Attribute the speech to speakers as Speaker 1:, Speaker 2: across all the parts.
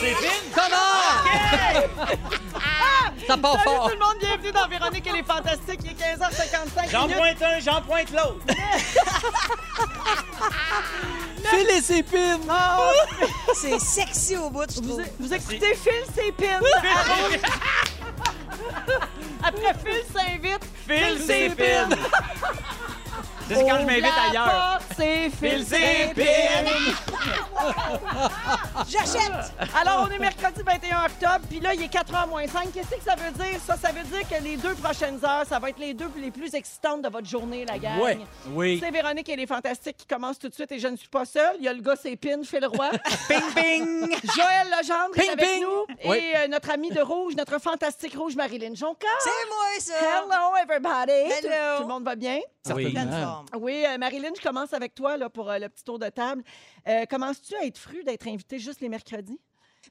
Speaker 1: C'est fine?
Speaker 2: Comment? Ça part
Speaker 3: Salut
Speaker 2: fort.
Speaker 3: tout le monde, bienvenue dans Véronique et les Fantastiques. Il est 15h55
Speaker 1: J'en
Speaker 3: minutes.
Speaker 1: pointe un, j'en pointe l'autre.
Speaker 2: Fais les épines.
Speaker 3: Ah,
Speaker 4: C'est sexy au bout, je
Speaker 3: vous,
Speaker 4: trouve.
Speaker 3: vous écoutez Phil Sépine. Après Phil s'invite,
Speaker 1: Phil Sépine. C'est quand je m'invite ailleurs.
Speaker 3: la porte, c'est Phil
Speaker 1: Phil
Speaker 3: Sépine.
Speaker 1: Sépine.
Speaker 4: J'achète!
Speaker 3: Alors, on est mercredi 21 octobre, puis là, il est 4h moins 5. Qu'est-ce que ça veut dire? Ça, ça veut dire que les deux prochaines heures, ça va être les deux les plus excitantes de votre journée, la gang.
Speaker 2: Ouais, oui.
Speaker 3: C'est Véronique et les Fantastiques qui commencent tout de suite et je ne suis pas seule. Il y a le gars Sépine, Phil Roy.
Speaker 1: Ping, ping.
Speaker 3: Joël Legendre est
Speaker 2: Ping,
Speaker 3: avec
Speaker 2: ping.
Speaker 3: nous.
Speaker 2: Oui.
Speaker 3: Et euh, notre amie de rouge, notre fantastique rouge, Marilyn Jonca.
Speaker 4: C'est moi, ça!
Speaker 3: Hello, everybody.
Speaker 4: Hello.
Speaker 3: Tout, tout le monde va bien?
Speaker 2: Certainement.
Speaker 4: Pleine forme.
Speaker 3: Oui, euh, Marilyn, je commence avec toi là, pour euh, le petit tour de table. Euh, Commences-tu à être fru d'être invitée juste les mercredis?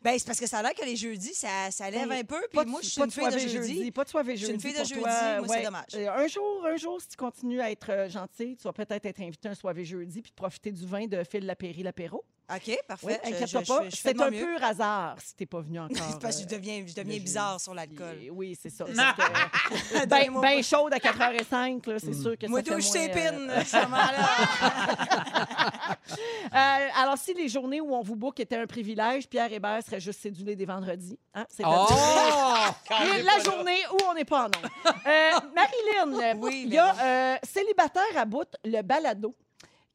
Speaker 4: Ben, c'est parce que ça a l'air que les jeudis, ça, ça lève
Speaker 3: Ben,
Speaker 4: un peu.
Speaker 3: Pas
Speaker 4: Puis
Speaker 3: de-
Speaker 4: moi, je suis
Speaker 3: pas
Speaker 4: une
Speaker 3: de
Speaker 4: fille de
Speaker 3: soirée
Speaker 4: jeudi.
Speaker 3: Pas de soirée jeudi.
Speaker 4: suis une fille de
Speaker 3: pour toi.
Speaker 4: jeudi, moi, c'est dommage.
Speaker 3: Euh, Un jour, un jour, si tu continues à être euh, gentille, tu vas peut-être être invitée un soirée jeudi puis profiter du vin de Phil Lapéry-Lapéro.
Speaker 4: OK,
Speaker 3: Oui,
Speaker 4: parfait. Je-
Speaker 3: inquiète-toi
Speaker 4: euh, je-
Speaker 3: pas.
Speaker 4: je- je fais de
Speaker 3: C'est
Speaker 4: mon
Speaker 3: un
Speaker 4: mieux.
Speaker 3: pur hasard si t'es pas venu
Speaker 4: C'est
Speaker 3: encore.
Speaker 4: parce que je
Speaker 3: euh,
Speaker 4: deviens, je deviens
Speaker 3: le
Speaker 4: bizarre
Speaker 3: jeudi.
Speaker 4: sur l'alcool.
Speaker 3: Et Oui, c'est ça. c'est que- ben,
Speaker 4: Donnez-moi
Speaker 3: ben
Speaker 4: pas.
Speaker 3: chaude à 4h05, là, c'est sûr que
Speaker 4: Moi,
Speaker 3: ça fait
Speaker 4: d'où je
Speaker 3: moins,
Speaker 4: s'épine, à ce moment-là.
Speaker 3: euh, euh, alors, si les journées où on vous book étaient un privilège, Pierre Hébert serait juste cédulé des vendredis. Hein? C'est
Speaker 2: Oh!
Speaker 3: Et la journée où on n'est pas en ondes. Euh, Marilyn, euh,
Speaker 4: Oui,
Speaker 3: il y a euh, Célibataire à bout, le balado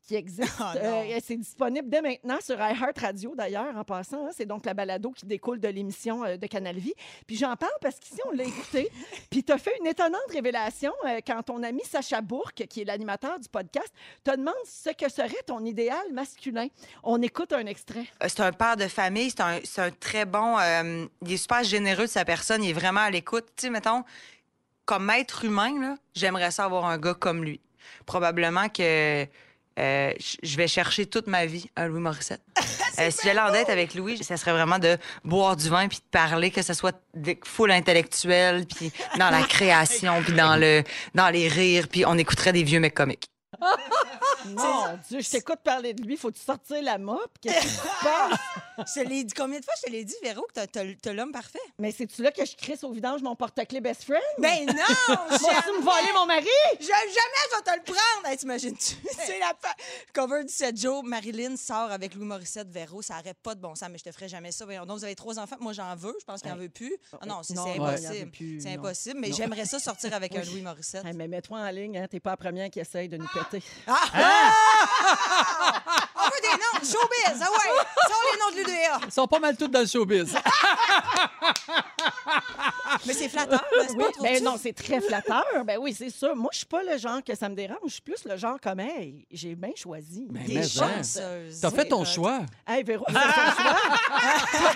Speaker 3: qui existe.
Speaker 4: Oh, non.
Speaker 3: Euh, c'est disponible dès maintenant sur iHeartRadio, d'ailleurs, en passant. hein. C'est donc la balado qui découle de l'émission euh, de Canal Vie. Puis j'en parle parce qu'ici, on l'a écouté. Puis t'as fait une étonnante révélation euh, quand ton ami Sacha Bourque, qui est l'animateur du podcast, te demande ce que serait ton idéal masculin. On écoute un extrait.
Speaker 5: Euh, C'est un père de famille, c'est un, c'est un très bon. euh, il est super généreux de sa personne, il est vraiment à l'écoute. Tu sais, mettons, comme être humain, là, j'aimerais ça avoir un gars comme lui. Probablement que euh, je- je vais chercher toute ma vie un Louis Morissette. Euh, si j'allais en dette avec Louis, ça serait vraiment de boire du vin puis de parler, que ce soit de full intellectuel, puis dans la création, puis dans, le, dans les rires, puis on écouterait des vieux mecs comiques.
Speaker 3: Ah, Mon Dieu, je t'écoute parler de lui. Faut-tu sortir la mop? Qu'est-ce qui se passe?
Speaker 4: Je te l'ai dit combien de fois je te l'ai dit, Véro, que t'as- t'as t'as l'homme parfait?
Speaker 3: Mais c'est-tu là que je crisse au vidange mon porte-clés best friend?
Speaker 4: Ben non!
Speaker 3: Moi, tu me voler mon mari?
Speaker 4: J'ai- Jamais je vais te le prendre! Hey, T'imagines-tu? C'est la fin. Cover 17 Joe, Marilyn sort avec Louis Morissette, Véro. Ça n'aurait pas de bon sens, mais je te ferai jamais ça. Voyons Donc, vous avez trois enfants. Moi, j'en veux. Je pense qu'il en veut plus. Ah non, c'est c'est
Speaker 3: Oh, Non, il en veut
Speaker 4: impossible.
Speaker 3: plus,
Speaker 4: C'est
Speaker 3: non.
Speaker 4: impossible, mais j'aimerais ça sortir avec un Louis Morissette.
Speaker 3: Hey, mais mets-toi en ligne, hein. T'es pas la première qui essaye de nous péter.
Speaker 4: Ah! Ah! On veut des noms! Showbiz! Ah ouais! Sors les noms de l'UDA!
Speaker 2: Ils sont pas mal toutes dans le showbiz.
Speaker 3: Ah,
Speaker 4: Mais c'est flatteur, n'est-ce
Speaker 3: Oui,
Speaker 4: pas? trop
Speaker 3: ben non, c'est très flatteur. Ben oui, c'est sûr. Moi, je suis pas le genre que ça me dérange. Je suis plus le genre comme, hey, j'ai bien choisi.
Speaker 2: Mais
Speaker 4: T'es
Speaker 2: mais, hein,
Speaker 4: chanceuse.
Speaker 2: T'as fait ton
Speaker 4: Oui,
Speaker 2: choix.
Speaker 3: Hey, Véro, c'est ton choix. T'as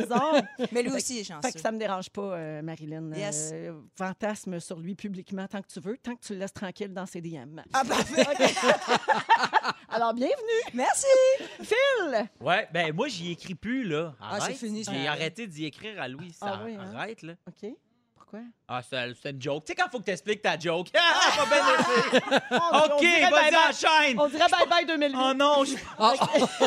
Speaker 3: bien raison.
Speaker 4: Mais lui aussi est chanceux.
Speaker 3: Fait que ça me dérange pas, euh, Marilyn.
Speaker 4: Yes.
Speaker 3: Euh, fantasme sur lui publiquement tant que tu veux, tant que tu le laisses tranquille dans ses DM.
Speaker 4: Ah, parfait.
Speaker 3: Alors, bienvenue.
Speaker 4: Merci!
Speaker 3: Phil!
Speaker 1: Ouais, ben moi, j'y écris plus, là. Arrête.
Speaker 4: Ah, c'est fini, ça.
Speaker 1: J'ai arrêté d'y écrire à Louis. Ça,
Speaker 3: Ah oui, hein?
Speaker 1: Arrête, là.
Speaker 3: OK. Pourquoi?
Speaker 1: Ah, c'est c'est une joke. Tu sais, quand faut que t'expliques ta joke. Ah, pas bien essayé.
Speaker 3: On- on
Speaker 1: Ah, OK,
Speaker 3: dirait
Speaker 1: vas-y,
Speaker 3: bye-bye. Ah,
Speaker 1: enchaîne.
Speaker 3: On dirait Bye Bye 2008.
Speaker 1: Oh non, je,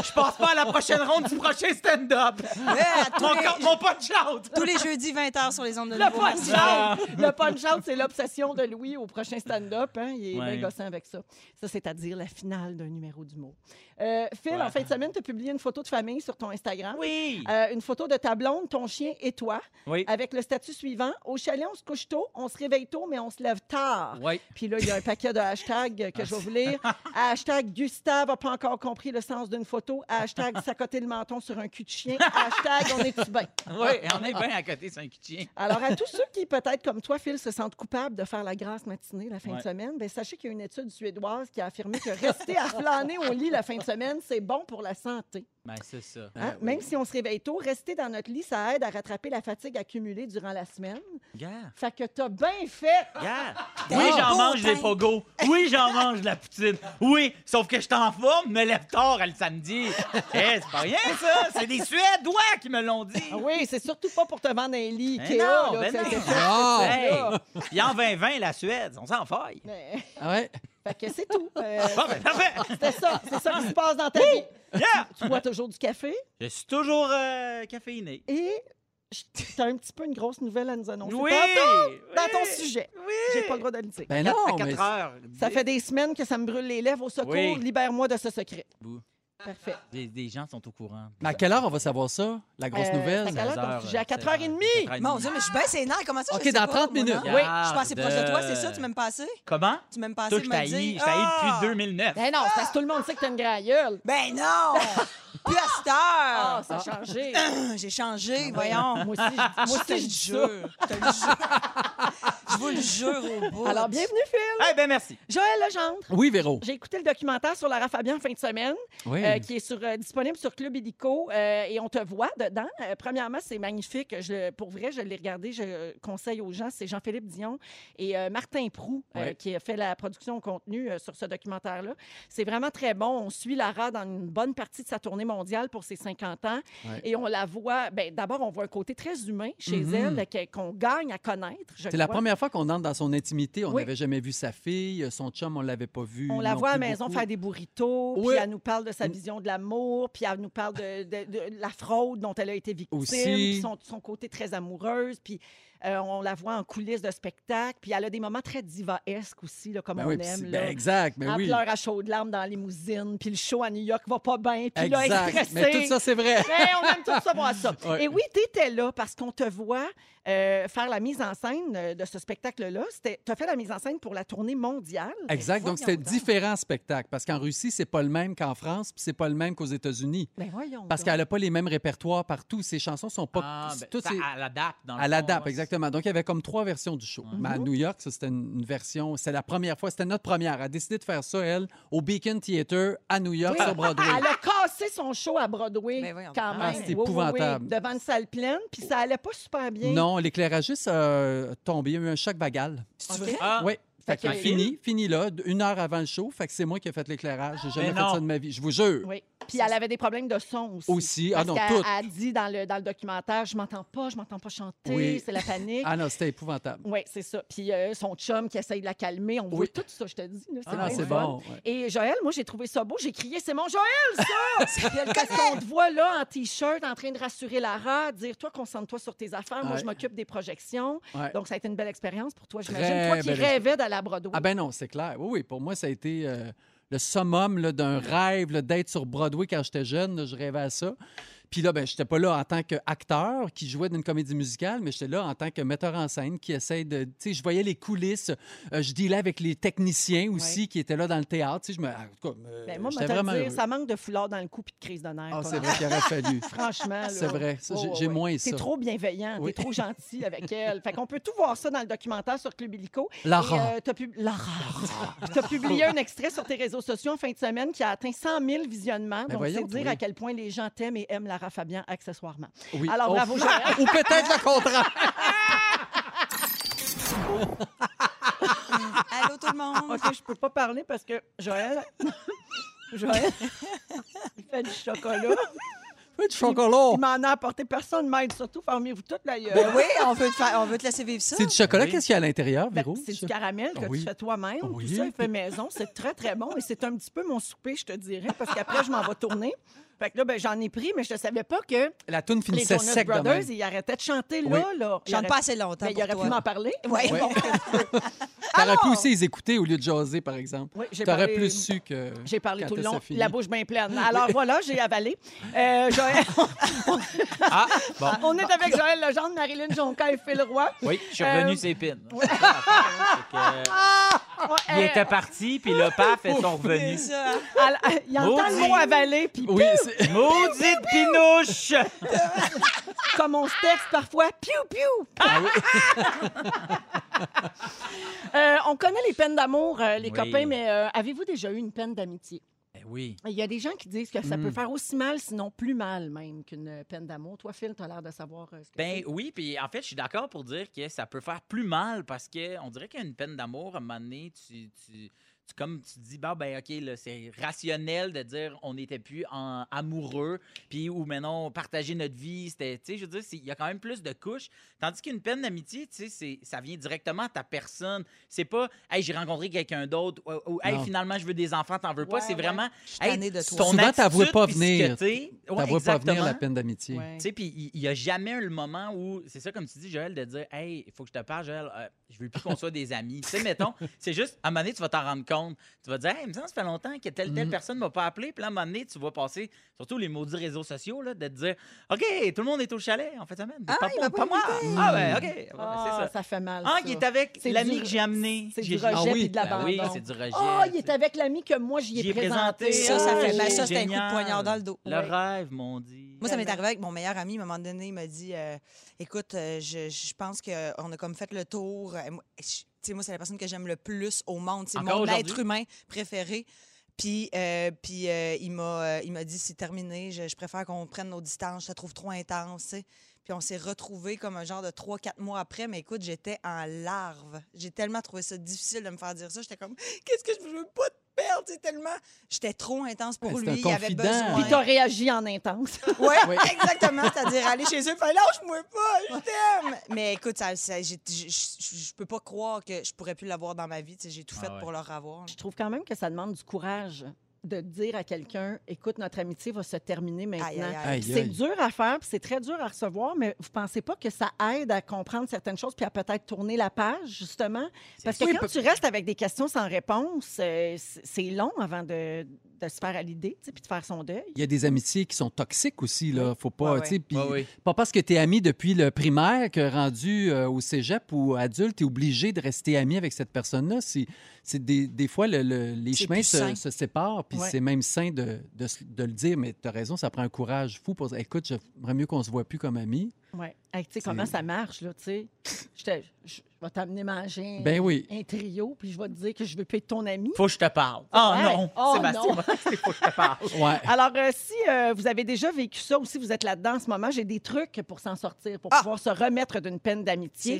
Speaker 1: je passe pas à la prochaine ronde du prochain stand-up.
Speaker 4: Ouais, à tous,
Speaker 1: Mon,
Speaker 4: les,
Speaker 1: co- mon punch-out.
Speaker 4: tous les jeudis, 20h sur les ondes de
Speaker 3: Le
Speaker 4: nouveau.
Speaker 3: punch
Speaker 1: Ah.
Speaker 3: out! Le punch out, c'est l'obsession de Louis au prochain stand-up. hein. Il est
Speaker 1: Ouais.
Speaker 3: bien gossant avec ça. Ça, c'est-à-dire la finale d'un numéro d'humour. Euh, Phil, en fin de semaine, tu as publié une photo de famille sur ton Instagram.
Speaker 1: Oui.
Speaker 3: Euh, une photo de ta blonde, ton chien et toi,
Speaker 1: Oui.
Speaker 3: avec le statut suivant Au chalet, chalet, on se couche tôt, on se réveille tôt, mais on se lève tard.
Speaker 2: Oui.
Speaker 3: Puis là, il y a un paquet de hashtags que je vais vous lire. Hashtag Gustave n'a pas encore compris le sens d'une photo. Hashtag s'accoter le menton sur un cul de chien. Hashtag on est-tu bien?
Speaker 1: Oui, on est bien à côté, c'est un kitchen.
Speaker 3: Alors, à tous ceux qui, peut-être comme toi, Phil, se sentent coupables de faire la grasse matinée la fin de
Speaker 1: Ouais.
Speaker 3: semaine, ben, sachez qu'il y a une étude suédoise qui a affirmé que rester à flâner au lit la fin de semaine, c'est bon pour la santé.
Speaker 1: Ben, c'est ça.
Speaker 3: Hein? Même si on se réveille tôt, rester dans notre lit, ça aide à rattraper la fatigue accumulée durant la semaine.
Speaker 1: Gars,
Speaker 3: Fait que t'as bien fait.
Speaker 1: gars.
Speaker 4: Des
Speaker 1: Oui, j'en
Speaker 4: beaux
Speaker 1: mange des
Speaker 4: pains.
Speaker 1: pogos. Oui, j'en mange de la poutine. Oui, sauf que je t'en forme, me lève tard le samedi. Eh, c'est pas rien, ça. C'est des Suédois qui me l'ont dit.
Speaker 3: Ah oui, c'est surtout pas pour te vendre un lit
Speaker 1: Ben
Speaker 3: Ikea.
Speaker 1: non,
Speaker 3: là,
Speaker 1: ben
Speaker 3: tu sais,
Speaker 1: non.
Speaker 3: c'est ça.
Speaker 2: Ah!
Speaker 1: Hey,
Speaker 3: là.
Speaker 1: puis en 2020, la Suède, on s'en faille.
Speaker 3: Mais-
Speaker 2: ah Ouais.
Speaker 3: Fait que c'est tout. Euh,
Speaker 1: Bon, ben, parfait.
Speaker 3: c'est ça, c'est ça qui se passe dans ta vie.
Speaker 1: Yeah.
Speaker 3: Tu bois toujours du café
Speaker 1: Je suis toujours euh, caféiné.
Speaker 3: et je- t'as un petit peu une grosse nouvelle à nous annoncer.
Speaker 1: Oui.
Speaker 3: Tantôt, dans
Speaker 1: oui,
Speaker 3: ton sujet.
Speaker 1: Oui.
Speaker 3: J'ai pas le droit de le dire.
Speaker 2: Ben
Speaker 1: Quatre-
Speaker 2: non,
Speaker 1: à
Speaker 2: mais...
Speaker 1: 4 heures.
Speaker 3: Ça fait des semaines que ça me brûle les lèvres. Au secours,
Speaker 1: Oui.
Speaker 3: libère-moi de ce secret.
Speaker 1: Bouh.
Speaker 3: Parfait.
Speaker 1: Des, des gens sont au courant.
Speaker 2: mais à quelle heure on va savoir ça, la grosse
Speaker 3: Euh,
Speaker 2: nouvelle?
Speaker 3: t'as qu'à l'heure ton
Speaker 1: 16
Speaker 3: sujet, à
Speaker 1: euh,
Speaker 3: 4h30.
Speaker 1: 16h30.
Speaker 4: Mon Dieu, mais je suis bien sénère. Comment ça,
Speaker 2: OK,
Speaker 4: je sais
Speaker 2: dans
Speaker 4: pas,
Speaker 2: 30
Speaker 4: moi,
Speaker 2: minutes.
Speaker 4: non?
Speaker 1: Oui.
Speaker 4: Je suis passée proche de toi, c'est ça? Tu
Speaker 1: m'as...
Speaker 4: m'aimes pas assez?
Speaker 1: Comment?
Speaker 4: Tu m'aimes pas assez
Speaker 1: Toi,
Speaker 4: de
Speaker 1: je
Speaker 4: me le
Speaker 1: t'haïs.
Speaker 4: dire?
Speaker 1: Je t'haïs
Speaker 4: Ah!
Speaker 1: depuis 2009.
Speaker 3: Ben non, parce que tout le monde sait que t'as une grande gueule.
Speaker 4: Ben non! Plus à cette
Speaker 3: Ah,
Speaker 4: heure!
Speaker 3: ça a changé.
Speaker 4: J'ai changé, voyons.
Speaker 3: Moi aussi, je- moi
Speaker 4: je te
Speaker 3: aussi,
Speaker 4: le
Speaker 3: je jure.
Speaker 4: jure. Je te le jure. Je vous le jure au bout.
Speaker 3: Alors, bienvenue, Phil.
Speaker 1: Eh ben merci.
Speaker 3: Joël Legendre.
Speaker 2: Oui, Véro.
Speaker 3: J'ai écouté le documentaire sur Lara Fabian en fin de semaine,
Speaker 2: Oui.
Speaker 3: euh, qui est sur, euh, disponible sur Club Illico, euh, et on te voit dedans. Euh, premièrement, c'est magnifique. Je, pour vrai, je l'ai regardé, je euh, conseille aux gens. C'est Jean-Philippe Dion et euh, Martin Prou euh,
Speaker 2: Ouais.
Speaker 3: qui a fait la production au contenu euh, sur ce documentaire-là. C'est vraiment très bon. On suit Lara dans une bonne partie de sa tournée mondiale pour ses 50 ans.
Speaker 2: Ouais.
Speaker 3: Et on la voit, ben, d'abord, on voit un côté très humain chez
Speaker 2: Mhm.
Speaker 3: elle euh, que- qu'on gagne à connaître. je
Speaker 2: C'est la
Speaker 3: crois.
Speaker 2: première fois qu'on entre dans son intimité. On
Speaker 3: Oui.
Speaker 2: n'avait jamais vu sa fille. Son chum, on l'avait pas vu.
Speaker 3: On la
Speaker 2: non
Speaker 3: voit à la
Speaker 2: plus
Speaker 3: maison
Speaker 2: beaucoup. Mm.
Speaker 3: faire des burritos,
Speaker 2: Oui.
Speaker 3: puis elle nous parle de sa vision de l'amour, puis elle nous parle de, de- de la fraude dont elle a été victime,
Speaker 2: Aussi.
Speaker 3: puis son, son côté très amoureuse, puis euh, on la voit en coulisses de spectacle, puis elle a des moments très divaesques aussi, là, comme
Speaker 2: Ben
Speaker 3: on
Speaker 2: oui, puis c'est-
Speaker 3: aime.
Speaker 2: ben
Speaker 3: là.
Speaker 2: exact, mais
Speaker 3: elle
Speaker 2: oui.
Speaker 3: pleure à chaudes larmes dans la limousine, puis le show à New York va pas bien, puis là, elle est
Speaker 2: Exact.
Speaker 3: stressée.
Speaker 2: Mais tout ça, c'est vrai.
Speaker 3: Hey, on aime tout ça voir ça.
Speaker 2: Ouais.
Speaker 3: Et oui, tu étais là parce qu'on te voit euh, faire la mise en scène euh, de ce spectacle-là. Tu as fait la mise en scène pour la tournée mondiale.
Speaker 2: Exact. Donc, c'était
Speaker 4: voyons donc.
Speaker 2: différents spectacles. Parce qu'en Russie, c'est pas le même qu'en France, puis c'est pas le même qu'aux États-Unis.
Speaker 3: Ben voyons.
Speaker 2: Parce
Speaker 3: donc.
Speaker 2: qu'elle n'a pas les mêmes répertoires partout. Ses chansons sont pas.
Speaker 1: Ah, ben,
Speaker 2: toutes
Speaker 1: ça,
Speaker 2: ces-
Speaker 1: à la date, dans le
Speaker 2: À la
Speaker 1: fond,
Speaker 2: DAP,
Speaker 1: ouais.
Speaker 2: exactement. Donc, il y avait comme trois versions du show. Mais à New York, ça, c'était une, une version. C'était la première fois. C'était notre première. Elle a décidé de faire ça, elle, au Beacon Theatre à New York, sur Broadway.
Speaker 3: Ah, Elle a cassé son show à Broadway
Speaker 4: Ben voyons.
Speaker 3: quand même.
Speaker 2: Ah, c'est épouvantable.
Speaker 3: Devant une salle pleine, puis ça allait pas super bien.
Speaker 2: Non, l'éclairagiste a tombé. Il y a eu un choc vagal.
Speaker 4: C'est vrai?
Speaker 1: Ah,
Speaker 2: Oui. Fait
Speaker 3: Fait
Speaker 2: que
Speaker 3: que-
Speaker 2: fini, fini là, d- une heure avant le show. Fait que c'est moi qui ai fait l'éclairage. J'ai jamais
Speaker 1: Mais
Speaker 2: fait
Speaker 1: non.
Speaker 2: ça de ma vie. Je vous jure.
Speaker 3: Oui. Puis elle avait des problèmes de son aussi.
Speaker 2: Aussi. Ah
Speaker 3: Parce
Speaker 2: non,
Speaker 3: qu'elle-
Speaker 2: tout.
Speaker 3: Elle dit dans le, dans le documentaire, je m'entends pas, je m'entends pas chanter,
Speaker 2: Oui.
Speaker 3: c'est la panique.
Speaker 2: Ah non, c'était épouvantable.
Speaker 3: Oui, c'est ça. Puis euh, son chum qui essaye de la calmer. On voit
Speaker 2: Oui.
Speaker 3: tout ça, je te dis. là,
Speaker 2: Ah
Speaker 3: bien
Speaker 2: non, c'est
Speaker 3: le fun.
Speaker 2: bon. ouais.
Speaker 3: Et Joël, moi, j'ai trouvé ça beau. J'ai crié, c'est mon Joël, ça! Puis elle, parce qu'on te voit là, en T-shirt, en train de rassurer Lara, dire, toi, concentre-toi sur tes affaires. Moi,
Speaker 2: Ouais.
Speaker 3: je m'occupe des projections.
Speaker 2: Ouais.
Speaker 3: Donc, ça a été une belle expérience pour toi,
Speaker 2: Très
Speaker 3: j'imagine. Toi qui
Speaker 2: belle
Speaker 3: rêvais d'aller à Broadway.
Speaker 2: Ah ben non, c'est clair. Oui, oui, pour moi, ça a été euh, le summum là, d'un rêve là, d'être sur Broadway quand j'étais jeune. là, je rêvais à ça. Puis là, ben, j'étais pas là en tant qu'acteur qui jouait d'une comédie musicale, mais j'étais là en tant que metteur en scène qui essaye de... Tu sais, je voyais les coulisses. euh, je dealais avec les techniciens aussi qui étaient là dans le théâtre. Tu sais, je me... En tout cas, euh,
Speaker 3: Ben, moi, je
Speaker 2: j'étais
Speaker 3: vais te
Speaker 2: vraiment
Speaker 3: dire,
Speaker 2: heureux.
Speaker 3: ça manque de foulard dans le cou puis de crise de nerfs.
Speaker 2: Ah,
Speaker 3: pas
Speaker 2: c'est
Speaker 3: mal.
Speaker 2: vrai qu'il aurait fallu.
Speaker 3: Franchement, là.
Speaker 2: C'est vrai. ça,
Speaker 3: Ouais,
Speaker 2: j'ai-
Speaker 3: ouais,
Speaker 2: J'ai
Speaker 3: ouais.
Speaker 2: moins ça.
Speaker 3: T'es trop bienveillant,
Speaker 2: Oui.
Speaker 3: t'es trop gentil avec elle. Fait qu'on peut tout voir ça dans le documentaire sur Club Illico.
Speaker 2: Lara.
Speaker 3: Et, euh, t'as pub- Lara. Puis t'as publié un extrait sur tes réseaux sociaux en fin de semaine qui a atteint 100 000 visionnements.
Speaker 2: Ben
Speaker 3: donc,
Speaker 2: voyons,
Speaker 3: c'est dire
Speaker 2: oui.
Speaker 3: à quel point les gens t'aiment et aiment Lara Fabian accessoirement.
Speaker 2: Oui.
Speaker 3: Alors,
Speaker 2: Oh.
Speaker 3: bravo, Joël.
Speaker 2: Ou peut-être le contraire.
Speaker 4: Allô tout le monde?
Speaker 3: OK, je peux pas parler parce que Joël... Joël, il fait du chocolat.
Speaker 2: Oui, du chocolat.
Speaker 3: Il m'en a apporté. Personne m'aide, surtout. Fermez-vous toute la gueule.
Speaker 4: Ben oui, on veut, te faire- on veut te laisser vivre ça.
Speaker 2: C'est du chocolat.
Speaker 1: Oui.
Speaker 2: Qu'est-ce qu'il y a à l'intérieur,
Speaker 3: Ben,
Speaker 2: Véro?
Speaker 3: c'est du
Speaker 2: Ça?
Speaker 3: caramel que
Speaker 2: Ah oui.
Speaker 3: tu fais toi-même.
Speaker 2: Oui.
Speaker 3: Tout ça est fait maison. C'est très, très bon. Et c'est un petit peu mon souper, je te dirais, parce qu'après, je m'en vais tourner. Fait que là, ben, j'en ai pris, mais je ne savais pas que
Speaker 2: La toune
Speaker 3: les
Speaker 2: finissait
Speaker 3: Jonas
Speaker 2: sec de même.
Speaker 3: Brothers, ils arrêtaient de chanter là, là. Ils
Speaker 4: Chante
Speaker 3: auraient-
Speaker 4: pas assez longtemps
Speaker 3: Mais il
Speaker 4: pour
Speaker 3: aurait
Speaker 4: toi.
Speaker 3: pu m'en parler.
Speaker 4: Ouais,
Speaker 2: Ouais.
Speaker 4: bon.
Speaker 2: T'aurais pu aussi les écouter au lieu de jaser, par exemple.
Speaker 3: Oui, j'ai
Speaker 2: T'aurais
Speaker 3: parlé-
Speaker 2: plus su que.
Speaker 3: J'ai parlé
Speaker 2: quand
Speaker 3: tout le
Speaker 2: ça
Speaker 3: long,
Speaker 2: finit.
Speaker 3: la bouche bien pleine. Alors voilà, j'ai avalé. Euh, Joël-
Speaker 1: Ah, bon.
Speaker 3: on est avec Joël Legendre, Marilyn Jonca et Phil Roy.
Speaker 1: Oui, je suis
Speaker 3: Euh,
Speaker 1: revenu ses pins. C'est ça l'affaire, hein, c'est que-
Speaker 3: Ouais,
Speaker 1: Il
Speaker 3: euh,
Speaker 1: était parti, puis le paf est son revenu.
Speaker 4: Ça,
Speaker 3: al- il entend le
Speaker 1: Maudit.
Speaker 3: mot avaler, puis
Speaker 2: Oui, c'est-
Speaker 1: Maudite pinouche!
Speaker 3: comme on se texte parfois, piou, piou. Euh, on connaît les peines d'amour, euh, les
Speaker 1: Oui.
Speaker 3: copains, mais euh, avez-vous déjà eu une peine d'amitié?
Speaker 1: Ben oui.
Speaker 3: Il y a des gens qui disent que ça peut
Speaker 1: Hmm.
Speaker 2: Mm.
Speaker 3: faire aussi mal, sinon plus mal même, qu'une peine d'amour. Toi, Phil, t'as l'air de savoir euh, ce que
Speaker 1: Ben
Speaker 3: c'est.
Speaker 1: oui, puis en fait, je suis d'accord pour dire que ça peut faire plus mal parce que on dirait qu'il y a une peine d'amour, à un moment donné, tu, tu, tu- comme tu dis, bah ben OK, là, c'est rationnel de dire on n'était plus en, amoureux, puis ou maintenant partager notre vie, c'était, tu sais, je veux dire, c'est- il y a quand même plus de couches. Tandis qu'une peine d'amitié, tu sais, c'est- ça vient directement à ta personne. C'est pas, hey, j'ai rencontré quelqu'un d'autre, ou, ou, hey,
Speaker 2: Non.
Speaker 1: finalement, je veux des enfants, t'en veux pas.
Speaker 3: Ouais,
Speaker 1: c'est
Speaker 3: ouais.
Speaker 1: vraiment,
Speaker 4: je suis
Speaker 1: Hey,
Speaker 4: tannée de
Speaker 1: ton
Speaker 4: toi.
Speaker 2: Souvent, t'avoues pas
Speaker 1: attitude, puis ce
Speaker 2: venir.
Speaker 1: que t'es. Ouais,
Speaker 2: T'avoues pas venir
Speaker 1: exactement.
Speaker 2: la peine d'amitié.
Speaker 3: Ouais.
Speaker 1: Tu sais, puis il n'y a jamais eu le moment où, c'est ça comme tu dis, Joël, de dire Hey, il faut que je te parle, Joël, euh, je veux plus qu'on soit des amis. tu sais, mettons, c'est juste, à un moment donné, tu vas t'en rendre compte. Tu vas dire Hey, il me semble que ça fait longtemps que telle,
Speaker 3: Mm.
Speaker 1: telle
Speaker 2: Mhm.
Speaker 1: personne ne m'a pas appelé. Puis là, à un moment donné, tu vas passer, surtout les maudits réseaux sociaux, là, de te dire OK, tout le monde est au chalet en fait de semaine.
Speaker 4: Ah,
Speaker 1: pas,
Speaker 4: il
Speaker 1: moi,
Speaker 4: m'a
Speaker 1: pas
Speaker 4: pas
Speaker 1: moi.
Speaker 4: invité.
Speaker 1: Ah, ouais, OK. Ouais,
Speaker 3: Ah,
Speaker 1: ben, c'est ça.
Speaker 3: ça fait mal.
Speaker 1: Ah,
Speaker 3: ça.
Speaker 1: il est avec
Speaker 3: C'est
Speaker 1: l'ami
Speaker 3: du-
Speaker 1: que j'ai amené.
Speaker 3: C'est du
Speaker 1: J'ai-
Speaker 3: rejet
Speaker 2: Ah oui.
Speaker 3: puis de
Speaker 1: Ben oui,
Speaker 3: l'abandon.
Speaker 1: c'est du rejet.
Speaker 3: oh, il
Speaker 1: tu
Speaker 3: est
Speaker 1: sais.
Speaker 3: avec l'ami que moi, j'y
Speaker 1: J'y
Speaker 3: ai présenté.
Speaker 4: Ça, ça fait mal. Ça,
Speaker 3: Ah,
Speaker 4: c'est un coup de
Speaker 1: Génial.
Speaker 4: poignard dans le dos.
Speaker 1: Le
Speaker 3: Ouais.
Speaker 1: rêve, mon dit.
Speaker 4: Moi, ça m'est
Speaker 3: Tellement.
Speaker 4: arrivé avec mon meilleur ami. À un moment donné, il m'a dit euh, Écoute, euh, je, je pense qu'on a comme fait le tour. Euh, moi- je- Tu sais, moi, c'est la personne que j'aime le plus au monde. C'est
Speaker 1: Encore
Speaker 4: mon
Speaker 1: aujourd'hui?
Speaker 4: être humain préféré. Puis, euh, puis euh, il m'a euh, il m'a dit C'est terminé, je, je préfère qu'on prenne nos distances, je te trouve trop intense. tu sais. Puis on s'est retrouvés comme un genre de 3-4 mois après. Mais écoute, j'étais en larve. J'ai tellement trouvé ça difficile de me faire dire ça. J'étais comme Qu'est-ce que je veux pas te perdre C'est tellement. J'étais trop intense pour
Speaker 2: Ouais, c'est
Speaker 4: lui.
Speaker 2: un
Speaker 4: Il avait
Speaker 2: confident.
Speaker 4: besoin.
Speaker 3: Puis t'as réagi en intense.
Speaker 4: Oui,
Speaker 2: Oui.
Speaker 4: exactement. C'est-à-dire aller chez eux, faire lâche-moi pas, je t'aime. Mais écoute, ça, ça- j'ai- je- je je peux pas croire que je pourrais plus l'avoir dans ma vie. Tu sais, J'ai tout
Speaker 1: Ah
Speaker 4: fait
Speaker 1: ouais.
Speaker 4: pour leur avoir.
Speaker 3: Je trouve quand même que ça demande du courage de dire à quelqu'un, écoute, notre amitié va se terminer maintenant.
Speaker 4: Aïe, aïe, aïe.
Speaker 2: Aïe,
Speaker 3: C'est
Speaker 2: aïe.
Speaker 3: dur à faire, puis c'est très dur à recevoir, mais vous pensez pas que ça aide à comprendre certaines choses puis à peut-être tourner la page, justement? Parce que
Speaker 2: sûr.
Speaker 3: quand tu restes avec des questions sans réponse, euh, c- c'est long avant de, de se faire à l'idée, tu sais, puis de faire son deuil.
Speaker 2: Il y a des amitiés qui sont toxiques aussi, là. Faut pas,
Speaker 4: Ouais,
Speaker 2: tu sais, puis
Speaker 1: Ouais, ouais.
Speaker 2: Pas parce que t'es ami depuis le primaire que rendu euh, au cégep ou adulte, t'es obligé de rester ami avec cette personne-là. C'est, c'est des, des fois, le- le- les
Speaker 4: C'est
Speaker 2: chemins
Speaker 4: plus sain.
Speaker 2: se, se séparent, puis
Speaker 3: Ouais.
Speaker 2: c'est même sain de, de se- de le dire, mais t'as raison, ça prend un courage fou pour dire écoute, j'aimerais mieux qu'on se voit plus comme amis.
Speaker 3: Ouais. Hey, tu sais,
Speaker 2: C'est-
Speaker 3: comment ça marche, là, tu sais? Je te- je- je vais t'amener manger un-
Speaker 2: Ben oui.
Speaker 3: un trio, puis je vais te dire que je veux plus être ton ami.
Speaker 1: Faut que je te parle. Ah
Speaker 3: Ouais.
Speaker 1: non,
Speaker 3: Oh,
Speaker 1: Sébastien,
Speaker 3: non.
Speaker 1: c'est faut que je te parle.
Speaker 2: Ouais.
Speaker 3: Alors, euh, si euh, vous avez déjà vécu ça ou si vous êtes là-dedans en ce moment, j'ai des trucs pour s'en sortir, pour
Speaker 4: Ah!
Speaker 3: pouvoir se remettre d'une peine d'amitié.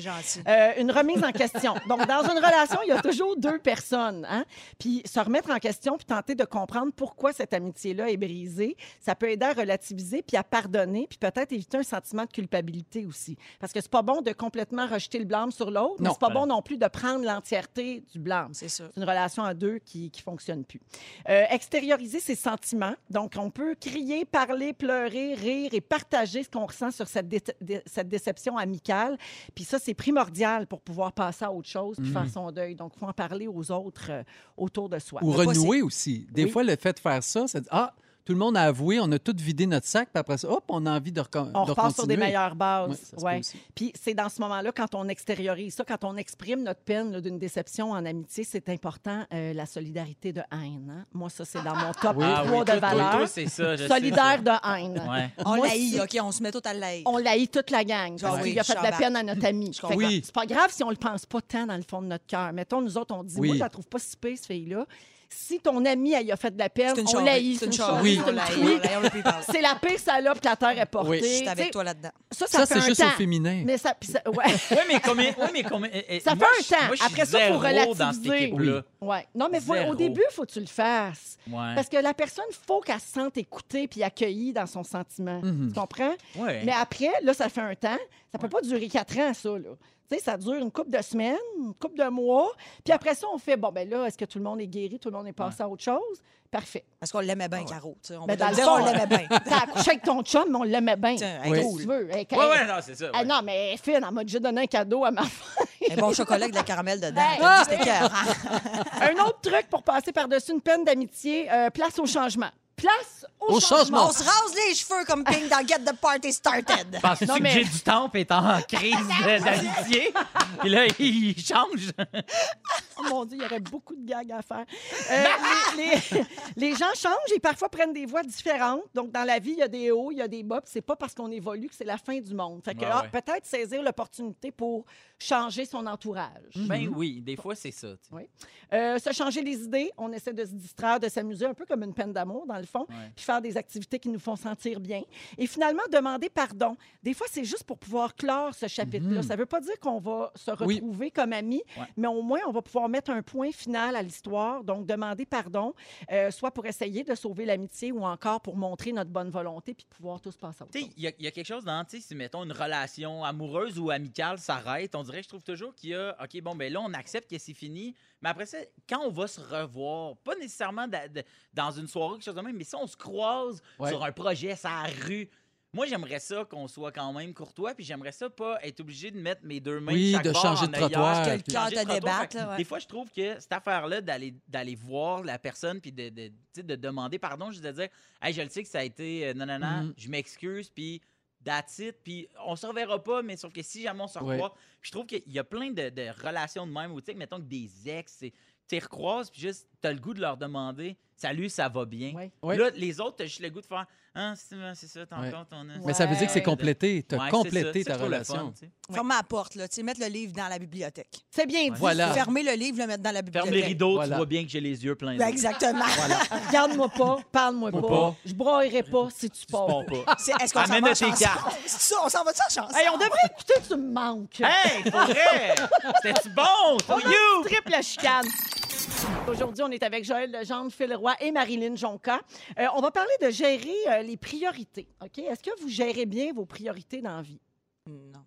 Speaker 4: C'est gentil.
Speaker 3: Euh, une remise en question. Donc, dans une relation, il y a toujours deux personnes. Hein? Puis, se remettre en question, puis tenter de comprendre pourquoi cette amitié-là est brisée, ça peut aider à relativiser, puis à pardonner, puis peut-être éviter un sentiment de culpabilité aussi. Parce que c'est pas bon de complètement rejeter le blâme sur l'autre, mais
Speaker 2: Non.
Speaker 3: c'est pas
Speaker 1: Voilà.
Speaker 3: bon non plus de prendre l'entièreté du blâme.
Speaker 4: C'est sûr.
Speaker 3: C'est une relation à deux qui ne fonctionne plus. Euh, extérioriser ses sentiments. Donc, on peut crier, parler, pleurer, rire et partager ce qu'on ressent sur cette, dé- dé- cette déception amicale. Puis ça, c'est primordial pour pouvoir passer à autre chose puis
Speaker 2: Mhm.
Speaker 3: faire son deuil. Donc, il faut en parler aux autres euh, autour de soi.
Speaker 2: Ou
Speaker 4: Faut pas
Speaker 2: renouer aussi. Des
Speaker 3: Oui.
Speaker 2: fois, le fait de faire ça, c'est ah, tout le monde a avoué, on a tout vidé notre sac, puis après ça, hop, on a envie de, recon-
Speaker 3: On
Speaker 2: de
Speaker 3: repart sur des
Speaker 2: continuer.
Speaker 3: meilleures
Speaker 2: Ouais,
Speaker 3: bases.
Speaker 2: ça se peut
Speaker 3: Ouais.
Speaker 2: aussi.
Speaker 3: Puis c'est dans ce moment-là, quand on extériorise ça, quand on exprime notre peine là, d'une déception en amitié, c'est important, euh, la solidarité de haine. hein. Moi, ça, c'est dans mon top
Speaker 2: Oui. Ah
Speaker 1: oui,
Speaker 3: 3
Speaker 1: toi,
Speaker 3: de
Speaker 1: toi,
Speaker 3: valeurs.
Speaker 1: toi, c'est ça, je sais
Speaker 3: Solidaire de haine.
Speaker 1: ça. Ouais.
Speaker 4: On
Speaker 3: Moi,
Speaker 4: l'haït,
Speaker 3: si-
Speaker 4: OK, on se met tout à l'haït.
Speaker 3: On l'haït toute la gang.
Speaker 4: Ah
Speaker 3: Parce
Speaker 4: oui,
Speaker 3: qu'il a fait de la
Speaker 4: Chabat.
Speaker 3: peine à notre ami.
Speaker 4: Je
Speaker 3: Fait
Speaker 4: comprends.
Speaker 3: que
Speaker 2: Oui.
Speaker 3: C'est pas grave si on le pense pas tant dans le fond de notre cœur. Mettons, nous autres, on dit
Speaker 2: Oui.
Speaker 3: Moi, je la trouve pas si pire, cette fille-là. Si ton ami, elle y a fait de la peine,
Speaker 4: C'est une
Speaker 3: on
Speaker 4: charrue,
Speaker 3: l'haït.
Speaker 4: C'est une
Speaker 3: charrue,
Speaker 4: charrue,
Speaker 2: Oui.
Speaker 4: On
Speaker 3: c'est une
Speaker 4: l'haït,
Speaker 3: truie.
Speaker 4: on l'haït, on veut plus y parler.
Speaker 3: C'est la pire salope que la terre est portée.
Speaker 2: Oui. Je
Speaker 4: Je suis
Speaker 3: T'sais,
Speaker 4: avec toi là-dedans.
Speaker 3: Ça, ça,
Speaker 2: Ça,
Speaker 3: fait
Speaker 2: c'est
Speaker 3: un
Speaker 2: juste
Speaker 3: temps.
Speaker 2: au féminin.
Speaker 3: Mais ça, puis ça- ouais.
Speaker 1: Oui, mais combien. Oui, mais combien eh, eh,
Speaker 3: Ça
Speaker 1: moi,
Speaker 3: fait un
Speaker 1: je-
Speaker 3: temps.
Speaker 1: moi, je suis
Speaker 3: Après ça, faut
Speaker 1: zéro dans cette
Speaker 3: relativiser.
Speaker 1: équipe-là.
Speaker 3: Ouais. Non, mais faut- au
Speaker 1: Zéro.
Speaker 3: début, faut que tu le fasses.
Speaker 1: Ouais.
Speaker 3: Parce que la personne, faut qu'elle se sente écoutée puis accueillie dans son sentiment.
Speaker 2: Mhm.
Speaker 3: Tu comprends?
Speaker 1: Ouais.
Speaker 3: Mais après, là, ça fait un temps. Ça peut pas durer quatre ans, ça. Là. Tu sais, ça dure une couple de semaines, une couple de mois. Puis après ça, on fait, bon, ben là, est-ce que tout le monde est guéri, tout le monde est passé à autre chose? Parfait.
Speaker 4: Parce qu'on l'aimait bien, Caro. tu sais, On va
Speaker 3: Mais dans
Speaker 4: te
Speaker 3: le
Speaker 4: le dire,
Speaker 3: fond,
Speaker 4: on l'aimait bien.
Speaker 3: T'as accouché avec ton chum, mais on l'aimait bien.
Speaker 4: Tiens,
Speaker 2: Oui.
Speaker 4: hey,
Speaker 3: Si tu
Speaker 4: cool.
Speaker 3: veux. Hey, quand-
Speaker 1: Ouais, ouais, non, c'est ça.
Speaker 3: Ah
Speaker 1: ouais.
Speaker 3: non, mais Finn, elle m'a déjà donné un cadeau à ma
Speaker 4: Un bon chocolat avec de la caramel dedans.
Speaker 3: Hey.
Speaker 4: T'as dit, C'était cœur.
Speaker 3: Un autre truc pour passer par-dessus une peine d'amitié, euh, place au changement. Place au,
Speaker 2: Au
Speaker 3: changement.
Speaker 2: changement.
Speaker 4: On se rase les cheveux comme Pink dans Get the Party Started.
Speaker 1: Penses-tu
Speaker 3: Non, mais-
Speaker 1: que j'ai du temps est en crise de- d'amitié? Puis là, il change.
Speaker 3: Oh mon Dieu, il y aurait beaucoup de gags à faire. Euh, les, les- les gens changent et parfois prennent des voies différentes. Donc, dans la vie, il y a des hauts, il y a des bas. puis C'est pas parce qu'on évolue que c'est la fin du monde. Fait que
Speaker 1: Ouais,
Speaker 3: ah,
Speaker 1: Ben ouais.
Speaker 3: peut-être saisir l'opportunité pour changer son entourage.
Speaker 1: Ben oui, des fois, c'est ça. tu sais.
Speaker 3: Euh, se changer les idées, on essaie de se distraire, de s'amuser, un peu comme une peine d'amour, dans le fond,
Speaker 1: Ouais.
Speaker 3: puis faire des activités qui nous font sentir bien. Et finalement, demander pardon. Des fois, c'est juste pour pouvoir clore ce chapitre-là. Ça ne veut pas dire qu'on va se
Speaker 2: Oui.
Speaker 3: retrouver comme amis,
Speaker 1: Mhm. Ouais.
Speaker 3: mais au moins, on va pouvoir mettre un point final à l'histoire. Donc, demander pardon, euh, soit pour essayer de sauver l'amitié ou encore pour montrer notre bonne volonté puis de pouvoir tous passer à autre
Speaker 1: Tu sais,
Speaker 3: chose.
Speaker 1: il y, a- il y a quelque chose dans, tu sais, si mettons une relation amoureuse ou amicale s'arrête, on dirait, je trouve toujours qu'il y a, OK, bon, ben là, on accepte que c'est fini, mais après ça, quand on va se revoir, pas nécessairement da- de- dans une soirée, quelque chose de même, mais si on se croise
Speaker 2: Ouais.
Speaker 1: sur un projet, ça rue, moi, j'aimerais ça qu'on soit quand même courtois, puis j'aimerais ça pas être obligé de mettre mes deux mains
Speaker 2: Oui,
Speaker 1: chaque
Speaker 2: de
Speaker 1: bord
Speaker 2: changer
Speaker 1: en
Speaker 2: de
Speaker 1: ailleurs,
Speaker 2: trottoir.
Speaker 4: Que le
Speaker 1: puis
Speaker 4: cœur
Speaker 1: changer de
Speaker 4: te
Speaker 1: trottoir.
Speaker 4: débatte,
Speaker 1: Fait que
Speaker 4: là, ouais.
Speaker 1: Des fois, je trouve que cette affaire-là d'aller d'aller voir la personne puis de, de, tu sais, de demander pardon, je de dire Hey, je le sais que ça a été euh, non, non, non,
Speaker 2: Mhm.
Speaker 1: je m'excuse, puis that's it, puis on se reverra pas, mais sauf que si jamais on se
Speaker 2: Ouais.
Speaker 1: revoit, je trouve qu'il y a plein de, de relations de même où, tu sais, mettons que des ex, c'est- tu les recroises, puis juste, t'as le goût de leur demander Salut, ça va bien.
Speaker 3: Ouais.
Speaker 2: Ouais.
Speaker 1: Là, les autres, t'as juste le goût de faire Ah, c'est c'est ça, t'en
Speaker 2: Ouais.
Speaker 1: compte, on a.
Speaker 2: Mais ça veut dire que c'est
Speaker 3: Ouais.
Speaker 2: complété. Tu as
Speaker 1: Ouais, c'est
Speaker 2: complété
Speaker 1: ça.
Speaker 2: ta
Speaker 1: C'est trop le
Speaker 2: relation.
Speaker 1: fun, tu sais.
Speaker 4: Fermer la porte, là. Tu sais, mettre le livre dans la bibliothèque.
Speaker 3: C'est bien dit.
Speaker 2: Voilà.
Speaker 4: Fermer le livre, le mettre dans la
Speaker 1: Ah. Ferme
Speaker 4: bibliothèque.
Speaker 1: les rideaux, tu
Speaker 2: Voilà.
Speaker 1: vois bien que j'ai les yeux pleins
Speaker 4: Ben,
Speaker 1: d'eau.
Speaker 4: exactement.
Speaker 3: Regarde-moi pas, parle-moi pas.
Speaker 2: Faut pas.
Speaker 3: Je broyerai pas si tu
Speaker 1: Tu
Speaker 3: pars.
Speaker 1: pars pas.
Speaker 4: C'est- Est-ce qu'on s'en
Speaker 1: Amène
Speaker 4: va en
Speaker 1: tes
Speaker 4: chanson?
Speaker 1: cartes.
Speaker 4: C'est ça, on s'en va de ça, chanson?
Speaker 3: Hey, on devrait écouter, tu me manques.
Speaker 1: Hey, pour vrai! C'était-tu bon? For you!
Speaker 3: Triple chicane. Aujourd'hui, on est avec Joël Legendre, Phil Roy et Marilyn Jonca. Euh, on va parler de gérer euh, les priorités. OK? Est-ce que vous gérez bien vos priorités dans la vie?
Speaker 4: Non.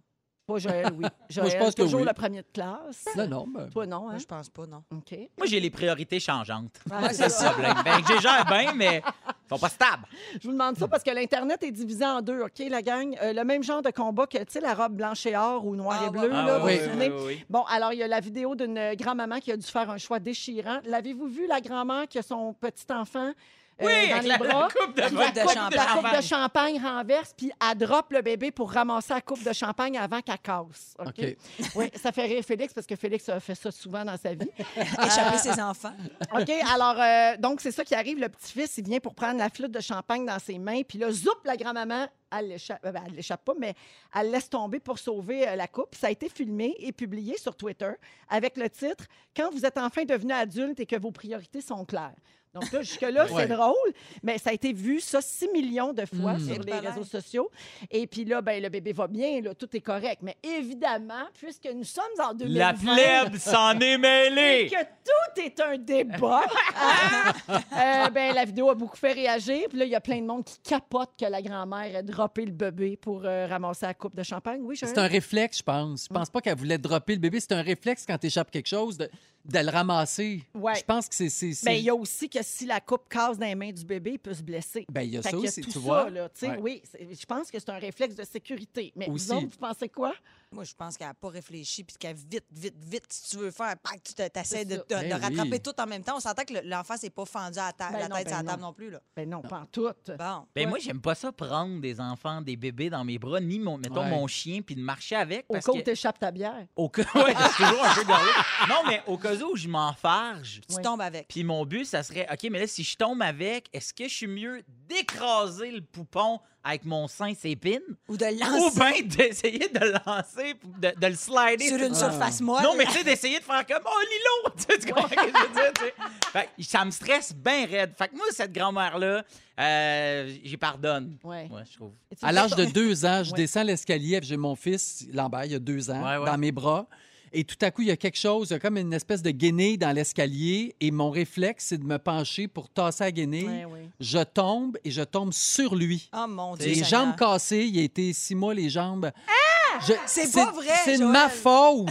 Speaker 3: Pas Joël, oui. Joël,
Speaker 2: pense que
Speaker 3: toujours
Speaker 2: oui.
Speaker 3: le premier de classe.
Speaker 2: Non, non, ben,
Speaker 3: Toi, non, hein?
Speaker 4: Moi, je pense pas, non.
Speaker 3: OK.
Speaker 1: Moi, j'ai les priorités changeantes.
Speaker 3: Ah,
Speaker 1: Ouais, c'est ça le problème. Ben, que j'ai gère bien, mais ils sont pas stables.
Speaker 3: Je vous demande ça parce que l'Internet est divisé en deux, OK, la gang? Euh, le même genre de combat que, tu sais, la robe blanche et or ou noir
Speaker 4: Ah,
Speaker 3: et
Speaker 4: ouais,
Speaker 3: bleu,
Speaker 4: ouais,
Speaker 3: là, vous
Speaker 2: ouais,
Speaker 3: vous
Speaker 2: ouais,
Speaker 3: souvenez?
Speaker 1: oui, oui.
Speaker 3: Bon, alors, il y a la vidéo d'une grand-maman qui a dû faire un choix déchirant. L'avez-vous vu, la grand-mère qui a son petit-enfant euh,
Speaker 1: Oui,
Speaker 3: dans
Speaker 1: avec
Speaker 3: les
Speaker 1: la,
Speaker 3: bras?
Speaker 1: la coupe de,
Speaker 4: La coupe
Speaker 1: la
Speaker 4: de
Speaker 3: coupe-
Speaker 4: champagne.
Speaker 3: La coupe de champagne renverse, puis elle drop le bébé pour ramasser la coupe de champagne avant qu'elle casse. OK?
Speaker 2: OK.
Speaker 3: Oui, ça fait rire Félix, parce que Félix a fait ça souvent dans sa vie. Euh,
Speaker 4: Échapper ses enfants.
Speaker 3: OK, alors, euh, donc, c'est ça qui arrive. Le petit-fils, il vient pour prendre la flûte de champagne dans ses mains, puis là, zoup, la grand-maman, elle l'échappe. Ben, elle l'échappe pas, mais elle laisse tomber pour sauver euh, la coupe. Ça a été filmé et publié sur Twitter avec le titre Quand vous êtes enfin devenu adulte et que vos priorités sont claires. Donc, là, jusque-là, c'est
Speaker 2: Ouais.
Speaker 3: drôle, mais ça a été vu, ça, 6 millions de fois
Speaker 2: Mm.
Speaker 3: sur
Speaker 4: C'est
Speaker 3: les
Speaker 4: pas mal.
Speaker 3: réseaux sociaux. Et puis là, ben, le bébé va bien, là, tout est correct. Mais évidemment, puisque nous sommes en 2020...
Speaker 1: La plèbe s'en est mêlée.
Speaker 3: Que tout est un débat. hein? Euh, ben, la vidéo a beaucoup fait réagir. Puis là, il y a plein de monde qui capote que la grand-mère ait droppé le bébé pour euh, ramasser la coupe de champagne. Oui, Ben, Joël?
Speaker 2: C'est un réflexe, je pense. Je pense pas qu'elle voulait dropper le bébé. C'est un réflexe quand t'échappes quelque chose de, de le ramasser.
Speaker 3: Ouais.
Speaker 2: Je pense que c'est. c'est- c'est-
Speaker 3: Ben, il y a aussi que si la coupe casse dans les mains du bébé, il peut se blesser.
Speaker 2: Ben, il y a
Speaker 3: Fait
Speaker 2: ça
Speaker 3: qu'il y a
Speaker 2: aussi,
Speaker 3: tout ça,
Speaker 2: tu vois.
Speaker 3: là, tu sais,
Speaker 2: Ouais.
Speaker 3: oui, c'est- je pense que c'est un réflexe de sécurité. Mais
Speaker 2: Aussi.
Speaker 3: vous autres, vous pensez quoi?
Speaker 4: Moi, je pense qu'elle n'a pas réfléchi, puis qu'elle vite, vite, vite, si tu veux faire, pac, tu te- t'essaies de,
Speaker 3: C'est
Speaker 2: ça.
Speaker 4: de- de
Speaker 2: Ben
Speaker 4: rattraper
Speaker 2: oui.
Speaker 4: tout en même temps. On s'entend que le- l'enfant s'est pas fendu à la, ta-
Speaker 3: Ben
Speaker 4: la
Speaker 3: non,
Speaker 4: tête
Speaker 3: ben
Speaker 4: sur la
Speaker 3: non.
Speaker 4: table non plus. Là.
Speaker 3: Ben non, pas en tout.
Speaker 4: Bon.
Speaker 1: Ben
Speaker 3: Ouais.
Speaker 1: moi, j'aime pas ça prendre des enfants, des bébés dans mes bras, ni mon, mettons
Speaker 2: Ouais.
Speaker 1: mon chien, puis de marcher avec.
Speaker 3: Au
Speaker 1: parce
Speaker 3: cas où
Speaker 1: que-
Speaker 3: t'échappes ta bière.
Speaker 1: au cas- Ouais, c'est toujours un peu garé. Non, mais au cas où je m'enfarge,
Speaker 4: Tu
Speaker 3: Ouais.
Speaker 4: tombes avec.
Speaker 1: Puis mon but, ça serait, OK, mais là, si je tombe avec, est-ce que je suis mieux d'écraser le poupon avec mon sein et ses pines
Speaker 4: Ou de
Speaker 1: ou
Speaker 4: lancer
Speaker 1: bien d'essayer de le lancer, pour- de, de le slider?
Speaker 4: sur une
Speaker 2: Ah.
Speaker 4: surface molle.
Speaker 1: ben, Non, mais tu sais, d'essayer de faire comme « Oh, Lilo! » Tu sais, tu comprends ce que je veux dire? tu sais? Fait que ça me stresse bien raide. Fait que moi, cette grand-mère-là, euh, j'y pardonne.
Speaker 3: Ouais.
Speaker 1: Ouais, je trouve.
Speaker 3: Et tu
Speaker 2: À
Speaker 3: sais,
Speaker 2: l'âge de deux ans, je
Speaker 3: Ouais.
Speaker 2: descends l'escalier, puis j'ai mon fils, Lambert, il y a deux ans,
Speaker 1: Ouais, ouais.
Speaker 2: dans mes bras. Et tout à coup, il y a quelque chose, il y a comme une espèce de guenille dans l'escalier. Et mon réflexe, c'est de me pencher pour tasser la guenille.
Speaker 3: Ouais, ouais.
Speaker 2: Je tombe et je tombe sur lui.
Speaker 4: Oh mon Dieu.
Speaker 2: les
Speaker 4: Seigneur. Ah!
Speaker 2: jambes cassées, il a été six mois les jambes. Je-
Speaker 4: C'est pas vrai,
Speaker 2: C'est de
Speaker 4: Joël.
Speaker 2: ma faute.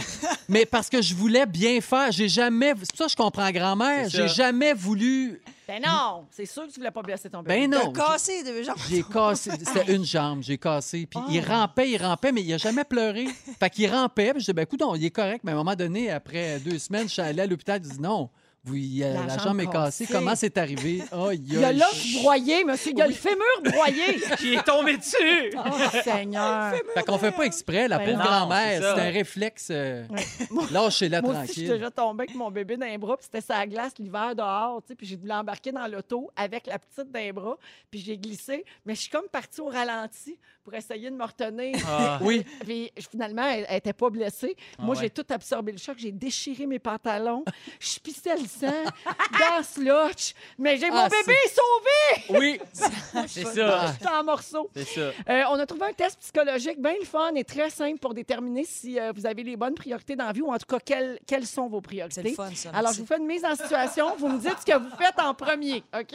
Speaker 2: Mais parce que je voulais bien faire. J'ai jamais. C'est pour ça que je comprends grand-mère.
Speaker 1: C'est ça.
Speaker 2: J'ai jamais voulu.
Speaker 3: Ben non, c'est sûr que tu voulais pas blesser ton bébé.
Speaker 2: Ben non.
Speaker 4: T'as cassé deux jambes.
Speaker 2: J'ai cassé. C'était une jambe, j'ai cassé. Puis il
Speaker 3: Ah.
Speaker 2: rampait, il rampait, mais il a jamais pleuré. Fait qu'il rampait. Puis je dis, ben écoute, il est correct. Mais à un moment donné, après deux semaines, je suis allé à l'hôpital. Je dis, non, vous, il-
Speaker 3: La
Speaker 2: la,
Speaker 3: jambe
Speaker 2: jambe est cassée.
Speaker 3: cassée.
Speaker 2: Comment c'est arrivé? Oh,
Speaker 3: Il y a l'os broyé, monsieur. Il y a le fémur broyé.
Speaker 1: Qui est tombé dessus!
Speaker 3: Oh, Seigneur.
Speaker 2: Fait qu'on fait pas exprès, la
Speaker 3: Ben
Speaker 2: pauvre
Speaker 3: non,
Speaker 2: grand-mère.
Speaker 1: c'est ça.
Speaker 2: C'est un réflexe. euh,
Speaker 3: Moi-
Speaker 2: Lâchez-la
Speaker 3: Moi aussi, je suis
Speaker 2: tranquille.
Speaker 3: déjà tombée avec mon bébé dans les bras, puis c'était sa glace l'hiver dehors, tu sais, puis j'ai voulu embarquer dans l'auto avec la petite dans les bras, puis j'ai glissé, mais je suis comme partie au ralenti pour essayer de me retenir.
Speaker 1: Ah.
Speaker 2: Oui.
Speaker 3: Puis je- finalement, elle n'était pas blessée.
Speaker 1: Ah
Speaker 3: Moi,
Speaker 1: ouais.
Speaker 3: j'ai tout absorbé le choc. J'ai déchiré mes pantalons. Je pissais le sang dans ce lotch. Mais j'ai mon
Speaker 2: Ah,
Speaker 3: bébé sauvé!
Speaker 2: Oui.
Speaker 1: C'est ça.
Speaker 3: J'étais en morceaux.
Speaker 1: C'est ça.
Speaker 3: Euh, on a trouvé un test psychologique bien le fun et très simple pour déterminer si euh, vous avez les bonnes priorités dans la vie ou en tout cas quelles, quelles sont vos
Speaker 4: C'est le
Speaker 3: priorités.
Speaker 4: fun, ça.
Speaker 3: Alors, je vous fais une mise en situation. Vous me dites ce que vous faites en premier, OK?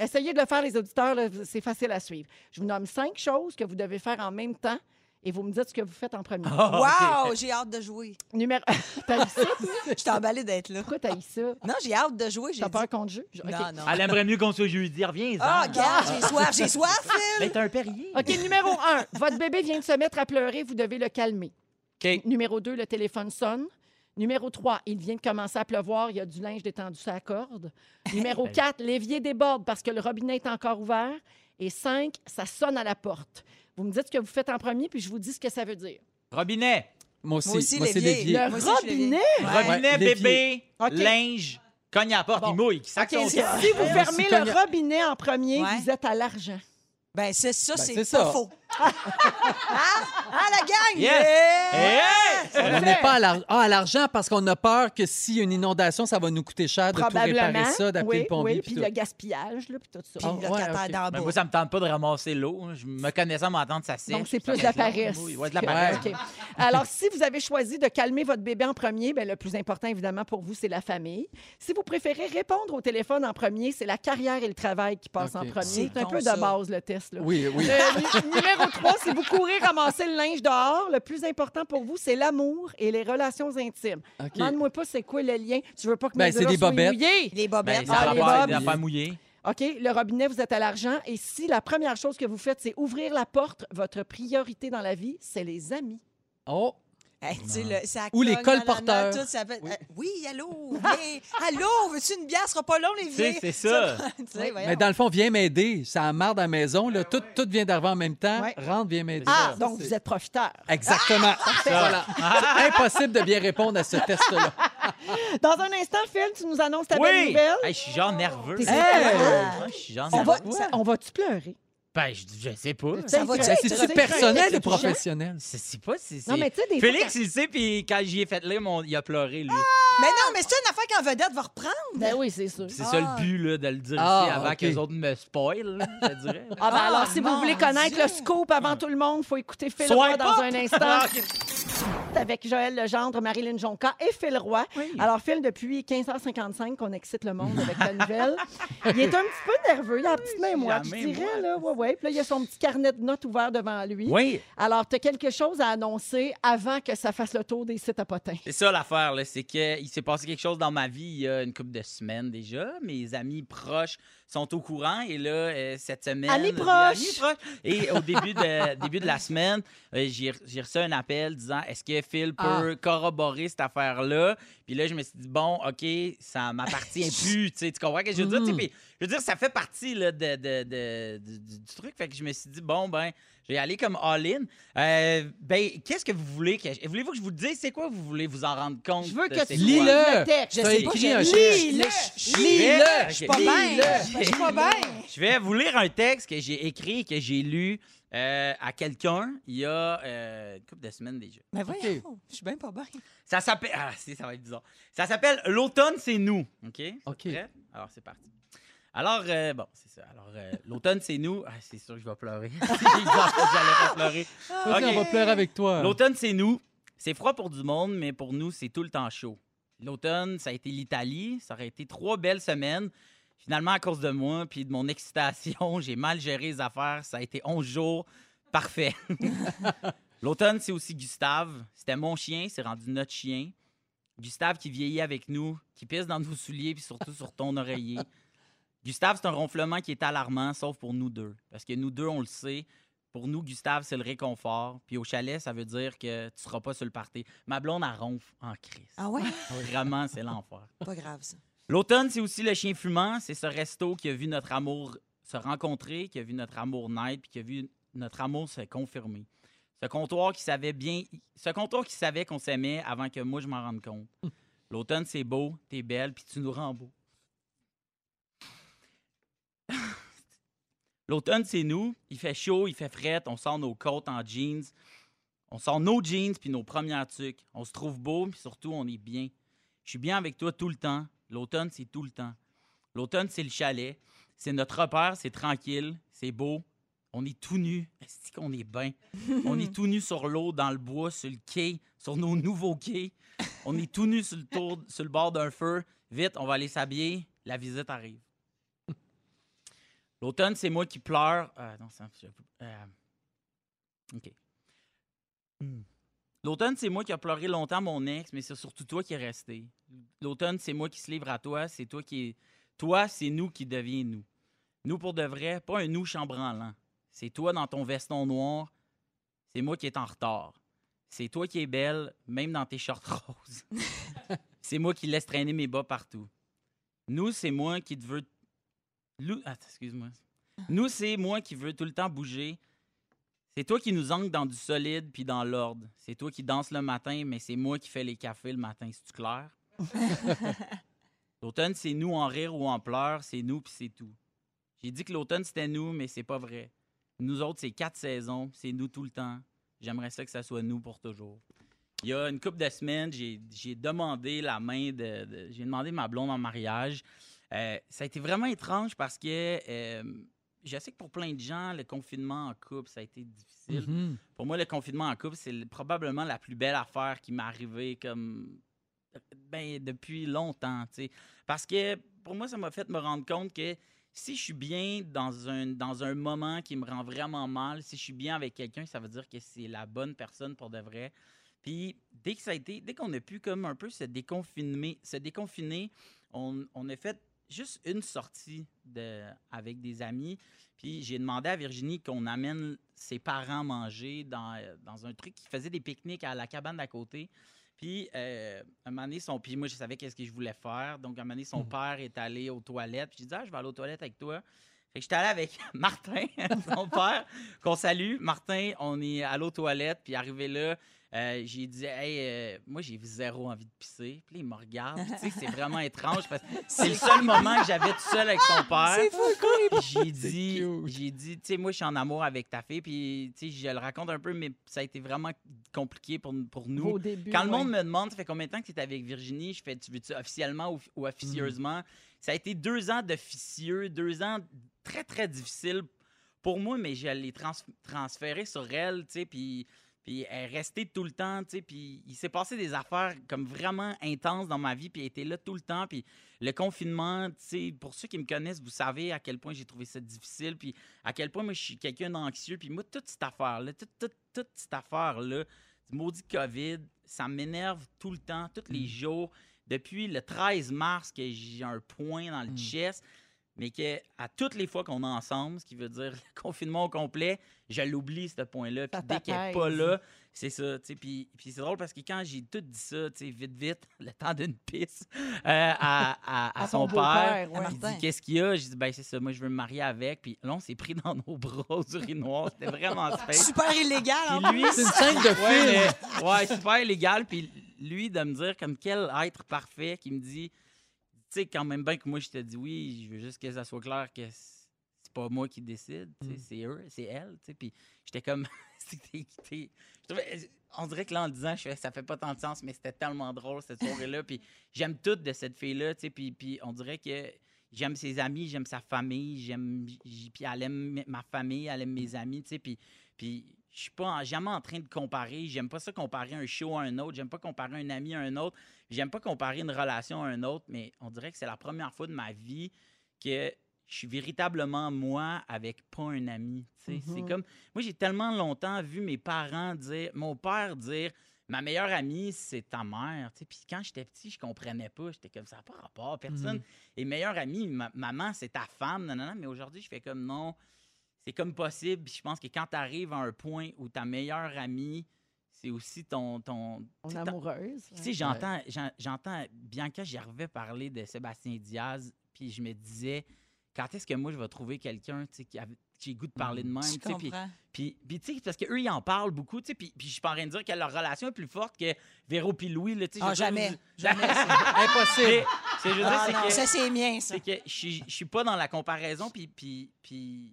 Speaker 3: Essayez de le faire, les auditeurs. là, C'est facile à suivre. Je vous nomme cinq choses que vous devez faire en même temps et vous me dites ce que vous faites en premier.
Speaker 4: Ah!
Speaker 1: Ah,
Speaker 4: Wow, j'ai hâte de jouer.
Speaker 3: Numéro... T'as eu ça?
Speaker 4: Je t'ai emballée d'être là.
Speaker 3: Pourquoi t'as eu ça?
Speaker 4: Non, j'ai hâte de jouer. J'ai
Speaker 3: T'as
Speaker 4: dit...
Speaker 3: peur contre jeu? Je- OK.
Speaker 4: Non, non.
Speaker 1: Elle aimerait mieux qu'on se jeudi. Reviens,
Speaker 4: Ah, regarde, j'ai soif, j'ai soif, Phil.
Speaker 1: Mais t'as un perrier.
Speaker 3: OK, numéro un. Votre bébé vient de se mettre à pleurer. Vous devez le calmer. Numéro deux, le téléphone sonne. Numéro 3, il vient de commencer à pleuvoir, il y a du linge détendu sur la corde. Numéro 4, l'évier déborde parce que le robinet est encore ouvert. Et 5, ça sonne à la porte. Vous me dites ce que vous faites en premier, puis je vous dis ce que ça veut dire.
Speaker 1: Robinet.
Speaker 2: Moi aussi,
Speaker 4: Moi aussi,
Speaker 2: moi, c'est
Speaker 4: l'évier.
Speaker 2: l'évier.
Speaker 3: Le
Speaker 4: Moi aussi, je suis
Speaker 3: robinet?
Speaker 1: Robinet,
Speaker 2: l'évier.
Speaker 1: bébé,
Speaker 3: OK.
Speaker 1: linge, cogne à la porte,
Speaker 3: Bon.
Speaker 1: il mouille, qui sac
Speaker 3: OK,
Speaker 1: son
Speaker 3: si
Speaker 1: camp.
Speaker 3: vous fermez
Speaker 2: aussi,
Speaker 3: le
Speaker 2: cogna-
Speaker 3: robinet en premier,
Speaker 4: Ouais.
Speaker 3: vous êtes à l'argent.
Speaker 4: Ben, c'est ça,
Speaker 2: Ben,
Speaker 4: c'est
Speaker 2: c'est
Speaker 4: pas
Speaker 2: ça.
Speaker 4: faux. ah, ah, la gang!
Speaker 1: Yes.
Speaker 4: Yeah!
Speaker 1: Hey!
Speaker 2: On n'est pas à l'ar- ah, à l'argent parce qu'on a peur que s'il y a une inondation, ça va nous coûter cher de tout réparer ça, d'appeler
Speaker 3: oui,
Speaker 2: le pompier.
Speaker 3: oui,
Speaker 2: puis
Speaker 3: puis
Speaker 2: tout.
Speaker 3: le gaspillage, là, puis tout
Speaker 4: Puis
Speaker 3: ça.
Speaker 2: Ah,
Speaker 4: le
Speaker 2: ouais,
Speaker 4: locataire
Speaker 2: ok.
Speaker 4: d'en bas.
Speaker 1: Ben, moi, ça me tente pas de ramasser l'eau. hein. Je me connaissant m'entendre, ça sèche.
Speaker 3: Donc, c'est plus
Speaker 1: Ça
Speaker 3: de
Speaker 1: fait
Speaker 3: la
Speaker 1: long,
Speaker 3: paresse.
Speaker 1: oui. Ouais, de la paresse.
Speaker 3: OK. Alors, si vous avez choisi de calmer votre bébé en premier, ben, le plus important, évidemment, pour vous, c'est la famille. Si vous préférez répondre au téléphone en premier, c'est la carrière et le travail qui passent en
Speaker 2: OK.
Speaker 3: premier.
Speaker 4: C'est
Speaker 3: C'est un
Speaker 4: bon,
Speaker 3: peu de
Speaker 4: ça.
Speaker 3: base, le test. Là.
Speaker 2: Oui, oui.
Speaker 3: Euh, nu- numéro 3, si vous courez ramasser le linge dehors, le plus important pour vous, c'est l'amour et les relations intimes.
Speaker 2: OK.
Speaker 3: Demande-moi pas c'est quoi le lien. Tu veux pas que
Speaker 2: Ben,
Speaker 3: mes
Speaker 2: c'est
Speaker 3: draps
Speaker 2: des
Speaker 3: soient
Speaker 2: bobettes.
Speaker 3: mouillés.
Speaker 4: Les
Speaker 1: Ben,
Speaker 4: bobettes.
Speaker 1: ça
Speaker 3: Ah,
Speaker 1: va
Speaker 3: les
Speaker 1: pas
Speaker 3: robes.
Speaker 1: être de la faire mouiller.
Speaker 3: OK, le robinet, vous êtes à l'argent. Et si la première chose que vous faites, c'est ouvrir la porte, votre priorité dans la vie, c'est les amis.
Speaker 2: Oh,
Speaker 4: Hey, tu sais, le- ça
Speaker 2: Ou les
Speaker 4: cogne, nanana,
Speaker 2: colporteurs.
Speaker 4: tout, ça fait-
Speaker 2: Oui.
Speaker 4: Euh, Oui, allô, viens. allô, veux-tu une bière? Ce sera pas long, les
Speaker 1: Tu sais,
Speaker 4: vies.
Speaker 1: c'est ça.
Speaker 4: Tu sais, voyons.
Speaker 2: mais dans le fond, viens m'aider. Ça amarre dans la maison. Là. Tout, tout vient d'arriver en même temps.
Speaker 3: Ouais.
Speaker 2: Rentre, viens m'aider.
Speaker 3: Ah,
Speaker 2: Ça,
Speaker 3: donc Ah,
Speaker 2: c'est-
Speaker 3: vous êtes profiteur.
Speaker 2: Exactement. Voilà. C'est impossible de bien répondre à ce test-là.
Speaker 3: Dans un instant, Phil, tu nous annonces ta belle
Speaker 1: Oui!
Speaker 3: nouvelle.
Speaker 1: Hey, je suis genre nerveux.
Speaker 3: T'es-
Speaker 1: Ouais, Je suis genre
Speaker 3: On
Speaker 1: nerveux.
Speaker 3: va, on va-tu pleurer?
Speaker 1: Ben, je, je sais pas.
Speaker 4: Ça va-tu
Speaker 3: C'est-
Speaker 4: être-
Speaker 3: c'est-
Speaker 2: C'est-tu
Speaker 4: c'est-
Speaker 2: personnel ou
Speaker 3: c'est-
Speaker 2: professionnel?
Speaker 1: C'est c'est pas si.
Speaker 3: Non,
Speaker 1: c'est-
Speaker 3: mais tu sais, des fois, Ah!
Speaker 1: Félix, il sait, puis quand j'y ai fait lire, mon- il a pleuré, lui.
Speaker 4: Mais non, mais c'est une affaire qu'en vedette va reprendre.
Speaker 3: Ben oui, c'est sûr.
Speaker 1: Puis C'est ça le but, là, de le dire
Speaker 2: Ah,
Speaker 1: ici avant
Speaker 2: ok.
Speaker 1: que les autres me spoilent, là, je te dirais.
Speaker 3: Ah, ben
Speaker 4: Ah,
Speaker 3: alors, si vous
Speaker 4: mon
Speaker 3: voulez connaître
Speaker 4: Dieu!
Speaker 3: le scoop avant tout le monde, il faut écouter Phil
Speaker 1: Swipe
Speaker 3: Roy dans
Speaker 1: up!
Speaker 3: un
Speaker 1: Ah,
Speaker 3: instant. Avec Joël Legendre, Marilyn Jonca et Phil Roy. Alors, Phil, depuis 15h55 qu'on excite le monde avec la nouvelle. il est un petit peu nerveux, il a la petite main moite, je
Speaker 1: la main
Speaker 3: dirais. Là, ouais, ouais. Puis là, il a son petit carnet de notes ouvert devant lui.
Speaker 1: Oui.
Speaker 3: Alors, tu as quelque chose à annoncer avant que ça fasse le tour des sites à potins.
Speaker 1: C'est ça l'affaire, là, c'est qu'il s'est passé quelque chose dans ma vie il y a une couple de semaines déjà. Mes amis proches sont au courant et là, euh, cette semaine...
Speaker 3: Amis
Speaker 1: des
Speaker 3: proches!
Speaker 1: amis proches. Et au début de, début de la semaine, euh, j'ai re- j'ai reçu un appel disant « Est-ce que Phil
Speaker 3: Ah.
Speaker 1: peut corroborer cette affaire-là? » Puis là, je me suis dit « Bon, OK, ça m'appartient plus. » Tu sais, tu comprends ce que je veux dire? Tu sais,
Speaker 3: Mm.
Speaker 1: puis je veux dire, ça fait partie là, de, de- de- du, du- du truc. Fait que je me suis dit « Bon, ben, je vais aller comme all-in. Euh, ben, qu'est-ce que vous voulez? que je- Voulez-vous que je vous dise c'est quoi vous voulez vous en rendre compte?
Speaker 3: Je veux
Speaker 1: de
Speaker 3: que
Speaker 1: Ben, c'est
Speaker 3: tu
Speaker 1: quoi?
Speaker 2: Lis-le.
Speaker 3: le texte.
Speaker 4: Je
Speaker 2: T'as
Speaker 4: sais pas,
Speaker 2: écrit
Speaker 4: je-
Speaker 2: un
Speaker 4: Lis-le.
Speaker 2: chiffre.
Speaker 4: Je-
Speaker 2: Lis-le.
Speaker 1: Je suis
Speaker 4: pas bien.
Speaker 2: Lis-le.
Speaker 4: Je suis pas bien.
Speaker 1: Je vais vous lire un texte que j'ai écrit, que j'ai lu euh, à quelqu'un il y a euh, une couple de semaines déjà.
Speaker 4: Mais voyons, je suis bien pas bien.
Speaker 1: Ça s'appelle. Ah, si, ça va être bizarre. Ça s'appelle L'automne, c'est nous. OK?
Speaker 2: OK.
Speaker 1: Prêt? Alors, c'est parti. Alors, euh, bon, c'est ça. Alors, euh, L'automne, c'est nous. Ah, c'est sûr que je vais pleurer. c'est bizarre que j'allais pas pleurer.
Speaker 2: Vas-y,
Speaker 1: OK.
Speaker 2: On va pleurer avec toi.
Speaker 1: L'automne, c'est nous. C'est froid pour du monde, mais pour nous, c'est tout le temps chaud. L'automne, ça a été l'Italie. Ça aurait été trois belles semaines. Finalement, à cause de moi puis de mon excitation, j'ai mal géré les affaires. Ça a été 11 jours. Parfait. L'automne, c'est aussi Gustave. C'était mon chien, c'est rendu notre chien. Gustave qui vieillit avec nous, qui pisse dans nos souliers, puis surtout sur ton oreiller. Gustave, c'est un ronflement qui est alarmant, sauf pour nous deux. Parce que nous deux, on le sait. Pour nous, Gustave, c'est le réconfort. Puis au chalet, ça veut dire que tu seras pas sur le party. Ma blonde, elle ronfle en crise.
Speaker 4: Ah ouais?
Speaker 1: Vraiment, c'est l'enfer.
Speaker 4: Pas grave, ça.
Speaker 1: L'automne, c'est aussi le chien fumant. C'est ce resto qui a vu notre amour se rencontrer, qui a vu notre amour naître, puis qui a vu notre amour se confirmer. Ce comptoir qui savait bien, ce comptoir qui savait qu'on s'aimait avant que moi je m'en rende compte. L'automne, c'est beau, t'es belle, puis tu nous rends beau. L'automne, c'est nous. Il fait chaud, il fait fret, on sort nos côtes en jeans. On sort nos jeans puis nos premières tuques. On se trouve beau, puis surtout, on est bien. Je suis bien avec toi tout le temps. L'automne, c'est tout le temps. L'automne, c'est le chalet. C'est notre repère, c'est tranquille, c'est beau. On est tout nu. Est-ce qu'on est bien? on est tout nu sur l'eau, dans le bois, sur le quai, sur nos nouveaux quais. On est tout nu sur le, tour, sur le bord d'un feu. Vite, on va aller s'habiller. La visite arrive. L'automne, c'est moi qui pleure. Euh, non, ça, je- euh, OK. Hmm. L'automne, c'est moi qui a pleuré longtemps mon ex, mais c'est surtout toi qui es resté. L'automne, c'est moi qui se livre à toi, c'est toi qui est... Toi, c'est nous qui devient nous. Nous pour de vrai, pas un nous chambranlant. C'est toi dans ton veston noir, c'est moi qui est en retard. C'est toi qui es belle, même dans tes shorts roses. c'est moi qui laisse traîner mes bas partout. Nous, c'est moi qui te veux... Lou- Ah, excuse-moi. Nous, c'est moi qui veux tout le temps bouger, c'est toi qui nous ancre dans du solide puis dans l'ordre. C'est toi qui danses le matin, mais c'est moi qui fais les cafés le matin, c'est-tu clair? l'automne, c'est nous en rire ou en pleurs, c'est nous puis c'est tout. J'ai dit que l'automne, c'était nous, mais c'est pas vrai. Nous autres, c'est quatre saisons, c'est nous tout le temps. J'aimerais ça que ça soit nous pour toujours. Il y a une couple de semaines, j'ai j'ai demandé la main de, de- J'ai demandé ma blonde en mariage. Euh, ça a été vraiment étrange parce que... euh, je sais que pour plein de gens, le confinement en couple, ça a été difficile.
Speaker 2: Mhm.
Speaker 1: Pour moi, le confinement en couple, c'est le- probablement la plus belle affaire qui m'est arrivée comme ben, depuis longtemps. tu sais. Parce que pour moi, ça m'a fait me rendre compte que si je suis bien dans un, dans un moment qui me rend vraiment mal, si je suis bien avec quelqu'un, ça veut dire que c'est la bonne personne pour de vrai. Puis dès que ça a été, dès qu'on a pu comme un peu se déconfiner, se déconfiner, on, on a fait juste une sortie de, avec des amis. Puis j'ai demandé à Virginie qu'on amène ses parents manger dans, euh, dans un truc qui faisait des pique-niques à la cabane d'à côté. Puis, euh, un moment donné, son... Puis moi, je savais qu'est-ce que je voulais faire. Donc, un moment donné, son père est allé aux toilettes. Puis j'ai dit, ah, je vais aller aux toilettes avec toi. Fait que j'étais allé avec Martin, son père, qu'on salue. Martin, on est allé aux toilettes. Puis arrivé là, euh, j'ai dit, hey, euh, moi, j'ai zéro envie de pisser. Puis là, il me regarde. Puis, tu sais, c'est vraiment étrange parce que c'est le seul moment que j'avais tout seul avec son père.
Speaker 4: C'est fou,
Speaker 1: J'ai dit,
Speaker 2: cute.
Speaker 1: j'ai dit, tu sais, moi, je suis en amour avec ta fille, puis, tu sais, je le raconte un peu, mais ça a été vraiment compliqué pour, pour nous.
Speaker 3: Au début.
Speaker 1: Quand le
Speaker 3: ouais.
Speaker 1: monde me demande, ça fait combien de temps que tu es avec Virginie, je fais, tu veux-tu officiellement ou, ou
Speaker 3: Mm.
Speaker 1: officieusement? Ça a été deux ans d'officieux, deux ans très, très difficiles pour moi, mais je l'ai trans- transféré sur elle, tu sais, puis puis elle est restée tout le temps, tu sais, puis il s'est passé des affaires comme vraiment intenses dans ma vie, puis elle était là tout le temps, puis le confinement, tu sais, pour ceux qui me connaissent, vous savez à quel point j'ai trouvé ça difficile, puis à quel point moi je suis quelqu'un d'anxieux, puis moi toute cette affaire là, toute, toute, toute cette affaire là, du maudit Covid, ça m'énerve tout le temps, tous
Speaker 3: Mm.
Speaker 1: les jours, depuis le 13 mars que j'ai un point dans le
Speaker 2: Mm.
Speaker 1: chest, mais que à toutes les fois qu'on est ensemble, ce qui veut dire le confinement au complet, je l'oublie ce point-là, puis
Speaker 3: Ça
Speaker 1: dès qu'elle est
Speaker 3: t'apaise.
Speaker 1: pas là, c'est ça, tu sais, puis puis c'est drôle parce que quand j'ai tout dit ça, tu sais, vite, vite, le temps d'une pisse euh, à, à- à
Speaker 3: À
Speaker 1: son père,
Speaker 3: beau-père, ouais.
Speaker 4: Ah,
Speaker 1: il
Speaker 4: Martin.
Speaker 1: dit qu'est-ce qu'il y a Je dis ben c'est ça, moi je veux me marier avec. Puis là on s'est pris dans nos bras du urinoir, c'était vraiment space.
Speaker 4: Super illégal, hein?
Speaker 1: Puis lui,
Speaker 2: C'est une scène de film.
Speaker 1: ouais, mais- ouais, super illégal. Puis lui de me dire comme quel être parfait qui me dit, tu sais quand même bien que moi je te dis oui, je veux juste que ça soit clair que c'est c'est pas moi qui décide, tu sais,
Speaker 2: Mm.
Speaker 1: c'est eux, c'est elle. tu sais. Puis j'étais comme c'était- c'était- je trouvais- on dirait que là, en le disant, je fais, ça fait pas tant de sens, mais c'était tellement drôle cette soirée-là. Puis j'aime tout de cette fille-là, tu sais. Puis, puis on dirait que j'aime ses amis, j'aime sa famille, j'aime. j- Puis elle aime ma famille, elle aime
Speaker 2: Mm.
Speaker 1: mes amis, tu sais. Puis, puis je suis pas en- jamais en train de comparer. J'aime pas ça comparer un show à un autre. J'aime pas comparer un ami à un autre. J'aime pas comparer une relation à un autre, mais on dirait que c'est la première fois de ma vie que je suis véritablement moi avec pas un ami. tu sais. C'est
Speaker 3: Mhm.
Speaker 1: comme moi j'ai tellement longtemps vu mes parents dire, mon père dire. Ma meilleure amie, c'est ta mère. tu sais. Puis quand j'étais petit, je comprenais pas. J'étais comme ça, n'a pas rapport. Personne. Et meilleure amie, ma- maman, c'est ta femme. Non, non, non. Mais aujourd'hui, je fais comme non. C'est comme possible. Puis je pense que quand tu arrives à un point où ta meilleure amie, c'est aussi ton. ton
Speaker 3: On
Speaker 1: tu
Speaker 3: est
Speaker 1: sais, ta-
Speaker 3: amoureuse.
Speaker 1: puis, Tu sais, j'entends, j'en- j'entends Bianca Gervais parler de Sébastien Diaz, puis je me disais, quand est-ce que moi je vais trouver quelqu'un tu sais, qui avait- j'ai le goût de parler de même,
Speaker 4: Mm. Je
Speaker 1: tu sais, puis,
Speaker 4: comprends.
Speaker 1: puis, puis tu sais, parce qu'eux, ils en parlent beaucoup, tu sais, puis, puis je suis pas en train de dire que leur relation est plus forte que Véro puis Louis, là, tu sais. je
Speaker 4: Ah,
Speaker 1: veux dire,
Speaker 4: jamais.
Speaker 1: je-
Speaker 4: Jamais.
Speaker 1: Impossible. C'est, je veux dire,
Speaker 4: Ah
Speaker 1: c'est
Speaker 4: non,
Speaker 1: que-
Speaker 4: ça, c'est mien, ça.
Speaker 1: c'est que je suis- je suis pas dans la comparaison, puis, puis, puis,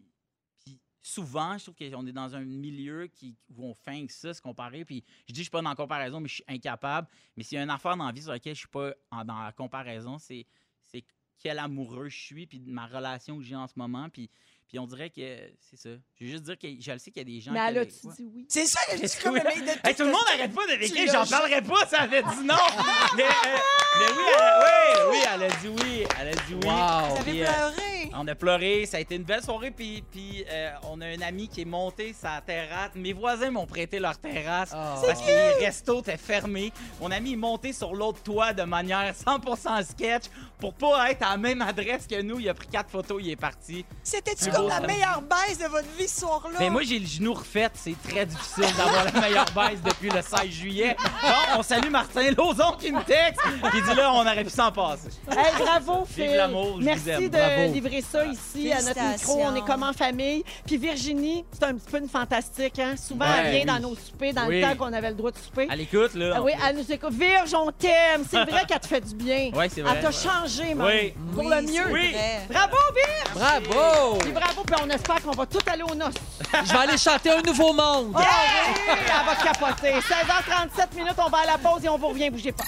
Speaker 1: puis souvent, je trouve qu'on est dans un milieu qui, où on feint que ça, se comparer. Puis je dis, je suis pas dans la comparaison, mais je suis incapable. Mais s'il y a une affaire dans la vie sur laquelle je suis pas en- dans la comparaison, c'est c'est quel amoureux je suis, puis de ma relation que j'ai en ce moment. Puis, puis on dirait que c'est ça. Je veux juste dire que je le sais qu'il y a des gens
Speaker 3: Mais elle
Speaker 1: qui.
Speaker 3: a-tu dit oui?
Speaker 4: C'est ça, je suis comme
Speaker 1: Oui.
Speaker 4: le mec de
Speaker 1: Hey, tout le monde arrête pas de
Speaker 4: Tu
Speaker 1: l'écrire,
Speaker 4: l'as
Speaker 1: j'en
Speaker 4: ju-
Speaker 1: parlerai pas, ça avait dit non. mais, euh, mais oui, elle a, oui, oui, elle a dit oui, elle a dit oui.
Speaker 2: Wow!
Speaker 4: Vous avez
Speaker 1: Puis, euh,
Speaker 4: pleuré.
Speaker 1: on a pleuré, ça a été une belle soirée, puis, puis euh, on a un ami qui est monté sa terrasse. Mes voisins m'ont prêté leur terrasse
Speaker 2: Ah.
Speaker 1: parce que les restos étaient fermés. Mon ami est monté sur l'autre toit de manière 100% sketch pour pas être à la même adresse que nous. Il a pris quatre photos, il est parti.
Speaker 4: C'était-tu
Speaker 1: C'est
Speaker 4: comme
Speaker 1: beau,
Speaker 4: la
Speaker 1: ça.
Speaker 4: meilleure baisse de votre vie ce soir-là?
Speaker 1: Mais moi, j'ai le genou refait. C'est très difficile d'avoir la meilleure baisse depuis le 16 juillet. Donc, on salue Martin Lozon qui me texte, qui dit là, on aurait pu s'en passer.
Speaker 3: Hey, bravo, Phil.
Speaker 1: l'amour, je vous
Speaker 3: Merci
Speaker 1: aime.
Speaker 3: de
Speaker 2: Bravo.
Speaker 3: livrer ça ici à notre micro. On est comme en famille. Puis Virginie, c'est un petit peu une fantastique. Hein? Souvent,
Speaker 1: Ouais,
Speaker 3: elle vient
Speaker 1: oui.
Speaker 3: dans nos soupers, dans
Speaker 1: Oui.
Speaker 3: le temps qu'on avait le droit de souper.
Speaker 1: À l'écoute, là.
Speaker 3: Ah oui, elle nous écoute. Virge, on t'aime. C'est vrai qu'elle te fait du bien.
Speaker 1: Ouais, c'est vrai.
Speaker 3: Elle t'a changé, même.
Speaker 1: Oui.
Speaker 3: Pour
Speaker 4: Oui,
Speaker 3: le mieux.
Speaker 4: c'est
Speaker 1: Oui.
Speaker 4: vrai.
Speaker 3: Bravo, Virge.
Speaker 2: Bravo!
Speaker 3: Puis bravo, puis on espère qu'on va tout aller aux noces.
Speaker 2: Je vais aller chanter Un Nouveau Monde!
Speaker 3: Oh oui, elle va capoter. 16h37 minutes, on va à la pause et on vous revient. Bougez pas.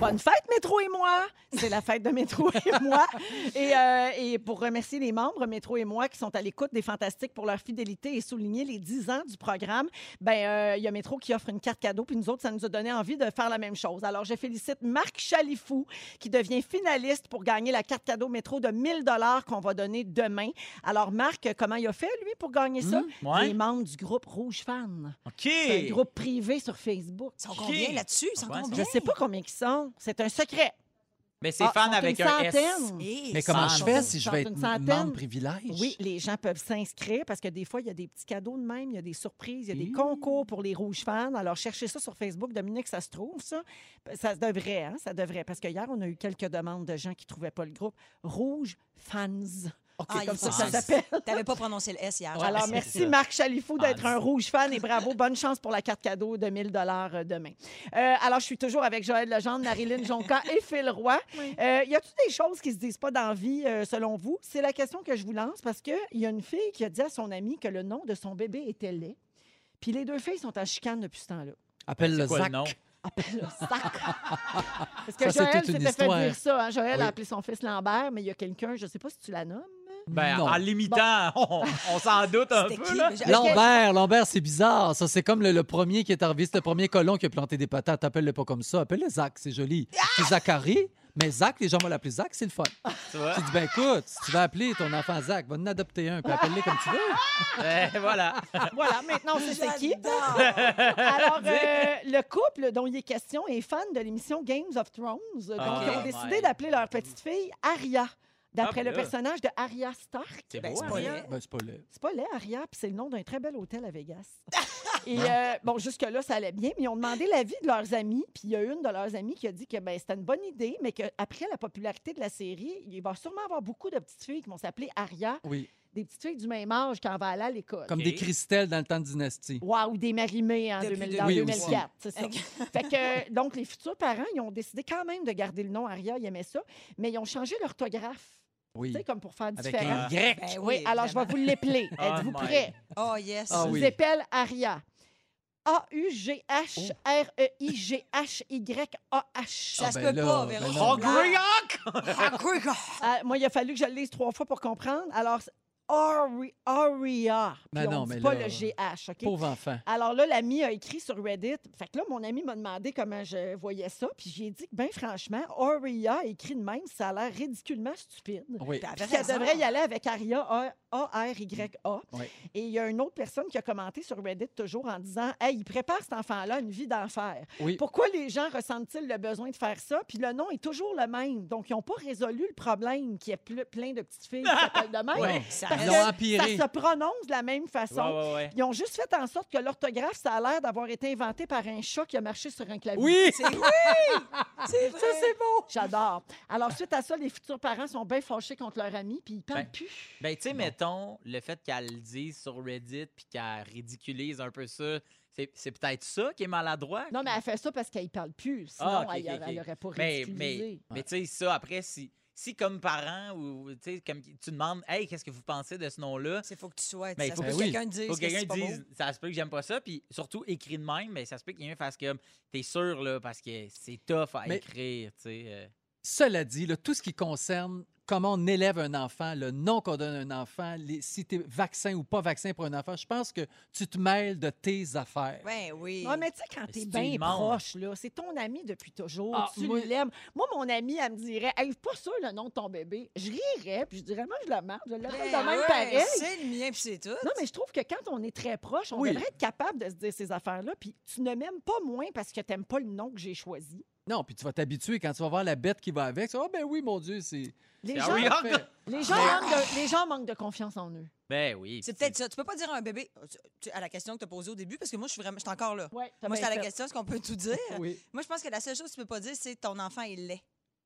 Speaker 3: Bonne fête, Métro et moi. C'est la fête de Métro et moi. Et, euh, et pour remercier les membres Métro et moi qui sont à l'écoute des Fantastiques pour leur fidélité et souligner les 10 ans du programme, ben euh, il y a Métro qui offre une carte cadeau, puis nous autres, ça nous a donné envie de faire la même chose. Alors, je félicite Marc Chalifou qui devient finaliste pour gagner la carte cadeau Métro de 1000 qu'on va donner demain. Alors, Marc, comment il a fait, lui, pour gagner ça?
Speaker 1: Ouais.
Speaker 3: Les membres du groupe Rouge Fan.
Speaker 1: OK.
Speaker 3: C'est un groupe privé sur Facebook.
Speaker 4: Ils sont combien là-dessus? Ils sont
Speaker 1: Ouais,
Speaker 4: combien?
Speaker 3: Je sais pas combien ils sont. C'est un secret.
Speaker 1: Mais c'est
Speaker 3: Ah,
Speaker 1: fan
Speaker 3: sont
Speaker 1: avec
Speaker 3: une
Speaker 1: un S.
Speaker 3: centaine.
Speaker 4: Eh,
Speaker 2: Mais comment
Speaker 1: Cent-
Speaker 2: je fais si je
Speaker 3: cent-
Speaker 2: vais être
Speaker 3: une centaine.
Speaker 2: membre privilège?
Speaker 3: Oui, les gens peuvent s'inscrire parce que des fois, il y a des petits cadeaux de même, il y a des surprises, il y a des
Speaker 2: Hi.
Speaker 3: concours pour les rouges fans. Alors, cherchez ça sur Facebook. Dominique, ça se trouve, ça? Ça se devrait, hein? Ça devrait. Parce que hier, on a eu quelques demandes de gens qui ne trouvaient pas le groupe. Rouge fans.
Speaker 2: OK,
Speaker 4: Ah,
Speaker 3: Comme
Speaker 4: il
Speaker 3: ça que
Speaker 4: faut-
Speaker 3: ça s'appelle.
Speaker 4: T'avais pas prononcé le S hier.
Speaker 2: Ah,
Speaker 1: Ouais.
Speaker 3: Alors,
Speaker 1: c'est
Speaker 3: merci
Speaker 1: ça.
Speaker 3: Marc Chalifou d'être
Speaker 1: Ah,
Speaker 3: un
Speaker 1: c'est-
Speaker 3: rouge fan et bravo. Bonne chance pour la carte cadeau de 1000 dollars demain. Euh, alors, je suis toujours avec Joël Legendre, Marilyn Jonca et Phil Roy. Euh, y a-t-il des choses qui se disent pas dans la vie, euh, selon vous? C'est la question que je vous lance parce qu'il y a une fille qui a dit à son ami que le nom de son bébé était laid. Puis les deux filles sont en chicane depuis ce temps-là.
Speaker 2: Appelle le
Speaker 1: C'est quoi
Speaker 2: Zach.
Speaker 1: le nom?
Speaker 3: Appelle le sac. Parce que
Speaker 2: Ça, c'est
Speaker 3: Joël
Speaker 2: toute une
Speaker 3: s'était fait
Speaker 2: histoire.
Speaker 3: dire ça. hein. Joël a
Speaker 2: Oui.
Speaker 3: appelé son fils Lambert, mais il y a quelqu'un, je sais pas si tu la nommes.
Speaker 1: Ben,
Speaker 2: Non.
Speaker 1: en l'imitant, on, on s'en doute un
Speaker 4: C'était
Speaker 1: peu,
Speaker 4: qui?
Speaker 1: là.
Speaker 4: Mais je-
Speaker 2: Lambert, Lambert, c'est bizarre. Ça, c'est comme le, le premier qui est arrivé. C'est le premier colon qui a planté des patates. Appelle-le pas comme ça. Appelle-le Zach, c'est joli.
Speaker 3: Ah!
Speaker 2: C'est Zachary. Mais Zach, les gens vont l'appeler Zach, c'est le fun.
Speaker 1: Tu vois?
Speaker 2: Tu dis, ben écoute, si tu vas appeler ton enfant Zach, va en adopter un, puis appelle-le comme tu
Speaker 3: Ah!
Speaker 2: veux.
Speaker 1: Eh, voilà.
Speaker 3: Voilà, maintenant on sait c'est qui.
Speaker 4: J'adore.
Speaker 3: Alors, euh, le couple dont il est question est fan de l'émission Games of Thrones. Donc,
Speaker 1: Ah,
Speaker 3: ils ont
Speaker 1: ouais.
Speaker 3: décidé d'appeler leur petite fille Arya, d'après
Speaker 1: Ah,
Speaker 3: le
Speaker 1: là.
Speaker 3: personnage de Arya Stark.
Speaker 1: C'est
Speaker 4: Ben,
Speaker 1: beau,
Speaker 4: c'est
Speaker 1: hein?
Speaker 4: pas laid.
Speaker 2: Ben, c'est pas laid.
Speaker 3: C'est pas laid, Aria, puis c'est le nom d'un très bel hôtel à Vegas. Et euh, bon, jusque-là, ça allait bien, mais ils ont demandé l'avis de leurs amis. Puis il y a une de leurs amies qui a dit que ben, c'était une bonne idée, mais qu'après la popularité de la série, il va sûrement avoir beaucoup de petites filles qui vont s'appeler Aria,
Speaker 2: Oui,
Speaker 3: des petites filles du même âge quand on va aller à l'école.
Speaker 2: comme
Speaker 1: Ok.
Speaker 2: des Christelles dans le temps de Dynastie.
Speaker 3: Wow, ou des marimés en
Speaker 4: Depuis
Speaker 3: 2000, dans
Speaker 2: 2000,
Speaker 3: 2004. c'est ça. fait que, donc, les futurs parents, ils ont décidé quand même de garder le nom Aria, ils aimaient ça, mais ils ont changé l'orthographe, tu
Speaker 2: Oui.
Speaker 3: sais, comme pour faire
Speaker 2: Avec
Speaker 3: différent.
Speaker 2: un grec.
Speaker 4: Ben
Speaker 3: Oui, alors je vais vous l'épeler.
Speaker 1: Ah,
Speaker 3: Êtes-vous
Speaker 1: my.
Speaker 3: prêts?
Speaker 4: Oh, yes.
Speaker 2: Ah
Speaker 3: Je
Speaker 2: oui.
Speaker 3: vous épelle Aria. E A-U-G-H-R-E-I-G-H-Y-A-H.
Speaker 4: Ça
Speaker 2: Ah,
Speaker 4: se
Speaker 2: ben
Speaker 4: peut
Speaker 2: là,
Speaker 4: pas,
Speaker 2: ben
Speaker 4: Véro.
Speaker 2: non.
Speaker 1: hein?
Speaker 4: Ah, Grioc! Oh.
Speaker 3: Ah, moi, il a fallu que je le lise trois fois pour comprendre. Alors, Ari- Aria. Puis
Speaker 2: Ben
Speaker 3: on
Speaker 2: non,
Speaker 3: dit
Speaker 2: mais
Speaker 3: pas
Speaker 2: là,
Speaker 3: le GH, OK?
Speaker 2: Pauvre enfant.
Speaker 3: Alors là, l'ami a écrit sur Reddit. Fait que là, mon ami m'a demandé comment je voyais ça. Puis j'ai dit que, ben franchement, Aria écrit de même, ça a l'air ridiculement stupide.
Speaker 2: Oui.
Speaker 4: Puis elle
Speaker 3: Puis
Speaker 4: avait
Speaker 3: ça
Speaker 4: raison.
Speaker 3: devrait y aller avec Aria, A-R-Y-A.
Speaker 2: Mm. Ouais.
Speaker 3: Et il y a une autre personne qui a commenté sur Reddit toujours en disant Hey, il prépare cet enfant-là à une vie d'enfer.
Speaker 2: Oui.
Speaker 3: Pourquoi les gens ressentent-ils le besoin de faire ça? Puis le nom est toujours le même. Donc, ils n'ont pas résolu le problème qu'il y a ple- plein de petites filles qui s'appellent de même.
Speaker 2: Ouais.
Speaker 4: Ça
Speaker 3: Parce
Speaker 2: Ils
Speaker 4: reste-
Speaker 2: l'ont
Speaker 3: Ça
Speaker 2: empiré.
Speaker 3: se prononce de la même façon.
Speaker 1: Ouais, ouais, ouais.
Speaker 3: Ils ont juste fait en sorte que l'orthographe, ça a l'air d'avoir été inventé par un chat qui a marché sur un clavier.
Speaker 2: Oui!
Speaker 4: C'est- Oui! C'est vrai.
Speaker 3: Ça, c'est beau! J'adore. Alors, suite à ça, les futurs parents sont bien fâchés contre leur ami, puis ils parlent
Speaker 1: Ben,
Speaker 3: plus.
Speaker 1: Ben, tu sais, mettons, le fait qu'elle le dise sur Reddit puis qu'elle ridiculise un peu ça, c'est c'est peut-être ça qui est maladroit.
Speaker 3: Non, mais elle fait ça parce qu'elle ne parle plus. Sinon,
Speaker 1: Ah, ok,
Speaker 3: elle
Speaker 1: ok, ok.
Speaker 3: n'aurait pas
Speaker 1: Mais,
Speaker 3: ridiculisé.
Speaker 1: mais, mais tu sais, ça, après, si, si comme parent ou tu sais, comme tu demandes, hey, qu'est-ce que vous pensez de ce nom-là?
Speaker 4: C'est faut que tu souhaites.
Speaker 1: Mais
Speaker 4: ça
Speaker 1: faut
Speaker 4: faut
Speaker 2: que-
Speaker 4: que
Speaker 2: oui.
Speaker 4: quelqu'un te dise
Speaker 1: Faut que
Speaker 4: que c'est
Speaker 1: quelqu'un
Speaker 4: pas beau.
Speaker 1: dise, ça se peut que j'aime pas ça, puis surtout écrit de même, mais ça se peut qu'il y en ait un fasse comme, t'es sûr, là, parce que c'est tough à
Speaker 2: Mais-
Speaker 1: écrire, tu sais. euh.
Speaker 2: Cela dit, là, tout ce qui concerne comment on élève un enfant, le nom qu'on donne à un enfant, les- si tu es vaccin ou pas vaccin pour un enfant, je pense que tu te mêles de tes affaires.
Speaker 4: Ouais, Ben oui.
Speaker 3: Ah, mais tu sais, quand
Speaker 1: Mais
Speaker 3: t'es
Speaker 1: c'est
Speaker 3: bien
Speaker 1: immense.
Speaker 3: proche, là, c'est ton ami depuis toujours.
Speaker 2: Ah,
Speaker 3: tu
Speaker 2: moi-
Speaker 3: l'aimes. Moi, mon ami, elle me dirait, hey, pas ça le nom de ton bébé. Je rirais, puis je dirais, moi, je la marre. Je l'appelle
Speaker 4: Ben
Speaker 3: de même
Speaker 4: ouais,
Speaker 3: pareil.
Speaker 4: C'est le mien, puis c'est tout.
Speaker 3: Non, mais je trouve que quand on est très proche, on
Speaker 2: Oui.
Speaker 3: devrait être capable de se dire ces affaires-là. Puis tu ne m'aimes pas moins parce que t'aimes pas le nom que j'ai choisi.
Speaker 2: Non, puis tu vas t'habituer quand tu vas voir la bête qui va avec. Tu vas, Ah, ben oui, mon Dieu, c'est.
Speaker 3: Les
Speaker 1: Ah
Speaker 3: gens,
Speaker 1: oui,
Speaker 2: parfait.
Speaker 1: encore.
Speaker 3: les, gens manquent de, les gens manquent de confiance en eux.
Speaker 1: Ben oui.
Speaker 4: C'est
Speaker 1: puis
Speaker 4: peut-être ça. Tu peux pas dire à un bébé, oh, tu- tu- à la question que tu as posée au début, parce que moi, je suis vraiment, je suis encore là.
Speaker 3: Ouais, t'as
Speaker 4: Moi,
Speaker 3: bien
Speaker 4: c'est à la
Speaker 3: fait.
Speaker 4: question, est-ce qu'on peut tout dire?
Speaker 2: Oui.
Speaker 4: Moi, je pense que la seule chose que tu peux pas dire, c'est ton enfant est laid.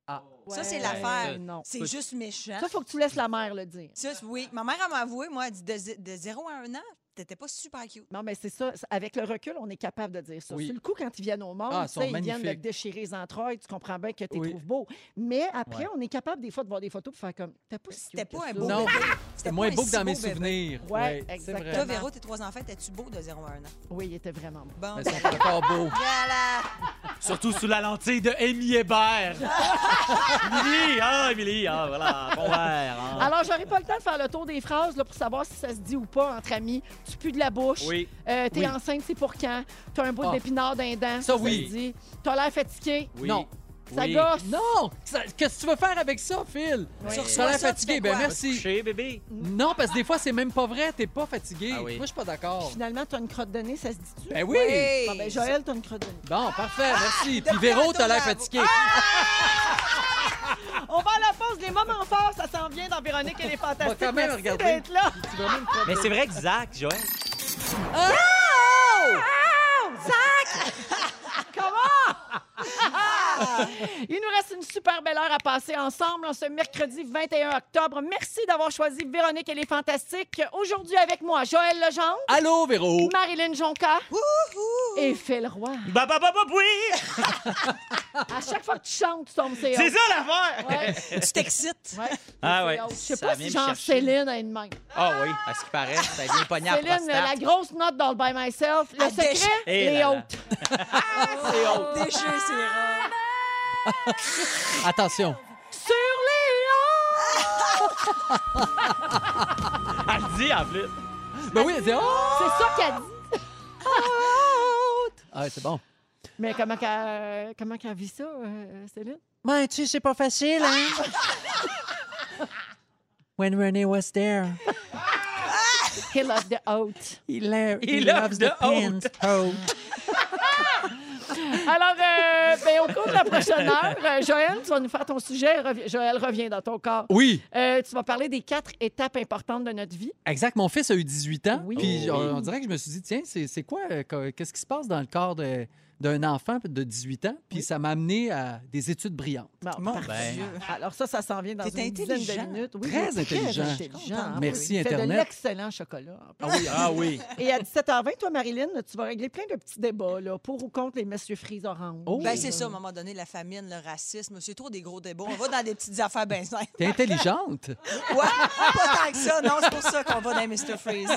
Speaker 2: Ah.
Speaker 4: Ça, c'est
Speaker 3: Ouais,
Speaker 4: l'affaire.
Speaker 3: Non.
Speaker 4: C'est juste méchant.
Speaker 3: Ça, faut que tu laisses la mère le dire.
Speaker 4: Ça, c'est- oui. Ma mère, elle m'a avoué, moi, elle dit de, zé- de 0 à 1 an, t'étais pas super cute.
Speaker 3: Non, mais c'est ça. C'est- Avec le recul, on est capable de dire ça.
Speaker 2: Oui.
Speaker 3: Sur le coup, quand ils viennent au monde,
Speaker 2: Ah,
Speaker 3: tu
Speaker 2: ils sont
Speaker 3: sais, ils viennent de te
Speaker 2: magnifiques.
Speaker 3: déchirer les entrailles, tu comprends bien que tu
Speaker 2: Oui.
Speaker 3: trouves beau. Mais après,
Speaker 1: Ouais.
Speaker 3: on est capable des fois de voir des photos pour faire comme, t'as pas si
Speaker 4: C'était
Speaker 3: cute que
Speaker 4: pas un
Speaker 3: ça.
Speaker 4: beau
Speaker 2: Non.
Speaker 4: bébé.
Speaker 2: C'est moins
Speaker 4: pas un
Speaker 2: beau que
Speaker 4: si
Speaker 2: dans mes
Speaker 4: beau bébé.
Speaker 2: souvenirs.
Speaker 3: Ouais,
Speaker 2: Ouais, c'est
Speaker 3: exactement.
Speaker 4: Toi,
Speaker 2: vrai.
Speaker 4: Véro, tes trois enfants, t'es-tu beau de 0 à 1 an?
Speaker 3: Oui, il était vraiment beau.
Speaker 4: Bon.
Speaker 2: Mais c'est encore beau.
Speaker 4: Voilà.
Speaker 1: Surtout sous la lentille de Amy Hébert. Émilie, ah, Émilie, ah, voilà, bon verre. hein.
Speaker 3: Alors, j'aurais pas le temps de faire le tour des phrases là, pour savoir si ça se dit ou pas entre amis. Tu pues de la bouche.
Speaker 1: Oui.
Speaker 3: Euh, T'es
Speaker 2: Oui.
Speaker 3: enceinte, c'est pour quand? T'as un bout
Speaker 2: Ah.
Speaker 3: d'épinard d'un dent.
Speaker 2: Ça,
Speaker 3: se
Speaker 2: oui.
Speaker 3: dit. T'as l'air fatigué.
Speaker 1: Oui.
Speaker 2: Non.
Speaker 3: Ça
Speaker 1: oui.
Speaker 3: gosse.
Speaker 2: Non! Ça- Qu'est-ce que tu veux faire avec ça, Phil?
Speaker 1: Ouais.
Speaker 4: Sur soi,
Speaker 1: Ça
Speaker 2: Ça l'a
Speaker 4: ça, tu fais quoi?
Speaker 2: fatigué. Ben
Speaker 1: Va te
Speaker 2: merci.
Speaker 1: coucher, bébé.
Speaker 2: Non, parce que des fois, c'est même pas vrai. T'es pas fatigué.
Speaker 1: Ah oui.
Speaker 2: Moi, je suis pas d'accord.
Speaker 3: Finalement, t'as une crotte de nez, ça se dit-tu?
Speaker 2: Ben oui!
Speaker 4: Oui.
Speaker 3: Bon, ben, Joël, t'as une crotte de nez.
Speaker 2: Bon, parfait, merci. Puis
Speaker 4: Docteur
Speaker 2: Véro, Ah, t'as l'air
Speaker 4: Bravo.
Speaker 2: fatigué.
Speaker 3: On va à la pause. Les moments forts, ça s'en vient dans Véronique et les Fantastiques.
Speaker 2: quand même
Speaker 3: Merci
Speaker 2: regarder.
Speaker 3: d'être là.
Speaker 2: Tu vas même pas-
Speaker 1: Mais c'est vrai que Zach, Joël,
Speaker 3: Il nous reste une super belle heure à passer ensemble en ce mercredi 21 octobre. Merci d'avoir choisi Véronique et les Fantastiques. Aujourd'hui avec moi, Joël Legendre,
Speaker 2: Allô, Véro!
Speaker 3: Marilyn Jonca et Phil Roy.
Speaker 1: bah, bah, bah, bah, oui!
Speaker 3: À chaque fois que tu chantes, tu tombes sur
Speaker 1: C'est ça l'affaire!
Speaker 3: Ouais,
Speaker 4: Tu t'excites.
Speaker 3: ouais.
Speaker 1: Ah ouais.
Speaker 3: Je sais
Speaker 1: Ça
Speaker 3: pas
Speaker 1: vient
Speaker 3: si
Speaker 1: me
Speaker 3: genre
Speaker 1: chercher.
Speaker 3: Céline a une main.
Speaker 1: Ah oui, parce qu'il paraît, ça vient pogné à
Speaker 3: Céline, la
Speaker 1: prostate.
Speaker 3: grosse note dans le By Myself, le
Speaker 4: Ah, déch-
Speaker 3: secret,
Speaker 1: Eh
Speaker 3: les
Speaker 1: là là.
Speaker 3: autres.
Speaker 4: C'est honte. Déchets, c'est rare.
Speaker 2: Attention.
Speaker 3: Sur les ondes!
Speaker 1: Elle le dit en plus.
Speaker 2: Ben oui, elle dit, oh!
Speaker 3: C'est ça qu'elle dit.
Speaker 2: Ah, c'est bon.
Speaker 3: Mais comment qu'elle, comment qu'elle vit ça, euh, Céline?
Speaker 2: Ouais, Ben, tu sais, c'est pas facile, hein? When Renee was there,
Speaker 3: He loved the oat.
Speaker 2: he, lo-
Speaker 1: he He loves loves the the pants.
Speaker 3: Alors, euh, ben, au cours de la prochaine heure, euh, Joël, tu vas nous faire ton sujet. Revi- Joël, reviens dans ton corps.
Speaker 2: Oui,
Speaker 3: Euh, tu vas parler des quatre étapes importantes de notre vie.
Speaker 2: exact. Mon fils a eu 18 ans.
Speaker 3: Oui.
Speaker 2: Puis euh,
Speaker 3: Oh.
Speaker 2: on, on dirait que je me suis dit, tiens, c'est c'est quoi, euh, qu- qu'est-ce qui se passe dans le corps de- d'un enfant de 18 ans? Puis ça m'a amené à des études brillantes.
Speaker 3: Bon,
Speaker 4: Mon
Speaker 2: Ben,
Speaker 3: parfait.
Speaker 4: Dieu.
Speaker 3: Alors ça, ça s'en vient dans
Speaker 4: T'es
Speaker 3: une dizaine de
Speaker 4: intelligent.
Speaker 3: minutes.
Speaker 2: Très
Speaker 3: il est
Speaker 2: intelligent.
Speaker 3: Très intelligent.
Speaker 4: Contente.
Speaker 3: Ah,
Speaker 2: Merci,
Speaker 3: oui. Il Fait de
Speaker 2: Internet.
Speaker 3: l'excellent chocolat. en plus.
Speaker 2: Ah oui, ah oui.
Speaker 3: Et à 17h20, toi, Marilyn, tu vas régler plein de petits débats là, pour ou contre les messieurs frise orange.
Speaker 2: Oh.
Speaker 4: Ben, c'est ça, à un moment donné, la famine, le racisme, c'est trop des gros débats. On va dans des petites affaires ben simples.
Speaker 2: T'es intelligente.
Speaker 4: Ouais, pas tant que ça. Non, c'est pour ça qu'on va dans Mr. Freeze.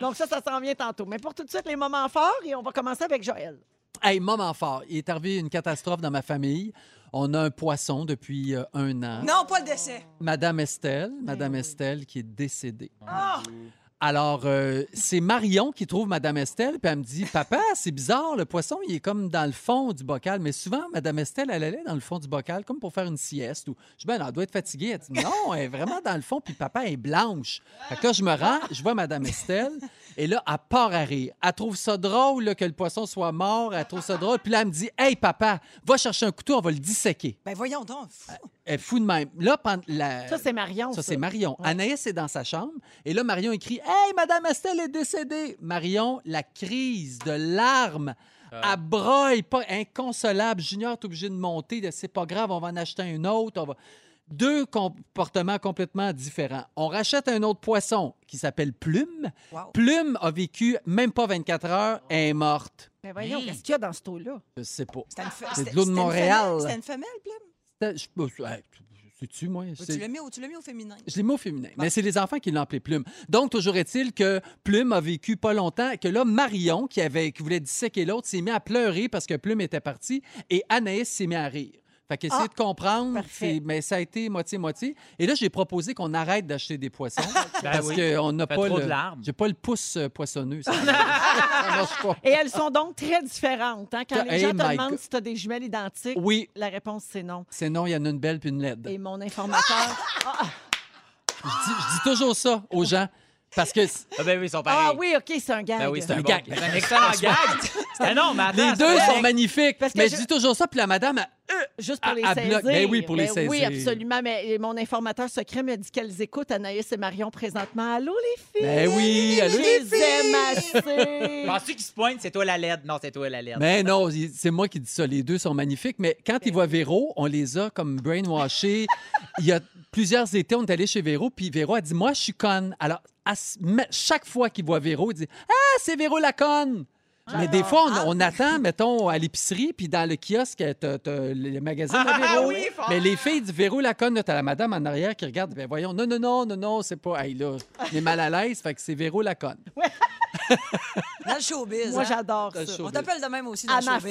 Speaker 3: Donc ça, ça s'en vient tantôt. Mais pour tout de suite, les
Speaker 2: Euh,
Speaker 3: moments forts, et on va commencer avec Joël.
Speaker 2: Hey, moment fort. Il est arrivé une catastrophe dans ma famille. On a un poisson depuis euh, un an.
Speaker 4: Non, pas le décès.
Speaker 2: Madame Estelle, Madame Estelle qui est décédée. Alors, euh, c'est Marion qui trouve Madame Estelle, puis elle me dit Papa, c'est bizarre, le poisson, il est comme dans le fond du bocal. Mais souvent, Madame Estelle, elle allait dans le fond du bocal, comme pour faire une sieste. Ou... Je dis Ben, elle doit être fatiguée. Elle dit Non, elle est vraiment dans le fond, puis papa est blanche. Fait que là, je me rends, je vois Madame Estelle, et là, elle part à rire. Elle trouve ça drôle là, que le poisson soit mort, elle trouve ça drôle. Puis là, elle me dit Hey, papa, va chercher un couteau, on va le disséquer.
Speaker 4: Ben voyons donc. fou.
Speaker 2: Elle est fou de même. Là, pendant la...
Speaker 3: Ça, c'est Marion.
Speaker 2: Ça, c'est Marion. Anaïs est dans sa chambre. Et là, Marion écrit Hey, Madame Estelle est décédée. Marion, la crise de larmes. À broye, pas inconsolable. Junior, t'es obligé de monter. de- C'est pas grave, on va en acheter un autre. on va- Deux comportements complètement différents. On rachète un autre poisson qui s'appelle Plume.
Speaker 4: Wow.
Speaker 2: Plume a vécu même pas 24 heures, elle est morte.
Speaker 3: Mais voyons,
Speaker 1: Hey.
Speaker 3: qu'est-ce qu'il y a dans ce taux-là?
Speaker 2: Je sais pas.
Speaker 4: C'était une fe-
Speaker 2: C'est de
Speaker 4: c'était-
Speaker 2: l'eau de
Speaker 4: c'était une
Speaker 2: Montréal.
Speaker 4: femelle- C'était une femelle, Plume?
Speaker 2: Je sais pas. Hey, Sais-tu, moi?
Speaker 4: Ou
Speaker 2: C'est-
Speaker 4: Tu l'as mis, au- tu l'as mis au féminin.
Speaker 2: Je l'ai mis au féminin. Mais c'est les enfants qui l'ont appelé Plume. Donc, toujours est-il que Plume a vécu pas longtemps, que là, Marion, qui, avait, qui voulait disséquer l'autre, s'est mis à pleurer parce que Plume était partie et Anaïs s'est mis à rire. Fait qu'essayer
Speaker 3: Ah,
Speaker 2: de comprendre,
Speaker 3: parfait.
Speaker 2: c'est- mais ça a été moitié-moitié. Et là, j'ai proposé qu'on arrête d'acheter des poissons
Speaker 1: Ben
Speaker 2: parce
Speaker 1: oui.
Speaker 2: qu'on n'a
Speaker 1: Fait
Speaker 2: pas
Speaker 1: trop
Speaker 2: le...
Speaker 1: de larmes.
Speaker 2: J'ai pas le pouce euh, poissonneux. Ça, Ça marche pas.
Speaker 3: Et elles sont donc très différentes. hein. Quand les
Speaker 2: Hey
Speaker 3: gens te
Speaker 2: my
Speaker 3: demandent
Speaker 2: God.
Speaker 3: si tu as des jumelles identiques,
Speaker 2: Oui,
Speaker 3: la réponse, c'est non.
Speaker 2: c'est non, il y en a une belle puis une laide.
Speaker 3: Et mon informateur...
Speaker 2: Je, dis, je dis toujours ça aux gens parce que c-
Speaker 1: Ah ben oui, ils sont pareils.
Speaker 3: Ah oui, OK, c'est un gag.
Speaker 1: Ben oui, c'est un
Speaker 2: Un
Speaker 1: bon-
Speaker 2: gag.
Speaker 1: C'est un excellent gag. Ah non, mais attends,
Speaker 2: les
Speaker 1: c'est
Speaker 2: deux
Speaker 1: un
Speaker 2: sont
Speaker 1: gag.
Speaker 2: magnifiques.
Speaker 3: Parce que
Speaker 2: mais
Speaker 3: je-
Speaker 2: je dis toujours ça, puis la madame, elle-
Speaker 3: Juste pour
Speaker 2: À-
Speaker 3: les
Speaker 2: à
Speaker 3: saisir.
Speaker 2: bloc. Ben oui, pour les
Speaker 3: Ben Oui,
Speaker 2: saisir.
Speaker 3: absolument. Mais mon informateur secret me dit qu'elles écoutent Anaïs et Marion présentement. Allô, les filles?
Speaker 2: Ben oui, allô,
Speaker 3: Je
Speaker 2: les
Speaker 3: les aime assez.
Speaker 1: Penses-tu qu'ils se pointent, c'est toi la LED? Non, c'est toi la LED.
Speaker 2: Mais non, il- c'est moi qui dis ça. Les deux sont magnifiques, mais quand ils voient Véro, on les a comme brainwashés. Il y a plusieurs étés, on est allé chez Véro, puis Véro a dit Moi, je suis conne. Alors, à s- ma- chaque fois qu'il voit Véro, il dit Ah, c'est Véro la conne mais des fois, on, on attend, mettons, à l'épicerie, puis dans le kiosque, t'as, t'as le magasin de Véro.
Speaker 1: oui, fort.
Speaker 2: mais les filles du Véro la conne, là, t'as la madame en arrière qui regarde, ben voyons, non, non, non, non, non, c'est pas, hey, là, on est mal à l'aise, fait que c'est Véro la conne.
Speaker 4: Dans le showbiz.
Speaker 3: Moi,
Speaker 4: hein.
Speaker 3: j'adore
Speaker 2: Dans le
Speaker 3: ça.
Speaker 2: show.
Speaker 4: On t'appelle de même aussi dans
Speaker 3: À
Speaker 4: le
Speaker 3: ma
Speaker 4: showbiz.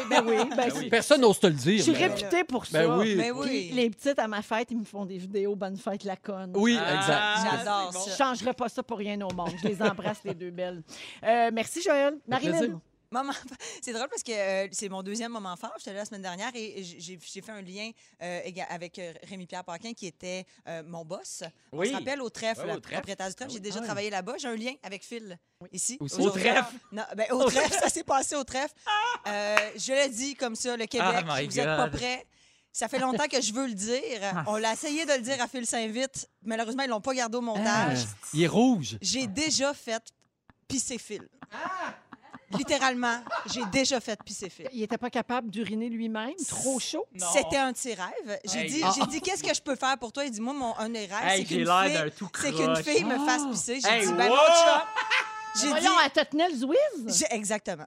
Speaker 3: oui, ben oui. ben oui.
Speaker 2: Personne n'ose te le dire.
Speaker 3: Je suis
Speaker 2: mais-
Speaker 3: réputée pour ça.
Speaker 2: Ben oui.
Speaker 4: Mais
Speaker 3: Puis
Speaker 4: oui.
Speaker 3: les petites, à ma fête, ils me font des vidéos « Bonne fête, la conne
Speaker 2: Oui,
Speaker 1: Ah,
Speaker 2: exact.
Speaker 4: J'adore
Speaker 1: c'est
Speaker 3: Je
Speaker 4: ça.
Speaker 3: changerais pas ça pour rien au monde. Je les embrasse, les deux belles. Euh, merci, Joël. Marilyn.
Speaker 2: plaisir.
Speaker 4: Maman, c'est drôle parce que euh, c'est mon deuxième moment fort. J'étais là la semaine dernière et j- j'ai j'ai fait un lien euh, éga- avec Rémi Pierre Paquin qui était euh, mon boss.
Speaker 1: Oui.
Speaker 4: On se rappelle au trèfle,
Speaker 1: Ouais, au trèfle.
Speaker 4: propriétaire du trèfle. J'ai déjà travaillé là-bas. J'ai un lien avec Phil ici.
Speaker 2: Aussi.
Speaker 4: aujourd'hui.
Speaker 1: Au trèfle?
Speaker 4: Non, ben,
Speaker 1: Oh,
Speaker 4: au trèfle, ça s'est passé au trèfle. Euh, je l'ai dit comme ça, le Québec,
Speaker 1: Ah, my
Speaker 4: vous êtes pas
Speaker 1: God. Ah.
Speaker 4: prêts. Ça fait longtemps que je veux le dire. On l'a essayé de le dire à Phil Saint-Vite. Malheureusement, ils l'ont pas gardé au montage.
Speaker 2: Ah, il est rouge.
Speaker 4: J'ai déjà fait pisser Phil.
Speaker 1: Ah!
Speaker 4: Littéralement, j'ai déjà fait pisser Phil.
Speaker 3: Il était pas capable d'uriner lui-même. Trop chaud.
Speaker 1: Non.
Speaker 4: C'était un de ses rêves. J'ai
Speaker 1: Hey.
Speaker 4: dit,
Speaker 1: Ah.
Speaker 4: j'ai dit qu'est-ce que je peux faire pour toi? Il dit, moi, mon, un de mes rêves,
Speaker 1: Hey,
Speaker 4: c'est
Speaker 1: j'ai
Speaker 4: qu'une
Speaker 1: l'air
Speaker 4: fille,
Speaker 1: d'un tout
Speaker 4: c'est qu'une
Speaker 1: croche.
Speaker 4: fille me fasse
Speaker 2: Ah.
Speaker 4: pisser. J'ai
Speaker 1: Hey,
Speaker 4: dit, ben,
Speaker 1: wow!
Speaker 4: mon chat. J'ai
Speaker 3: Ben, Voyons,
Speaker 4: dit,
Speaker 3: à te tenait le Zouiz.
Speaker 4: j'ai- exactement.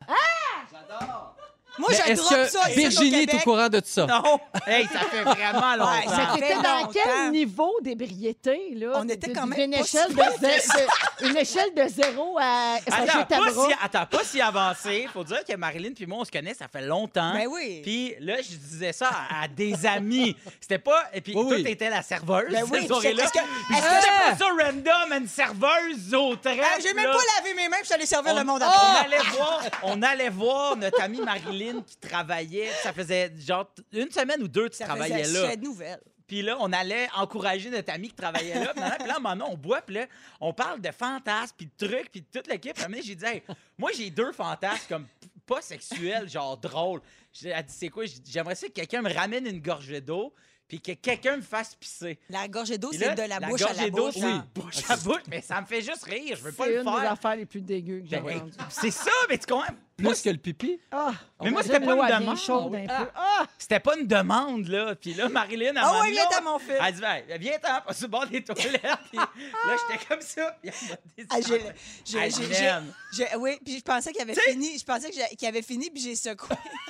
Speaker 4: Moi,
Speaker 2: Mais
Speaker 4: je
Speaker 2: est-ce
Speaker 4: drop ça
Speaker 2: que
Speaker 4: ici au
Speaker 2: Virginie est au
Speaker 4: Québec.
Speaker 2: courant de ça?
Speaker 1: Non! Hey, ça fait vraiment
Speaker 4: Ouais,
Speaker 3: Mais
Speaker 4: ça
Speaker 1: longtemps.
Speaker 4: fait
Speaker 3: t'étais dans
Speaker 4: longtemps.
Speaker 3: quel niveau d'ébriété, là?
Speaker 4: On était quand même
Speaker 3: Une
Speaker 4: pas
Speaker 3: échelle,
Speaker 4: si-
Speaker 3: de, zé- de- une échelle de zéro à...
Speaker 1: Attends,
Speaker 3: Roger
Speaker 1: pas
Speaker 3: Tabra.
Speaker 1: si, attends, pas si avancé. Faut dire que Marilyn puis moi, on se connaît, ça fait longtemps.
Speaker 4: Ben oui.
Speaker 1: Puis là, je disais ça à, à des amis. C'était pas... Et puis
Speaker 2: Oui,
Speaker 1: toi,
Speaker 2: oui.
Speaker 1: t'étais la serveuse
Speaker 4: Ben oui,
Speaker 1: cette soirée-là.
Speaker 4: est-ce que-
Speaker 1: Puis
Speaker 4: est-ce
Speaker 1: c'était
Speaker 4: que-
Speaker 1: pas ça random, une serveuse au trèfle.
Speaker 4: Ah, J'ai même
Speaker 1: là.
Speaker 4: pas lavé mes mains, puis je suis allée servir
Speaker 1: on,
Speaker 4: le monde
Speaker 1: on
Speaker 4: après.
Speaker 1: allait voir, on allait voir notre amie Marilyn qui travaillait. Ça faisait genre une semaine ou deux que tu
Speaker 4: Ça
Speaker 1: travaillais
Speaker 4: faisait
Speaker 1: là.
Speaker 4: chouette nouvelle.
Speaker 1: Puis là, on allait encourager notre amie qui travaillait là. Puis là, puis là, à un moment donné, on boit, puis là, on parle de fantasmes, puis de trucs, puis de toute l'équipe. Puis à un moment donné, j'ai dit, Hey, moi, j'ai deux fantasmes comme p- pas sexuels, genre drôles. J'ai- Elle dit, c'est quoi? J'ai dit, J'aimerais ça que quelqu'un me ramène une gorgée d'eau, puis que quelqu'un me fasse pisser.
Speaker 4: La gorgée d'eau,
Speaker 1: Puis
Speaker 4: c'est
Speaker 1: là,
Speaker 4: de la bouche à la
Speaker 1: gorgée d'eau,
Speaker 4: bouche.
Speaker 1: c'est
Speaker 4: hein.
Speaker 1: bouche à bouche, mais ça me fait juste rire. Je veux pas
Speaker 3: C'est
Speaker 1: le
Speaker 3: une des
Speaker 1: faire.
Speaker 3: affaires les plus dégueux que j'ai
Speaker 1: Ben, hey,
Speaker 3: entendues.
Speaker 1: C'est ça, mais tu comprends? Moi,
Speaker 2: Plus que le pipi?
Speaker 3: Ah,
Speaker 1: Mais moi,
Speaker 3: j'aime
Speaker 1: c'était pas
Speaker 3: l'eau,
Speaker 1: une hein.
Speaker 3: elle vient
Speaker 1: demande.
Speaker 3: chaude d'un peu.
Speaker 1: C'était pas une demande, là. Puis là, Marilyn, elle
Speaker 4: Ah ouais,
Speaker 1: m'a dit,
Speaker 4: viens
Speaker 1: non.
Speaker 4: à mon fils.
Speaker 1: Elle dit, Ben, viens-t'en, passe au bord des toilettes. Puis là, j'étais comme ça. Puis elle m'a dit,
Speaker 4: Ah, j'ai- j'ai-
Speaker 1: Ah,
Speaker 4: j'ai- j'ai-
Speaker 1: Guylaine.
Speaker 4: j'ai- oui, puis je pensais qu'il avait
Speaker 1: T'sais- Ah!
Speaker 4: fini. Je pensais que j'ai- qu'il avait fini, puis j'ai secoué.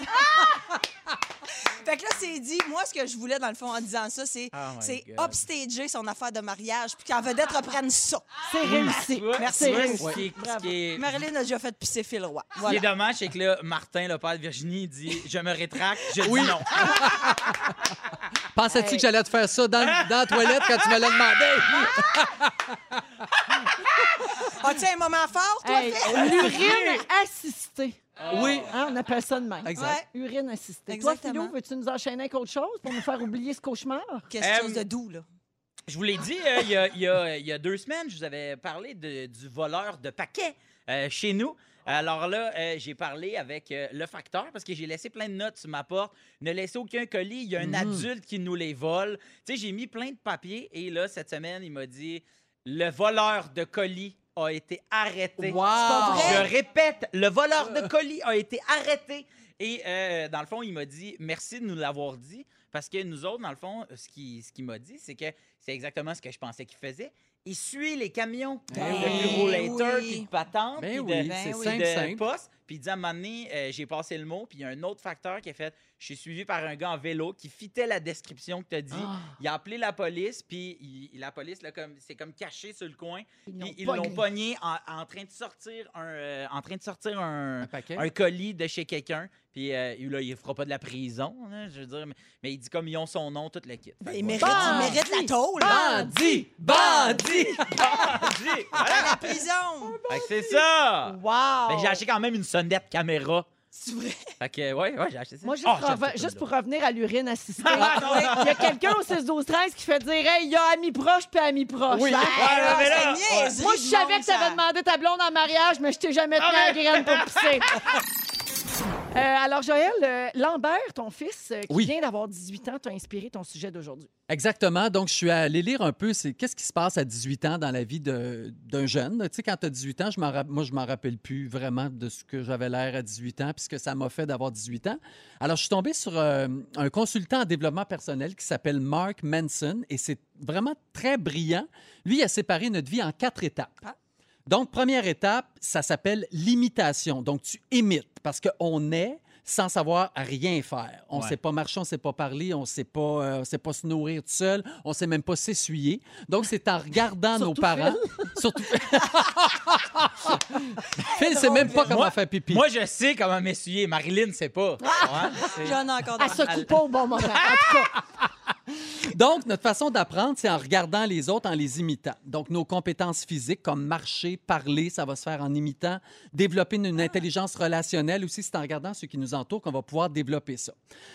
Speaker 4: Fait que là, c'est dit. Moi, ce que je voulais, dans le fond, en disant ça, c'est
Speaker 1: Oh my
Speaker 4: c'est
Speaker 1: God.
Speaker 4: upstager son affaire de mariage, puis qu'en vedette reprenne ça.
Speaker 3: C'est réussi.
Speaker 4: Merci.
Speaker 3: C'est
Speaker 1: Ouais,
Speaker 3: réussi.
Speaker 1: ce qui est- ce qui est-
Speaker 4: Marilyn a déjà fait pisser Phil Roy.
Speaker 1: Ce qui est
Speaker 4: Voilà.
Speaker 1: dommage, c'est que là, Martin, le père de Virginie, dit Je me rétracte, je dis non.
Speaker 2: Pensais-tu que j'allais te faire ça dans, dans la toilette quand tu me l'as demandé?
Speaker 4: As-tu un moment fort, toi,
Speaker 3: Hey,
Speaker 4: Phil?
Speaker 3: L'urine assistée.
Speaker 4: Ah.
Speaker 2: Oui.
Speaker 3: Hein, on appelle ça de même.
Speaker 2: Exact.
Speaker 3: Urine assistée. Toi,
Speaker 4: Exactement.
Speaker 3: Philo, veux-tu nous enchaîner avec autre chose pour nous faire oublier ce cauchemar?
Speaker 4: Quelque chose de
Speaker 1: Euh,
Speaker 4: doux, là.
Speaker 1: Je vous l'ai dit, euh, il y, a, il y a- il y a deux semaines, je vous avais parlé de- du voleur de paquets euh, chez nous. Alors là, euh, j'ai parlé avec euh, le facteur parce que j'ai laissé plein de notes sur ma porte. Ne laissez aucun colis, il y a un adulte qui nous les vole. Tu sais, j'ai mis plein de papiers et là, cette semaine, il m'a dit le voleur de colis a été arrêté.
Speaker 2: Wow!
Speaker 4: vrai.
Speaker 1: Ah, Je répète, le voleur de colis a été arrêté. Et euh, dans le fond, il m'a dit merci de nous l'avoir dit. Parce que nous autres, dans le fond, ce qu'il ce qu'il m'a dit, c'est que c'est exactement ce que je pensais qu'il faisait. Il suit les camions
Speaker 2: Ben
Speaker 1: de
Speaker 2: oui.
Speaker 1: bureau later,
Speaker 4: Oui.
Speaker 1: puis de patente,
Speaker 2: Ben
Speaker 1: puis de-
Speaker 2: oui,
Speaker 4: ben
Speaker 2: c'est
Speaker 4: oui.
Speaker 2: simple,
Speaker 1: de
Speaker 2: simple.
Speaker 1: poste. Puis il dit à un moment donné, euh, j'ai passé le mot, puis il y a un autre facteur qui a fait je suis suivi par un gars en vélo qui fitait la description que tu as dit.
Speaker 2: Ah.
Speaker 3: Ah,
Speaker 1: Il a appelé la police, puis il- la police, là, comme, c'est comme caché sur le coin. Puis ils l'ont pogné en, en train de sortir un, euh, en train de sortir un,
Speaker 2: Un paquet.
Speaker 1: un colis de chez quelqu'un. Puis euh, là, il fera pas de la prison, là, je veux dire. Mais, mais il dit comme ils ont son nom, tout le kit. Fait
Speaker 4: Ben,
Speaker 1: que Ah,
Speaker 4: il,
Speaker 1: voilà.
Speaker 4: mérite, il mérite la tôle. hein,
Speaker 2: Bandit! Bandit!
Speaker 1: Bandit!
Speaker 4: À
Speaker 1: Voilà!
Speaker 4: la prison.
Speaker 1: Fait que c'est ça!
Speaker 3: Wow!
Speaker 1: Fait que j'ai acheté quand même une sonnette caméra.
Speaker 4: C'est vrai.
Speaker 1: Fait que, ouais, ouais, j'ai acheté ça.
Speaker 3: Moi, juste,
Speaker 1: Oh,
Speaker 3: pour
Speaker 1: j'aime
Speaker 3: reven-
Speaker 1: cette
Speaker 3: juste
Speaker 1: toune-là.
Speaker 3: pour revenir à l'urine assistée, il y a quelqu'un au 6-12-13 qui fait dire Hey, il y a ami proche puis ami proche.
Speaker 2: Oui.
Speaker 3: Ben,
Speaker 1: Ah,
Speaker 4: Alors,
Speaker 1: mais là,
Speaker 4: c'est une niaiserie
Speaker 3: moi, je
Speaker 4: du
Speaker 3: savais
Speaker 4: monde,
Speaker 3: que t'avais
Speaker 4: ça.
Speaker 3: demandé ta blonde en mariage, mais je t'ai jamais tenu la
Speaker 1: Ah,
Speaker 3: graine pour pisser. Euh, alors, Joël, euh, Lambert, ton fils, euh, qui
Speaker 2: Oui.
Speaker 3: vient d'avoir 18 ans, t'a inspiré ton sujet d'aujourd'hui.
Speaker 2: Exactement. Donc, je suis allé lire un peu, c'est qu'est-ce qui se passe à 18 ans dans la vie de- d'un jeune. Tu sais, quand tu as 18 ans, je m'en, rap- moi, je m'en rappelle plus vraiment de ce que j'avais l'air à 18 ans, puisque ça m'a fait d'avoir 18 ans. Alors, je suis tombé sur euh, un consultant en développement personnel qui s'appelle Mark Manson, et c'est vraiment très brillant. Lui, il a séparé notre vie en quatre étapes.
Speaker 4: Ah.
Speaker 2: Donc, première étape, ça s'appelle l'imitation. Donc, tu imites, parce qu'on est sans savoir rien faire. On ne
Speaker 1: Ouais.
Speaker 2: sait pas marcher, on ne sait pas parler, on ne sait pas, euh, on sait pas se nourrir tout seul, on ne sait même pas s'essuyer. Donc, c'est en regardant nos
Speaker 3: Surtout
Speaker 2: parents... Surtout... Phil ne sait même pas comment
Speaker 1: Moi-
Speaker 2: faire pipi.
Speaker 1: Moi, je sais comment m'essuyer. Marilyn, c'est pas. Ouais, c'est-
Speaker 4: J'en ai encore
Speaker 3: Elle
Speaker 4: dans
Speaker 3: se coupe pas au bon moment. Ah, En tout cas,
Speaker 2: Donc, notre façon d'apprendre, c'est en regardant les autres, en les imitant. Donc, nos compétences physiques comme marcher, parler, ça va se faire en imitant. Développer une, une intelligence relationnelle aussi, c'est en regardant ceux qui nous entourent qu'on va pouvoir développer ça.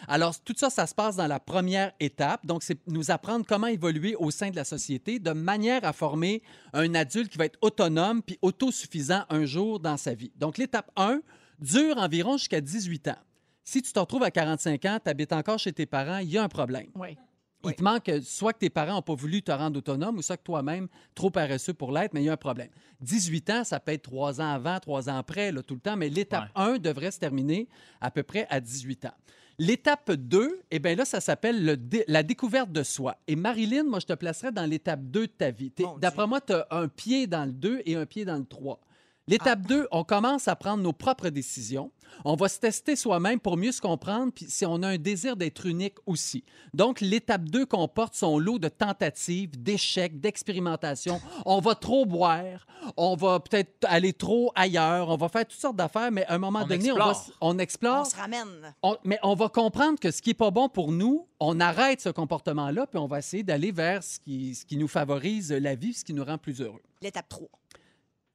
Speaker 2: Alors, tout ça, ça se passe dans la première étape. Donc, c'est nous apprendre comment évoluer au sein de la société de manière à former un adulte qui va être autonome puis autosuffisant un jour dans sa vie. Donc, l'étape 1 dure environ jusqu'à 18 ans. Si tu te retrouves à 45 ans, tu habites encore chez tes parents, il y a un problème.
Speaker 3: oui.
Speaker 2: Il te manque euh, soit que tes parents n'ont pas voulu te rendre autonome ou soit que toi-même, trop paresseux pour l'être, mais il y a un problème. 18 ans, ça peut être 3 ans avant, 3 ans après, là, tout le temps, mais l'étape
Speaker 1: Ouais.
Speaker 2: 1 devrait se terminer à peu près à 18 ans. L'étape 2, eh bien là, ça s'appelle le dé- la découverte de soi. Et Marilyn, moi, je te placerais dans l'étape 2 de ta vie. T'es-
Speaker 4: Mon Dieu.
Speaker 2: D'après moi, tu as un pied dans le 2 et un pied dans le 3. L'étape 2, on commence à prendre nos propres décisions. On va se tester soi-même pour mieux se comprendre, puis si on a un désir d'être unique aussi. Donc, l'étape 2 comporte son lot de tentatives, d'échecs, d'expérimentations. On va trop boire, on va peut-être aller trop ailleurs, on va faire toutes sortes d'affaires, mais à un moment
Speaker 1: On
Speaker 2: donné, on, va,
Speaker 1: explore.
Speaker 2: s- on
Speaker 4: On
Speaker 2: explore,
Speaker 4: se ramène.
Speaker 2: on- mais on va comprendre que ce qui n'est pas bon pour nous, on arrête ce comportement-là, puis on va essayer d'aller vers ce qui, ce qui nous favorise la vie, ce qui nous rend plus heureux.
Speaker 4: L'étape 3.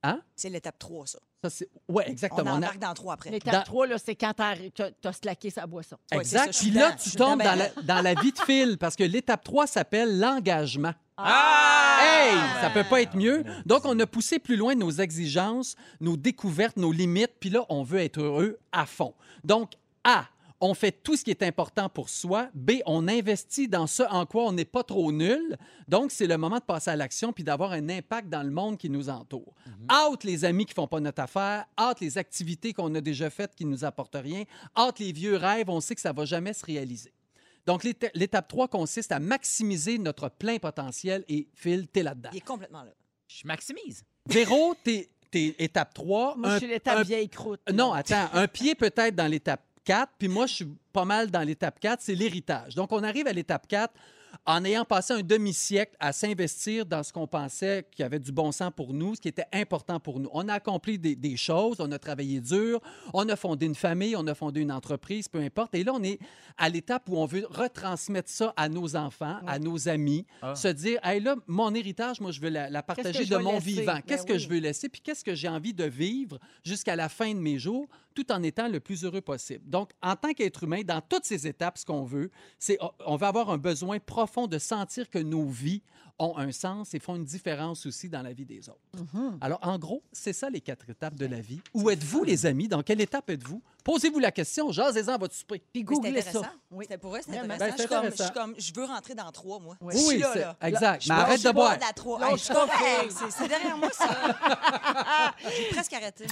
Speaker 2: Hein?
Speaker 4: C'est l'étape 3, ça.
Speaker 2: Ça, c'est... Ouais,
Speaker 4: On
Speaker 2: exactement. On a-
Speaker 4: embarque dans 3 après.
Speaker 3: L'étape
Speaker 2: Dans-
Speaker 3: 3, là, c'est quand t'as t'as- t'as slacké sa boisson.
Speaker 4: Ouais, c'est ça,
Speaker 2: Exact.
Speaker 4: je suis
Speaker 2: Puis là,
Speaker 4: dedans, je
Speaker 2: tu
Speaker 4: suis
Speaker 2: tombes
Speaker 4: dedans,
Speaker 2: dans
Speaker 4: ben
Speaker 2: la, dans la vie de fil parce que l'étape 3 s'appelle l'engagement.
Speaker 1: Ah!
Speaker 2: Hey,
Speaker 4: Ah!
Speaker 2: ça peut pas être mieux.
Speaker 1: Ah,
Speaker 2: Donc, on a poussé plus loin nos exigences, nos découvertes, nos limites, puis là, on veut être heureux à fond. Donc, A, on fait tout ce qui est important pour soi. B, on investit dans ce en quoi on n'est pas trop nul. Donc, c'est le moment de passer à l'action puis d'avoir un impact dans le monde qui nous entoure. Out les amis qui font pas notre affaire, out les activités qu'on a déjà faites qui nous apportent rien, out les vieux rêves, on sait que ça va jamais se réaliser. Donc, l'éta- l'étape 3 consiste à maximiser notre plein potentiel et Phil, t'es là-dedans.
Speaker 4: Il est complètement là.
Speaker 1: Je maximise.
Speaker 2: Véro, t'es, t'es étape 3.
Speaker 3: Moi, je suis l'étape vieille croûte.
Speaker 2: Non,
Speaker 3: là.
Speaker 2: attends, un pied peut-être dans l'étape 4, puis moi, je suis pas mal dans l'étape 4, c'est l'héritage. Donc, on arrive à l'étape 4 en ayant passé un demi-siècle à s'investir dans ce qu'on pensait qui avait du bon sens pour nous, ce qui était important pour nous. On a accompli des, des choses, on a travaillé dur, on a fondé une famille, on a fondé une entreprise, peu importe. Et là, on est à l'étape où on veut retransmettre ça à nos enfants, à nos amis,
Speaker 1: Ah.
Speaker 2: se dire, hey, là, mon héritage, moi, je veux la, la partager
Speaker 3: je
Speaker 2: de
Speaker 3: vais
Speaker 2: mon
Speaker 3: laisser?
Speaker 2: vivant.
Speaker 3: Ben
Speaker 2: Qu'est-ce que
Speaker 3: oui.
Speaker 2: je veux laisser, puis qu'est-ce que j'ai envie de vivre jusqu'à la fin de mes jours, tout en étant le plus heureux possible. Donc, en tant qu'être humain, dans toutes ces étapes, ce qu'on veut, c'est oh, on va avoir un besoin profond de sentir que nos vies ont un sens et font une différence aussi dans la vie des autres. Alors, en gros, c'est ça les quatre étapes de la vie. Où êtes-vous, les amis? Dans quelle étape êtes-vous? Posez-vous la question, jasez-en à votre
Speaker 3: Puis
Speaker 2: souper.
Speaker 4: Oui, C'était
Speaker 3: googlez
Speaker 4: intéressant.
Speaker 3: ça. Oui.
Speaker 4: C'était pour eux, c'était
Speaker 3: Vraiment.
Speaker 4: intéressant. je,
Speaker 2: Ben, c'est
Speaker 4: suis comme, je
Speaker 2: intéressant.
Speaker 4: suis comme, je veux rentrer dans trois, moi.
Speaker 3: Oui.
Speaker 4: Je suis
Speaker 2: Oui,
Speaker 4: là,
Speaker 2: c'est-
Speaker 4: là.
Speaker 2: exact.
Speaker 4: Je
Speaker 2: Mais
Speaker 4: pense
Speaker 2: arrête
Speaker 4: pas
Speaker 2: de boire.
Speaker 4: de la trois.
Speaker 3: Non,
Speaker 4: Hey,
Speaker 3: je
Speaker 4: je suis pas
Speaker 3: comprends.
Speaker 4: c'est- C'est derrière moi, ça. J'ai presque arrêté.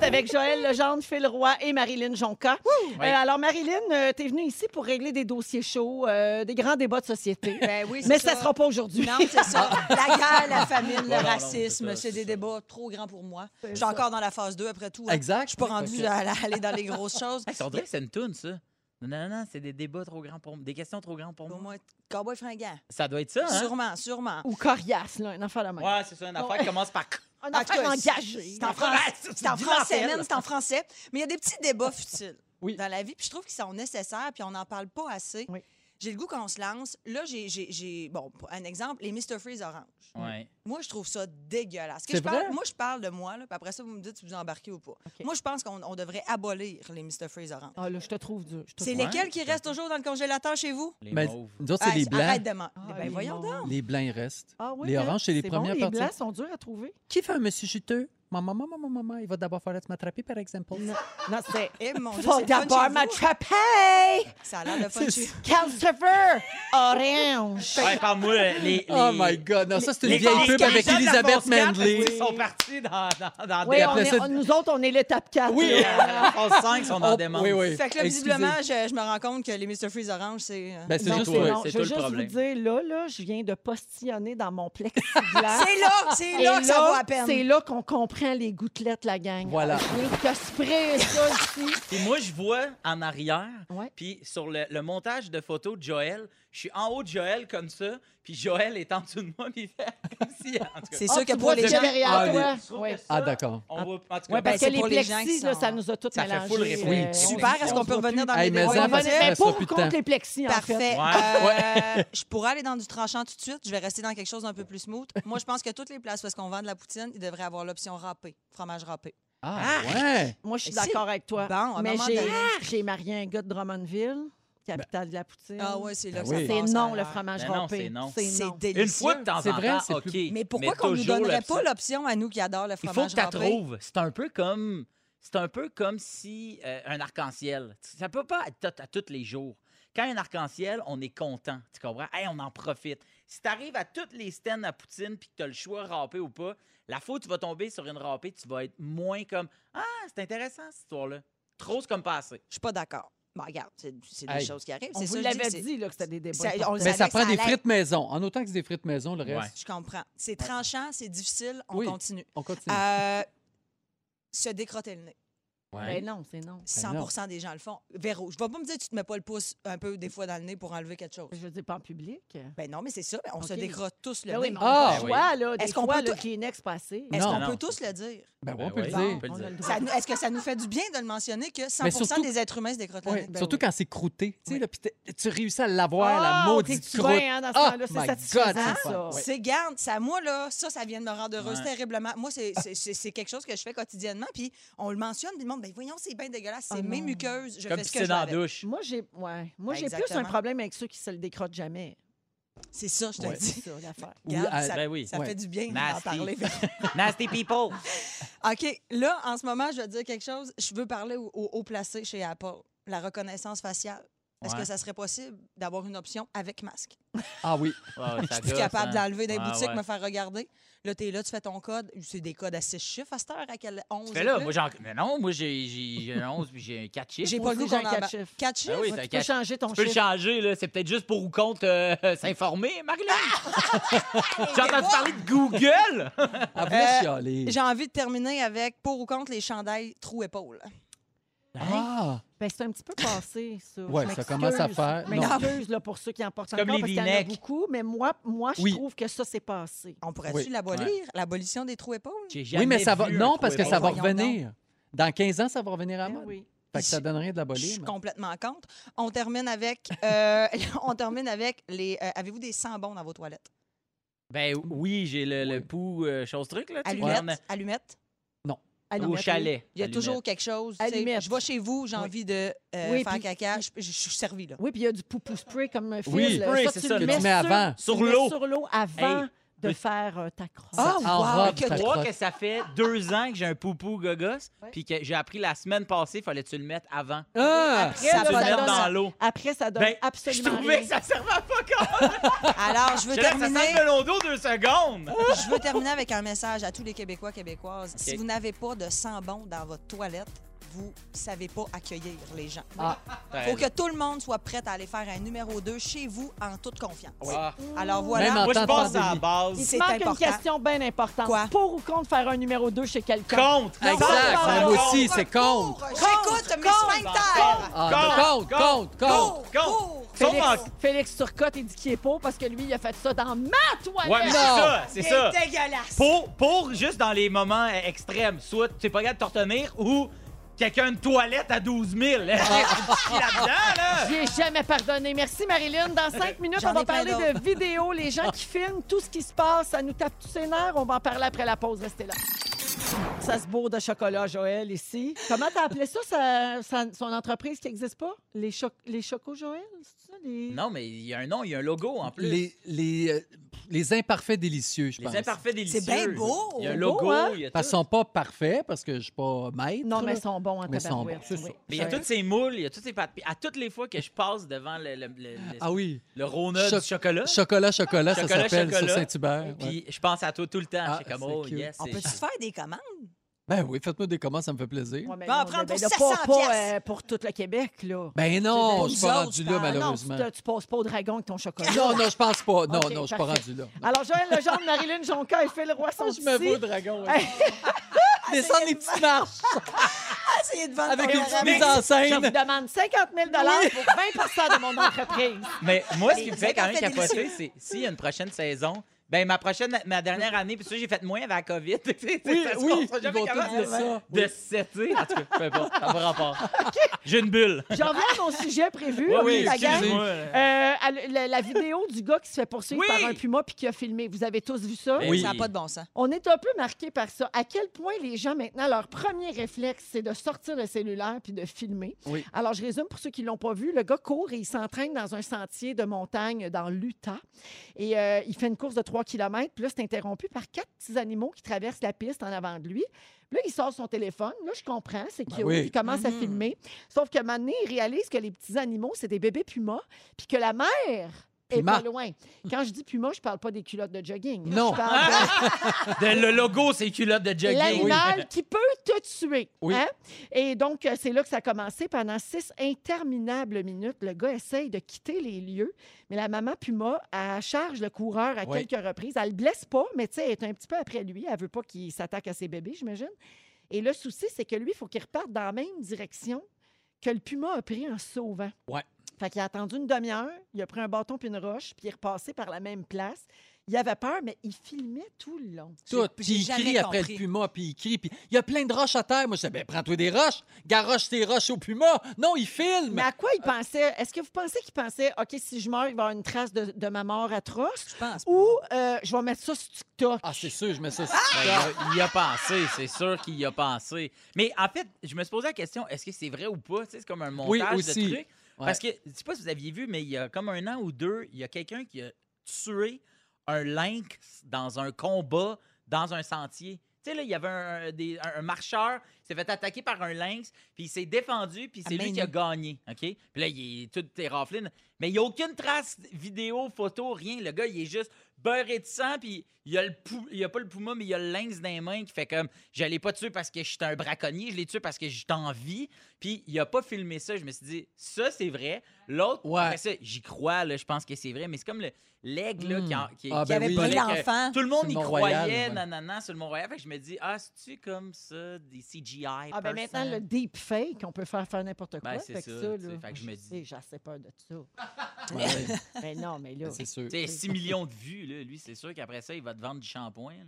Speaker 3: C'est avec Joël Legendre, Phil Roy et Marilyn Jonca. Euh, alors, Marilyn, tu es venue ici pour régler des dossiers chauds, euh, des grands débats de société.
Speaker 4: Ben oui, c'est
Speaker 3: Mais ça ne sera pas aujourd'hui.
Speaker 4: Non, c'est ça. La guerre, la famine, le
Speaker 1: Ouais, non, non,
Speaker 4: racisme,
Speaker 1: c'est ça,
Speaker 4: c'est des
Speaker 1: c'est ça.
Speaker 4: débats trop grands pour moi. Je suis
Speaker 3: ça.
Speaker 4: encore dans la phase 2 après tout. hein.
Speaker 2: Exact.
Speaker 4: Je suis pas rendue à la- aller dans les grosses choses.
Speaker 1: Hey, on dirait que c'est une toune, ça. Non, non, non, c'est des débats trop grands pour moi. Des questions trop grandes pour
Speaker 4: Pour
Speaker 1: moi.
Speaker 4: moi, cowboy fringant.
Speaker 1: Ça doit être ça, hein?
Speaker 4: Sûrement, sûrement.
Speaker 3: Ou coriace, là, un enfant de la main.
Speaker 1: Ouais, c'est ça, une affaire qui commence par.
Speaker 3: Un
Speaker 4: En tout
Speaker 3: enfant
Speaker 4: cas,
Speaker 3: engagé.
Speaker 4: C'est en, fran-
Speaker 1: Ah, tu- tu
Speaker 4: c'est en
Speaker 1: dis l'affaire,
Speaker 4: français,
Speaker 1: là.
Speaker 4: man, c'est en français. Mais il y a des petits débats futiles
Speaker 2: Oui.
Speaker 4: dans la vie. Puis je trouve qu'ils sont nécessaires, puis on n'en parle pas assez.
Speaker 3: Oui.
Speaker 4: J'ai le goût qu'on se lance. Là, j'ai- j'ai, j'ai- bon, pour un exemple, les Mr. Freeze orange.
Speaker 1: Ouais.
Speaker 4: Moi, je trouve ça dégueulasse. Que
Speaker 2: C'est
Speaker 4: je parle-
Speaker 2: vrai?
Speaker 4: moi, je parle de moi, là, puis après ça, vous me dites si vous embarquez ou pas. Moi, je pense qu'on on devrait abolir les Mr. Freeze orange.
Speaker 3: Ah, là, je te trouve dur. Je te
Speaker 4: C'est
Speaker 3: trouve-
Speaker 1: Ouais,
Speaker 4: lesquels qui
Speaker 1: tout à
Speaker 4: restent toujours dans le congélateur chez vous?
Speaker 1: Les
Speaker 2: Mais
Speaker 1: mauves.
Speaker 2: nous autres, c'est
Speaker 4: Ah,
Speaker 2: les blancs.
Speaker 4: Arrête de m'en-
Speaker 3: Ah,
Speaker 4: ben,
Speaker 3: les
Speaker 4: voyons
Speaker 3: blancs.
Speaker 4: donc.
Speaker 2: Les blancs, ils restent.
Speaker 3: Ah oui,
Speaker 2: les
Speaker 3: hein?
Speaker 2: oranges, c'est les
Speaker 3: bon,
Speaker 2: premières
Speaker 3: Les
Speaker 2: parties.
Speaker 3: blancs sont durs à trouver.
Speaker 2: Qui fait un monsieur juteux? Ma maman, ma maman, maman, il va d'abord falloir m'attraper, par exemple.
Speaker 3: Non, non c'est...
Speaker 4: Eh mon Dieu,
Speaker 3: Faut
Speaker 4: c'est le fun
Speaker 3: d'abord
Speaker 4: chez vous.
Speaker 3: m'attraper!
Speaker 4: Ça a l'air le fun
Speaker 2: C'est-
Speaker 4: chez
Speaker 3: Calcifer! Orange!
Speaker 2: Ah,
Speaker 1: Ouais, parle-moi, euh, les, les.
Speaker 2: Oh my God! Non, ça, c'est une
Speaker 1: les-
Speaker 2: vieille
Speaker 1: les-
Speaker 2: pub
Speaker 1: les
Speaker 2: avec
Speaker 1: gens de la
Speaker 2: Elizabeth
Speaker 1: France quatre,
Speaker 2: Mendley.
Speaker 1: Ils sont partis dans, dans, dans
Speaker 3: Oui,
Speaker 1: des-
Speaker 3: on
Speaker 2: ben, après
Speaker 3: est-
Speaker 2: ça-
Speaker 3: nous autres, on est l'étape 4.
Speaker 2: Oui.
Speaker 1: euh, la France 5 sont dans
Speaker 2: Oh,
Speaker 1: des membres.
Speaker 2: oui, oui.
Speaker 4: Fait que là,
Speaker 2: Excusez.
Speaker 4: visiblement, je, je me rends compte que les Mr. Freeze orange, c'est. euh,
Speaker 2: Ben, c'est
Speaker 3: Non,
Speaker 2: juste
Speaker 3: c'est
Speaker 2: pour-
Speaker 3: non.
Speaker 1: c'est
Speaker 3: Je veux
Speaker 1: tout
Speaker 3: juste
Speaker 1: le
Speaker 3: vous
Speaker 1: problème.
Speaker 3: dire, là, là, je viens de postillonner dans mon plexiglas.
Speaker 4: C'est là, c'est là
Speaker 3: Et
Speaker 4: que ça vaut à peine.
Speaker 3: C'est là qu'on comprend les gouttelettes, la gang.
Speaker 2: Voilà.
Speaker 3: Je viens de te sprayer ça ici.
Speaker 1: Puis moi, je vois en arrière,
Speaker 3: Ouais.
Speaker 1: puis sur le, le montage de photos de Joël, je suis en haut de Joël comme ça, puis Joël est en dessous de moi, puis il fait comme si... en tout cas.
Speaker 4: C'est
Speaker 3: Ah,
Speaker 4: sûr
Speaker 3: tu
Speaker 4: que pour
Speaker 3: vois
Speaker 4: les
Speaker 3: déjà
Speaker 4: gens.
Speaker 3: derrière
Speaker 2: Ah,
Speaker 3: toi.
Speaker 1: Je trouve
Speaker 3: Ouais.
Speaker 1: que ça,
Speaker 2: Ah, d'accord.
Speaker 1: On voit, en tout
Speaker 3: Ouais,
Speaker 1: cas,
Speaker 3: parce
Speaker 4: c'est
Speaker 3: que les
Speaker 4: pour les gens qui
Speaker 3: plexis, là,
Speaker 4: sont-
Speaker 3: ça nous a tous
Speaker 1: ça fait full
Speaker 3: mélangés.
Speaker 1: réflexion.
Speaker 2: Oui.
Speaker 3: euh,
Speaker 4: Super, est-ce qu'on peut revenir dans les
Speaker 2: Hey, mais
Speaker 4: débats?
Speaker 3: on
Speaker 2: en-
Speaker 3: va-
Speaker 2: parce que
Speaker 3: mais pour
Speaker 2: ça sera
Speaker 3: ou
Speaker 2: plus de
Speaker 3: contre
Speaker 2: temps.
Speaker 3: les plexis, en
Speaker 4: Parfait.
Speaker 3: fait.
Speaker 4: Euh, Je pourrais aller dans du tranchant tout de suite. Je vais rester dans quelque chose d'un peu plus smooth. Moi, je pense que toutes les places où est-ce qu'on vend de la poutine, ils devraient avoir l'option râpé, fromage râpé.
Speaker 2: Ah, ouais!
Speaker 3: Moi, je suis
Speaker 4: Et c'est
Speaker 3: d'accord avec toi.
Speaker 4: bon, à un
Speaker 3: mais
Speaker 4: moment
Speaker 3: j'ai-
Speaker 4: donné.
Speaker 3: j'ai marié un gars de Drummondville, capitale de la poutine.
Speaker 4: Ah ouais, c'est là
Speaker 2: Ben
Speaker 4: que
Speaker 2: oui.
Speaker 4: ça
Speaker 3: C'est
Speaker 4: passe,
Speaker 3: non,
Speaker 4: ça a
Speaker 3: le
Speaker 4: l'air.
Speaker 3: fromage
Speaker 1: Ben non,
Speaker 3: râpé.
Speaker 1: c'est non.
Speaker 3: Ah, C'est non.
Speaker 4: C'est délicieux.
Speaker 1: Une fois de temps en
Speaker 2: C'est vrai,
Speaker 1: temps,
Speaker 2: c'est
Speaker 1: OK.
Speaker 4: Mais pourquoi qu'on
Speaker 1: qu'on
Speaker 4: nous donnerait pas l'option à nous qui adore le
Speaker 1: Il faut
Speaker 4: fromage
Speaker 1: que tu la
Speaker 4: râpé?
Speaker 1: trouves. C'est un peu comme... C'est un peu comme si euh, un arc-en-ciel. Ça peut pas être tout- à tous les jours. Quand il y a un arc-en-ciel, on est content. Tu comprends? Hey, on en profite. Si tu arrives à toutes les stands à Poutine puis que tu as le choix râpé ou pas, la fois où tu vas tomber sur une râpée, tu vas être moins comme Ah, c'est intéressant cette histoire-là. Trop, c'est comme passé.
Speaker 4: Je suis pas d'accord. Bon, regarde, c'est c'est des
Speaker 2: Hey.
Speaker 4: choses qui arrivent.
Speaker 3: On
Speaker 4: C'est
Speaker 3: vous
Speaker 4: ça, je dis,
Speaker 3: l'avait
Speaker 4: c'est-
Speaker 3: dit là, que c'était des débats.
Speaker 4: ça- on le
Speaker 2: Mais
Speaker 4: savait
Speaker 2: Ben, ça
Speaker 4: que
Speaker 2: prend des
Speaker 4: allait
Speaker 2: frites maison. En autant que c'est des frites maison, le reste,
Speaker 1: Ouais.
Speaker 4: Je comprends. C'est tranchant, c'est difficile, on
Speaker 2: Oui.
Speaker 4: continue.
Speaker 2: on continue.
Speaker 4: Euh, se décrotter le nez.
Speaker 3: Ben non, c'est non.
Speaker 4: 100 des gens le font. Véro, je vais pas me dire que tu te mets pas le pouce un peu des fois dans le nez pour enlever quelque chose.
Speaker 3: Je veux dire, pas en public.
Speaker 4: Ben non, mais c'est ça, on se
Speaker 3: OK.
Speaker 4: décrotte tous le
Speaker 3: Ben oui,
Speaker 4: nez.
Speaker 3: mais on a
Speaker 2: Ah,
Speaker 3: le
Speaker 1: oui.
Speaker 3: choix, là. Des
Speaker 4: Est-ce qu'on
Speaker 3: fois,
Speaker 4: peut
Speaker 3: le
Speaker 4: tout-
Speaker 3: Kleenex passé.
Speaker 4: Est-ce
Speaker 2: Non.
Speaker 4: qu'on
Speaker 1: Non,
Speaker 4: peut
Speaker 1: non,
Speaker 4: tous
Speaker 1: c'est-
Speaker 4: le dire?
Speaker 2: Ben,
Speaker 1: Ben
Speaker 2: on peut
Speaker 1: ouais,
Speaker 2: le
Speaker 1: on
Speaker 2: dire.
Speaker 1: peut le
Speaker 3: On a le
Speaker 1: dire.
Speaker 3: droit.
Speaker 4: Ça nous- Est-ce que ça nous fait du bien de le mentionner que 100
Speaker 2: surtout-
Speaker 4: des êtres humains se décrottent le
Speaker 2: Ouais.
Speaker 4: nez?
Speaker 3: Ben
Speaker 2: Surtout
Speaker 3: oui.
Speaker 2: quand c'est croûté. Tu sais,
Speaker 3: Oui.
Speaker 2: là, puis t'es- tu réussis à l'avoir, la
Speaker 3: Oh,
Speaker 2: maudite
Speaker 3: t'es-tu
Speaker 2: croûte.
Speaker 3: bien, hein, dans ce
Speaker 2: Ah,
Speaker 3: temps-là? C'est
Speaker 2: my
Speaker 3: satisfaisant,
Speaker 2: God, c'est
Speaker 3: ça.
Speaker 2: fun. Ouais.
Speaker 4: C'est garde, ça, moi, là, ça, ça vient de me rendre heureuse
Speaker 1: Ouais.
Speaker 4: terriblement. Moi, c'est- c'est- c'est c'est quelque chose que je fais quotidiennement, puis on le mentionne, puis le monde, ben voyons, c'est bien dégueulasse, c'est
Speaker 3: Ah
Speaker 4: mes
Speaker 3: non.
Speaker 4: muqueuses, je
Speaker 1: Comme
Speaker 4: fais ce
Speaker 1: si
Speaker 4: que
Speaker 1: c'est
Speaker 4: je
Speaker 1: dans la
Speaker 4: veux avec.
Speaker 1: douche.
Speaker 3: Moi, j'ai ouais.
Speaker 4: Ben,
Speaker 3: Moi, j'ai plus un
Speaker 4: exactement.
Speaker 3: problème avec ceux qui se le décrottent jamais.
Speaker 4: C'est ça, je te
Speaker 2: Ouais.
Speaker 4: dis.
Speaker 3: C'est ça, l'affaire.
Speaker 2: Oui,
Speaker 4: Garde,
Speaker 2: à-
Speaker 4: ça,
Speaker 1: ben oui.
Speaker 4: ça
Speaker 2: Ouais.
Speaker 4: fait du bien d'en
Speaker 1: Nasty.
Speaker 4: parler.
Speaker 1: Nasty people.
Speaker 4: OK, là, en ce moment, je vais te dire quelque chose. Je veux parler au, au haut placé chez Apple, la reconnaissance faciale. Est-ce
Speaker 1: Ouais.
Speaker 4: que ça serait possible d'avoir une option avec masque?
Speaker 2: Ah oui.
Speaker 4: Je suis plus capable d'enlever des
Speaker 1: Ah,
Speaker 4: boutiques,
Speaker 1: ouais.
Speaker 4: me faire regarder. Là, t'es là, tu fais ton code. C'est des codes à 6 chiffres à cette heure, à quelle 11?
Speaker 1: Tu fais là, moi, j'en... Mais non, moi, j'ai, j'ai, j'ai 11 puis j'ai 4 chiffres.
Speaker 4: J'ai
Speaker 3: Moi
Speaker 4: pas le
Speaker 3: aussi,
Speaker 4: goût
Speaker 3: j'ai
Speaker 4: qu'on
Speaker 3: un quatre
Speaker 4: en
Speaker 3: chiffres.
Speaker 4: 4
Speaker 1: Ben
Speaker 4: chiffres?
Speaker 1: oui,
Speaker 3: Toi,
Speaker 1: t'as
Speaker 3: tu peux
Speaker 1: quatre-
Speaker 3: changer ton
Speaker 1: Tu peux le
Speaker 3: chiffre.
Speaker 1: changer, là. C'est peut-être juste pour ou contre euh, s'informer, Marilyn. J'ai entendu
Speaker 4: voir.
Speaker 1: parler de Google.
Speaker 2: Elle voulait
Speaker 4: Euh,
Speaker 2: chialer.
Speaker 4: J'ai envie de terminer avec pour ou contre les chandails trou-épaule.
Speaker 2: Ah!
Speaker 3: Ben, c'est un petit peu passé, ça.
Speaker 2: Ouais,
Speaker 3: Je
Speaker 2: ça
Speaker 3: m'excuse.
Speaker 2: commence à faire-
Speaker 3: Je
Speaker 2: non.
Speaker 3: m'excuse, là, pour ceux qui en portent
Speaker 1: C'est comme
Speaker 3: encore,
Speaker 1: les
Speaker 3: parce qu'il y en a
Speaker 1: vinaigres.
Speaker 3: beaucoup, mais moi, moi je
Speaker 2: Oui.
Speaker 3: trouve que ça, c'est passé.
Speaker 4: On pourrait-tu
Speaker 2: Oui.
Speaker 4: l'abolir? L'abolition des trous épaules?
Speaker 1: J'ai
Speaker 2: Oui, mais
Speaker 1: jamais
Speaker 2: ça va.
Speaker 1: vu un
Speaker 2: Non, parce que
Speaker 1: troué
Speaker 2: ça
Speaker 1: bon.
Speaker 2: va
Speaker 4: Voyons donc.
Speaker 2: revenir. Dans 15 ans, ça va
Speaker 1: Ah,
Speaker 2: revenir à
Speaker 3: Ben
Speaker 2: moi.
Speaker 3: oui.
Speaker 2: Fait que ça donne rien de
Speaker 4: Je suis
Speaker 2: l'abolir.
Speaker 4: complètement contre. On termine avec, euh, on termine avec les. euh, Avez-vous des sambons dans vos toilettes?
Speaker 1: Ben oui, j'ai le, le pou, euh, chose truc, là. tu sais, qu'on a-
Speaker 4: Allumettes? Allumettes?
Speaker 1: Au Ah
Speaker 3: Allumette, oui.
Speaker 1: chalet.
Speaker 4: Il y a
Speaker 1: allumettes.
Speaker 4: toujours quelque chose. tu sais.
Speaker 3: Allumettes.
Speaker 4: Je vais chez vous, j'ai
Speaker 3: Oui.
Speaker 4: envie de euh,
Speaker 3: Oui,
Speaker 4: faire
Speaker 3: puis-
Speaker 4: caca. Je, je- je suis servie, là.
Speaker 3: Oui, puis il y a du
Speaker 4: Euh,
Speaker 3: poupou spray comme un fil.
Speaker 2: Oui,
Speaker 1: spray,
Speaker 3: ça,
Speaker 1: c'est
Speaker 3: tu
Speaker 1: ça,
Speaker 3: le
Speaker 1: que
Speaker 2: tu
Speaker 3: mets
Speaker 2: mets avant.
Speaker 3: tu
Speaker 1: Sur
Speaker 3: le mets
Speaker 1: l'eau.
Speaker 3: Sur l'eau avant
Speaker 1: Hey,
Speaker 3: de
Speaker 1: le-
Speaker 3: faire euh, ta crosse.
Speaker 4: Ah, wow,
Speaker 2: enrobe
Speaker 4: que
Speaker 2: ta
Speaker 4: drôle.
Speaker 1: Trois
Speaker 2: crotte.
Speaker 1: que ça fait deux ans que j'ai un poupou gogos,
Speaker 3: Ouais.
Speaker 1: puis que j'ai appris la semaine passée, fallait-tu le mettre avant?
Speaker 2: Ah!
Speaker 3: Après,
Speaker 1: Tu
Speaker 4: Ça
Speaker 3: là,
Speaker 1: le
Speaker 4: donne-
Speaker 1: mettre
Speaker 3: donne-
Speaker 1: dans l'eau.
Speaker 3: Après, ça donne
Speaker 1: Ben, je
Speaker 3: absolument
Speaker 1: trouvais
Speaker 3: rien.
Speaker 1: que ça servait à pas quand
Speaker 4: Alors, je veux
Speaker 1: J'étais là, Ça
Speaker 4: terminer.
Speaker 1: sent le melon d'eau deux secondes.
Speaker 4: Je veux terminer avec un message à tous les Québécois, Québécoises. Si
Speaker 1: Ok.
Speaker 4: vous n'avez pas de sambon dans votre toilette, vous savez pas accueillir les gens.
Speaker 3: Ah,
Speaker 1: Ben,
Speaker 4: Faut que tout le monde soit prêt à aller faire un numéro 2 chez vous en toute confiance.
Speaker 1: Ah.
Speaker 4: Alors
Speaker 2: Même
Speaker 4: voilà.
Speaker 2: en
Speaker 1: Moi, je
Speaker 2: temps de
Speaker 1: pense à
Speaker 2: pandémie.
Speaker 1: la
Speaker 3: Il
Speaker 1: base.
Speaker 3: te
Speaker 4: C'est
Speaker 3: manque
Speaker 4: important.
Speaker 3: une question bien importante.
Speaker 4: Quoi?
Speaker 3: Pour ou contre faire un numéro 2 chez quelqu'un?
Speaker 1: Contre.
Speaker 2: Exact.
Speaker 3: Contre.
Speaker 2: Moi aussi, c'est
Speaker 4: Cours,
Speaker 2: contre.
Speaker 4: J'écoute mes sphincters.
Speaker 2: Ah,
Speaker 1: Contre.
Speaker 2: Contre, contre,
Speaker 4: Cours,
Speaker 2: contre.
Speaker 1: Contre.
Speaker 4: cours.
Speaker 1: Sauf en...
Speaker 3: Félix, Félix Turcotte, il dit qu'il est pauvre parce que lui, il a fait ça dans ma toilette. Ah!
Speaker 1: Ouais, mais c'est
Speaker 2: Non.
Speaker 1: ça, c'est ça.
Speaker 4: dégueulasse.
Speaker 1: Pour, pour juste dans les moments euh, extrêmes, soit tu n'es pas capable de te retenir ou quelqu'un de toilette à 12 000. là. là-dedans, là.
Speaker 3: J'ai jamais pardonné. Merci, Marilyn. Dans cinq minutes,
Speaker 4: J'en
Speaker 3: on va
Speaker 4: ai plein
Speaker 3: parler de
Speaker 4: d'autres.
Speaker 3: vidéos, les gens qui filment, tout ce qui se passe. Ça nous tape tous ses nerfs. On va en parler après la pause. Restez là. Ça se bourre de chocolat, Joël, ici. Comment t'as appelé ça, sa- sa- son entreprise qui n'existe pas? Les, cho les Chocos, Joël? C'est ça? Les...
Speaker 1: Non, mais il y a un nom, il y a un logo en plus. Les,
Speaker 2: Les, les, euh, les imparfaits délicieux, je pense.
Speaker 1: imparfaits délicieux.
Speaker 4: bien beau.
Speaker 1: Il y a un
Speaker 3: C'est
Speaker 1: logo,
Speaker 3: beau, hein?
Speaker 1: il y a tout.
Speaker 2: Parce qu'ils sont pas parfaits, parce que je suis pas maître.
Speaker 3: Non, mais
Speaker 2: là.
Speaker 3: ils sont bons en
Speaker 2: Mais ils sont
Speaker 3: tabarouette,
Speaker 2: bons, c'est
Speaker 3: oui.
Speaker 2: ça.
Speaker 1: Mais il y a
Speaker 3: Joël.
Speaker 1: toutes ces moules, il y a toutes ces pâtes. Puis À toutes les fois que je passe devant le, le, le- le-
Speaker 2: Ah oui.
Speaker 1: le Rona
Speaker 2: Cho-
Speaker 1: du chocolat,
Speaker 2: Chocolat, chocolat, ça
Speaker 1: Chocolat,
Speaker 2: s'appelle sur
Speaker 1: chocolat.
Speaker 2: Saint-Hubert. ouais.
Speaker 1: puis je pense à toi tout le temps.
Speaker 2: Ah,
Speaker 1: je suis comme,
Speaker 2: c'est
Speaker 1: oh,
Speaker 2: cute.
Speaker 1: yes.
Speaker 4: On
Speaker 1: c'est-
Speaker 4: peut-tu se faire des commandes?
Speaker 2: Ben oui, faites-moi des commentaires, ça me fait plaisir.
Speaker 3: Ouais, mais
Speaker 4: Va en
Speaker 3: non,
Speaker 4: prendre
Speaker 3: ben,
Speaker 4: pour
Speaker 3: là,
Speaker 4: 700
Speaker 3: pas, pas,
Speaker 4: piastres.
Speaker 3: euh, pour tout le Québec, là. Ah
Speaker 2: Ben non,
Speaker 4: pour
Speaker 2: je suis
Speaker 4: nous
Speaker 2: pas
Speaker 4: autres,
Speaker 2: rendu
Speaker 4: je
Speaker 2: là,
Speaker 4: parle. Non,
Speaker 2: malheureusement.
Speaker 3: Non, tu, tu passes pas au dragon avec ton chocolat.
Speaker 2: Non, non, je pense pas. Non,
Speaker 3: Ok,
Speaker 2: non, je suis pas
Speaker 3: parfait. Ah,
Speaker 2: rendu là.
Speaker 3: Alors, Joël Legendre, Marilyn Jonca et Phil Roy sont
Speaker 2: Je me
Speaker 3: ici.
Speaker 2: vois, dragon.
Speaker 3: Hey.
Speaker 2: Descendre les petites marches
Speaker 4: Essayez de vendre
Speaker 2: avec
Speaker 4: ton
Speaker 2: une petite
Speaker 4: ramen.
Speaker 2: mise en
Speaker 3: Je vous
Speaker 2: scène.
Speaker 3: demande 50 000 pour 20 de mon entreprise.
Speaker 1: Mais moi, ce qui me fait quand même
Speaker 4: Fait
Speaker 1: capoter, c'est s'il y a une prochaine saison, ben ma prochaine, ma dernière année, puis ça, j'ai fait moins avec la COVID. oui,
Speaker 2: Oui, oui,
Speaker 1: sera
Speaker 2: ils
Speaker 1: jamais
Speaker 2: vont
Speaker 1: capable
Speaker 2: tous
Speaker 1: de,
Speaker 2: dire ça.
Speaker 1: de se setter. En tout cas, peu importe, ça n'a pas rapport. J'ai une bulle.
Speaker 3: J'en reviens à mon sujet prévu.
Speaker 1: Oui,
Speaker 3: OK,
Speaker 1: oui,
Speaker 3: la gang.
Speaker 1: excusez-moi.
Speaker 3: Euh, à le- la, la vidéo du gars qui se fait poursuivre
Speaker 1: Oui. Eh
Speaker 3: par un puma puis qui a filmé. Vous avez tous vu ça?
Speaker 1: Oui.
Speaker 4: Ça n'a pas de bon sens.
Speaker 3: On est un peu marqué par ça. À quel point les gens, maintenant, leur premier réflexe, c'est de sortir le cellulaire puis de filmer.
Speaker 2: Oui.
Speaker 3: Alors, je résume pour ceux qui ne l'ont pas vu. Le gars court et il s'entraîne dans un sentier de montagne dans l'Utah. Et euh, il fait une course de 3 km. Puis là, c'est interrompu par quatre petits animaux qui traversent la piste en avant de lui. Puis là, il sort son téléphone. Là, je comprends. C'est
Speaker 2: Ben
Speaker 3: qu'il
Speaker 2: oui.
Speaker 3: il commence à
Speaker 4: Mhm.
Speaker 3: filmer. Sauf que maintenant, il réalise que les petits animaux, c'est des bébés pumas. Puis que la mère est
Speaker 2: Puma.
Speaker 3: pas loin. Quand je dis puma, je parle pas des culottes de jogging.
Speaker 2: Non.
Speaker 3: Je parle de-
Speaker 1: De- le logo, c'est culotte de jogging. Ben,
Speaker 3: L'animal qui peut te tuer.
Speaker 2: Oui.
Speaker 3: hein? Et donc, euh, c'est là que ça a commencé. Pendant six interminables minutes, le gars essaye de quitter les lieux, mais la maman Puma, elle charge le coureur à
Speaker 2: Oui.
Speaker 3: quelques reprises. Elle le blesse pas, mais tu sais, elle est un petit peu après lui. Elle veut pas qu'il s'attaque à ses bébés, j'imagine. Et le souci, c'est que lui, il faut qu'il reparte dans la même direction que le puma a pris en se sauvant.
Speaker 2: Ouais.
Speaker 3: Fait qu'il a attendu une demi-heure, il a pris un bâton puis une roche, puis il est repassé par la même place. Il avait peur, mais il filmait tout le long.
Speaker 2: Tout.
Speaker 4: J'ai-
Speaker 2: Puis
Speaker 4: j'ai
Speaker 2: il
Speaker 4: jamais
Speaker 2: crie après
Speaker 4: compris.
Speaker 2: le puma, puis il crie. Puis il y a plein de roches à terre. Moi, je dis, ben, prends-toi des roches. Garoche tes roches au puma. Non, il filme.
Speaker 3: Mais à quoi il pensait? Est-ce que vous pensez qu'il pensait, OK, si je meurs, il va y avoir une trace de, de ma mort atroce?
Speaker 4: Je pense.
Speaker 3: Ou euh, je vais mettre ça sur TikTok?
Speaker 2: Ah, c'est sûr, je mets ça sur
Speaker 1: Ben, il, a, il y a pensé, c'est sûr qu'il y a pensé. Mais en fait, je me suis posé la question, est-ce que c'est vrai ou pas? Tu sais, C'est comme un montage
Speaker 2: Oui, aussi.
Speaker 1: de trucs. Parce que, je sais pas si vous aviez vu, mais il y a comme un an ou deux, il y a quelqu'un qui a tué un lynx dans un combat dans un sentier. Tu sais, là, il y avait un, des- un- un marcheur qui s'est fait attaquer par un lynx, puis il s'est défendu, puis c'est
Speaker 4: Ah,
Speaker 1: lui
Speaker 4: mais
Speaker 1: qui a
Speaker 4: non.
Speaker 1: gagné, OK? Puis là, il est tout est raflé. Mais il n'y a aucune trace vidéo, photo, rien. Le gars, il est juste beurré de sang, puis il y a, le pou- il y a pas le poumon, mais il y a le lynx dans les mains qui fait comme « Je l'ai pas tué parce que je suis un braconnier, je l'ai tué parce que je t'envie. » Puis il a pas filmé ça. Je me suis dit « Ça, c'est vrai. » L'autre,
Speaker 2: Ouais.
Speaker 1: après ça, j'y crois, là, je pense que c'est vrai. Mais c'est comme le, l'aigle là, qui, en- qui,
Speaker 2: Ah,
Speaker 1: qui
Speaker 2: ben
Speaker 4: avait
Speaker 2: oui.
Speaker 4: pris
Speaker 1: volait, que
Speaker 4: l'enfant.
Speaker 1: euh, Tout le monde
Speaker 2: Sur
Speaker 1: y
Speaker 2: le Mont-Royal,
Speaker 1: croyait,
Speaker 2: ouais.
Speaker 1: nanana, sur le Mont-Royal. Fait que je me dis, ah, c'est-tu comme ça, des CGI
Speaker 3: Ah, ben maintenant,
Speaker 1: person?
Speaker 3: le deep fake, on peut faire faire n'importe quoi.
Speaker 1: Ben, c'est
Speaker 3: avec
Speaker 1: ça, tu sais, fait que je me dis-
Speaker 3: sais, j'ai assez peur de ça.
Speaker 2: Ouais,
Speaker 3: mais non, mais là.
Speaker 2: c'est sûr.
Speaker 1: Tu sais, 6 millions de vues, là, lui, c'est sûr qu'après ça, il va te vendre du shampoing. là.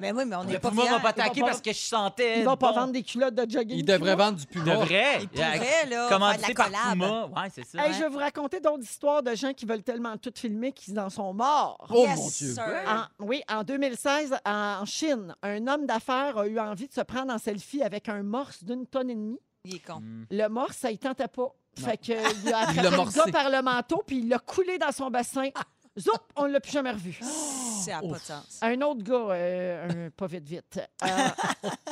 Speaker 4: Mais Ben oui, mais on n'est
Speaker 1: Le
Speaker 4: pas
Speaker 1: poumon
Speaker 4: fiers.
Speaker 1: va pas
Speaker 3: va
Speaker 1: attaquer
Speaker 3: pas-
Speaker 1: parce que je sentais.
Speaker 3: Il va pas
Speaker 1: bon.
Speaker 3: vendre des culottes de jogging.
Speaker 2: Il devrait
Speaker 3: Puma.
Speaker 2: vendre du
Speaker 1: Il
Speaker 2: Puma.
Speaker 1: devrait.
Speaker 4: Il pourrait, là,
Speaker 1: Commandité
Speaker 4: faire de la
Speaker 1: par
Speaker 4: collab.
Speaker 1: Puma. Ouais, c'est ça. hein?
Speaker 3: Hey, je vais vous raconter d'autres histoires de gens qui veulent tellement tout filmer qu'ils en sont morts.
Speaker 2: Oh
Speaker 4: Yes,
Speaker 2: mon Dieu.
Speaker 4: sir.
Speaker 3: En- oui, en 2016, en Chine, un homme d'affaires a eu envie de se prendre en selfie avec un morse d'une tonne et demie.
Speaker 4: Il est con.
Speaker 1: Hmm.
Speaker 3: Le morse, ça y tentait pas. Fait que, il a
Speaker 2: l'a
Speaker 3: attrapé le
Speaker 2: morsé.
Speaker 3: gars par le manteau, puis il l'a coulé dans son bassin. Zoup, on l'a plus jamais revu.
Speaker 4: Ça n'a pas
Speaker 2: Ouf.
Speaker 4: de sens.
Speaker 3: Un autre gars, euh, un- pas vite, vite. Euh,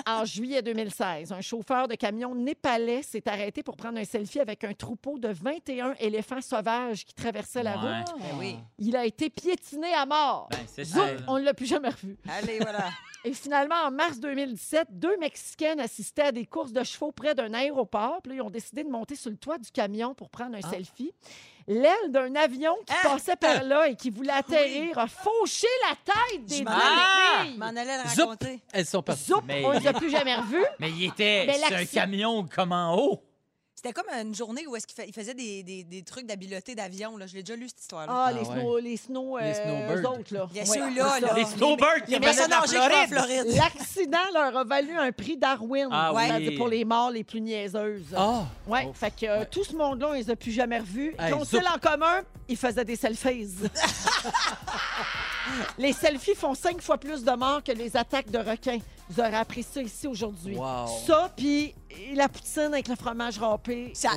Speaker 3: en juillet 2016, un chauffeur de camion népalais s'est arrêté pour prendre un selfie avec un troupeau de 21 éléphants sauvages qui traversaient la
Speaker 1: Ouais.
Speaker 3: route.
Speaker 4: Ben oui.
Speaker 3: Il a été piétiné à mort.
Speaker 1: Ben, c'est
Speaker 3: Zoup,
Speaker 1: ça.
Speaker 3: on ne l'a plus jamais revu.
Speaker 2: Ah.
Speaker 4: Allez, voilà.
Speaker 3: Et finalement, en mars 2017, deux Mexicaines assistaient à des courses de chevaux près d'un aéroport. Puis là, ils ont décidé de monter sur le toit du camion pour prendre un selfie. L'aile d'un avion qui
Speaker 4: Ah!
Speaker 3: passait par là et qui voulait atterrir a fauché la tête
Speaker 4: Je
Speaker 3: des deux
Speaker 4: m'en allais,
Speaker 3: filles.
Speaker 4: je m'en allais le
Speaker 2: Zoup.
Speaker 4: raconter.
Speaker 2: Elles sont parties.
Speaker 3: Zoup,
Speaker 1: Mais-
Speaker 3: on ne les a plus jamais revus.
Speaker 1: Mais il était
Speaker 3: Mais
Speaker 1: sur un
Speaker 3: l'accident-
Speaker 1: camion comme en haut.
Speaker 4: C'était comme une journée où est-ce qu'il fa- il faisait des, des, des trucs d'habileté d'avion. Là. Je l'ai déjà lu, cette histoire-là.
Speaker 3: Ah,
Speaker 2: Ah
Speaker 3: les
Speaker 2: ouais.
Speaker 3: snow, les snow,
Speaker 2: Les
Speaker 3: euh,
Speaker 2: snowbirds.
Speaker 3: eux autres, là.
Speaker 4: Il y a
Speaker 3: Ouais,
Speaker 4: ceux-là.
Speaker 3: c'est
Speaker 4: là.
Speaker 3: ça.
Speaker 1: Les snowbirds qui
Speaker 4: Les
Speaker 1: revenaient
Speaker 4: personnes
Speaker 1: de la
Speaker 4: âgées qui vont en
Speaker 1: Floride.
Speaker 4: Floride.
Speaker 3: L'accident leur a valu un prix Darwin
Speaker 1: Ah
Speaker 4: oui.
Speaker 3: c'est-à-dire pour les morts les plus niaiseuses.
Speaker 2: Ah!
Speaker 3: Ouais,
Speaker 2: Oh.
Speaker 3: fait que euh,
Speaker 2: Ouais.
Speaker 3: tout ce monde-là, on les a plus jamais revus.
Speaker 2: Hey,
Speaker 3: Ils ont
Speaker 2: zoup.
Speaker 3: en commun, ils faisaient des selfies. les selfies font cinq fois plus de morts que les attaques de requins. Vous aurez appris ça ici aujourd'hui.
Speaker 2: Wow.
Speaker 3: Ça, puis la poutine avec le fromage râpé.
Speaker 4: Ça-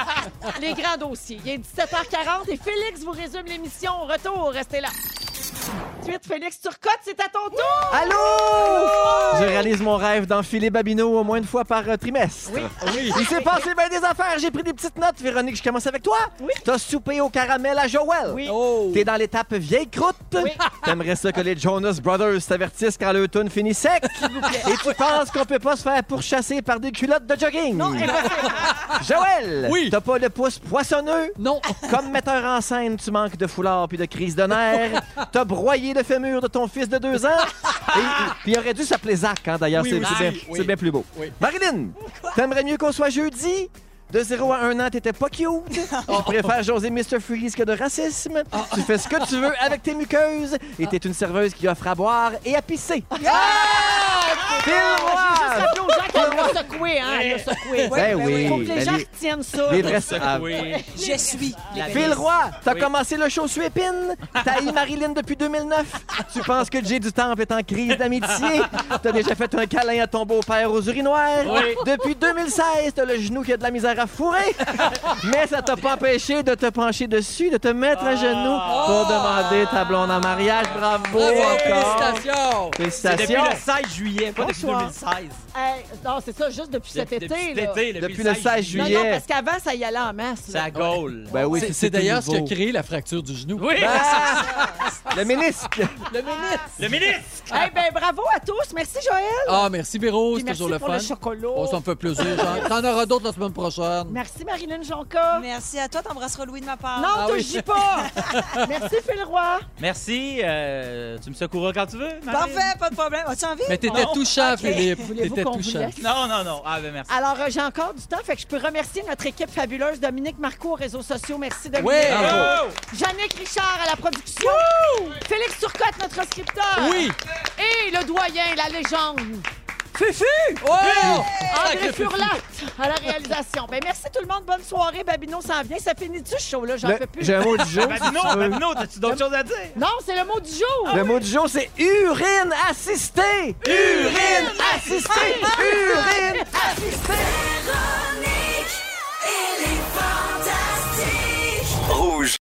Speaker 3: Les grands dossiers. Il est 17h40 et Félix vous résume l'émission. Au retour, restez là. Suite, Félix Turcotte, c'est à ton tour.
Speaker 6: Allô? Je réalise mon rêve d'enfiler Babineau au moins une fois par euh, trimestre.
Speaker 2: Ah, Oui.
Speaker 6: Il s'est passé bien des affaires. J'ai pris des petites notes. Véronique, je commence avec toi.
Speaker 3: Oui.
Speaker 6: T'as soupé au caramel à Joël.
Speaker 3: Oui.
Speaker 2: Oh!
Speaker 6: T'es dans l'étape vieille croûte.
Speaker 3: Oui.
Speaker 6: T'aimerais ça que les Jonas Brothers t'avertissent quand le tune finit sec. Et tu penses qu'on peut pas se faire pourchasser par des culottes de jogging. Joël,
Speaker 2: Oui.
Speaker 6: t'as pas le pouce poissonneux.
Speaker 2: Non!
Speaker 6: Comme metteur en scène, tu manques de foulard puis de crise de nerfs. T'as broyé le fémur de ton fils de deux ans. Et, puis il aurait dû s'appeler Zach, hein, d'ailleurs.
Speaker 2: Oui,
Speaker 6: c'est
Speaker 2: oui,
Speaker 6: c'est
Speaker 2: oui,
Speaker 6: bien,
Speaker 2: oui.
Speaker 6: c'est bien plus beau.
Speaker 2: Oui.
Speaker 6: Marilyn, t'aimerais mieux qu'on soit jeudi? De 0 à 1 an, t'étais pas cute.
Speaker 2: Oh.
Speaker 6: Tu préfères José Mr. Freeze que de racisme. Tu fais ce que tu veux avec tes muqueuses. Et t'es une serveuse qui offre à boire et à pisser.
Speaker 2: Ah!
Speaker 6: Phil Roy!
Speaker 3: Juste aux gens qui l'ont secoué, hein. elle l'a secoué.
Speaker 6: Ben
Speaker 4: ben
Speaker 6: oui,
Speaker 3: Faut que les
Speaker 6: ben
Speaker 3: gens
Speaker 6: les-
Speaker 3: retiennent ça.
Speaker 6: les vrais
Speaker 3: Ah,
Speaker 6: savables.
Speaker 4: Je suis.
Speaker 1: La
Speaker 6: Phil
Speaker 1: liste.
Speaker 6: Roy, t'as
Speaker 1: Ah, Oui.
Speaker 6: commencé le show sous épine, t'as eu Marilyn depuis 2009, tu penses que Jay du Temple est en crise d'amitié, t'as déjà fait un câlin à ton beau-père aux urinoirs,
Speaker 1: Oui.
Speaker 6: depuis 2016, t'as le genou qui a de la misère à fourrer, mais ça t'a pas empêché de te pencher dessus, de te mettre à genoux pour demander ta blonde en mariage. Bravo encore!
Speaker 2: Félicitations!
Speaker 1: Depuis
Speaker 6: Félicitations!
Speaker 1: le 16 juillet, pas depuis
Speaker 3: Bonsoir.
Speaker 1: 2016.
Speaker 3: Hey, non, c'est ça, juste depuis cet
Speaker 1: Depuis-
Speaker 3: été.
Speaker 1: depuis
Speaker 3: là.
Speaker 1: cet été,
Speaker 6: Depuis le 16
Speaker 3: Non,
Speaker 6: juillet.
Speaker 3: non, parce qu'avant, ça y allait en masse. là.
Speaker 1: Ça gaule.
Speaker 6: Ben oui,
Speaker 2: C'est-
Speaker 6: c'est-
Speaker 2: C'est d'ailleurs ce qui a
Speaker 6: nouveau. Ah!
Speaker 2: créé la fracture du genou.
Speaker 1: Oui,
Speaker 6: Le ministre!
Speaker 3: Ah.
Speaker 1: le ministre!
Speaker 3: Eh ben, bravo à tous. Merci, Joël.
Speaker 2: Ah, merci Véro,
Speaker 3: Puis
Speaker 2: c'est
Speaker 3: merci
Speaker 2: toujours le
Speaker 3: pour
Speaker 2: fun.
Speaker 3: le chocolat.
Speaker 2: On s'en fait plaisir. Jean. T'en auras d'autres la semaine prochaine.
Speaker 3: Merci, Marilyn Jonca.
Speaker 4: Merci à toi, t'embrasseras Louis de ma part.
Speaker 3: Non,
Speaker 2: Ah
Speaker 3: te
Speaker 2: oui.
Speaker 3: dis pas. Merci, Phil Roy.
Speaker 1: Merci, euh, tu me secoueras quand tu veux. Marie?
Speaker 4: Parfait, pas de problème. As-tu envie?
Speaker 2: Mais t'étais
Speaker 1: Non.
Speaker 2: touchant, Philippe.
Speaker 3: Voulez-vous
Speaker 2: T'étais
Speaker 3: qu'on vous
Speaker 2: touchant.
Speaker 3: laisse?
Speaker 1: Non, non, non. Ah, ben merci.
Speaker 3: Alors, euh, j'ai encore du temps, fait que je peux remercier notre équipe fabuleuse, Dominique Marco aux réseaux sociaux. Merci, Dominique.
Speaker 2: Ouais.
Speaker 1: Bravo.
Speaker 3: Jannick Richard à la production. Félix Turcotte, notre scripteur.
Speaker 2: Oui!
Speaker 3: Et le doyen, la légende,
Speaker 2: Fufu! Oh!
Speaker 3: André
Speaker 2: Sacré Fufu.
Speaker 3: Furlat à la réalisation. Ben, merci tout le monde. Bonne soirée. Babino s'en vient. Ça finit du show, là. J'en
Speaker 6: Le-
Speaker 3: peux plus.
Speaker 6: J'ai un mot du jour. si
Speaker 1: Babino,
Speaker 6: tu veux.
Speaker 1: Babino, t'as-tu d'autres choses à dire?
Speaker 3: Non, c'est le mot du jour.
Speaker 6: Le mot du jour, c'est urine assistée! Urine assistée! Urine assistée!
Speaker 7: Véronique, elle est fantastique.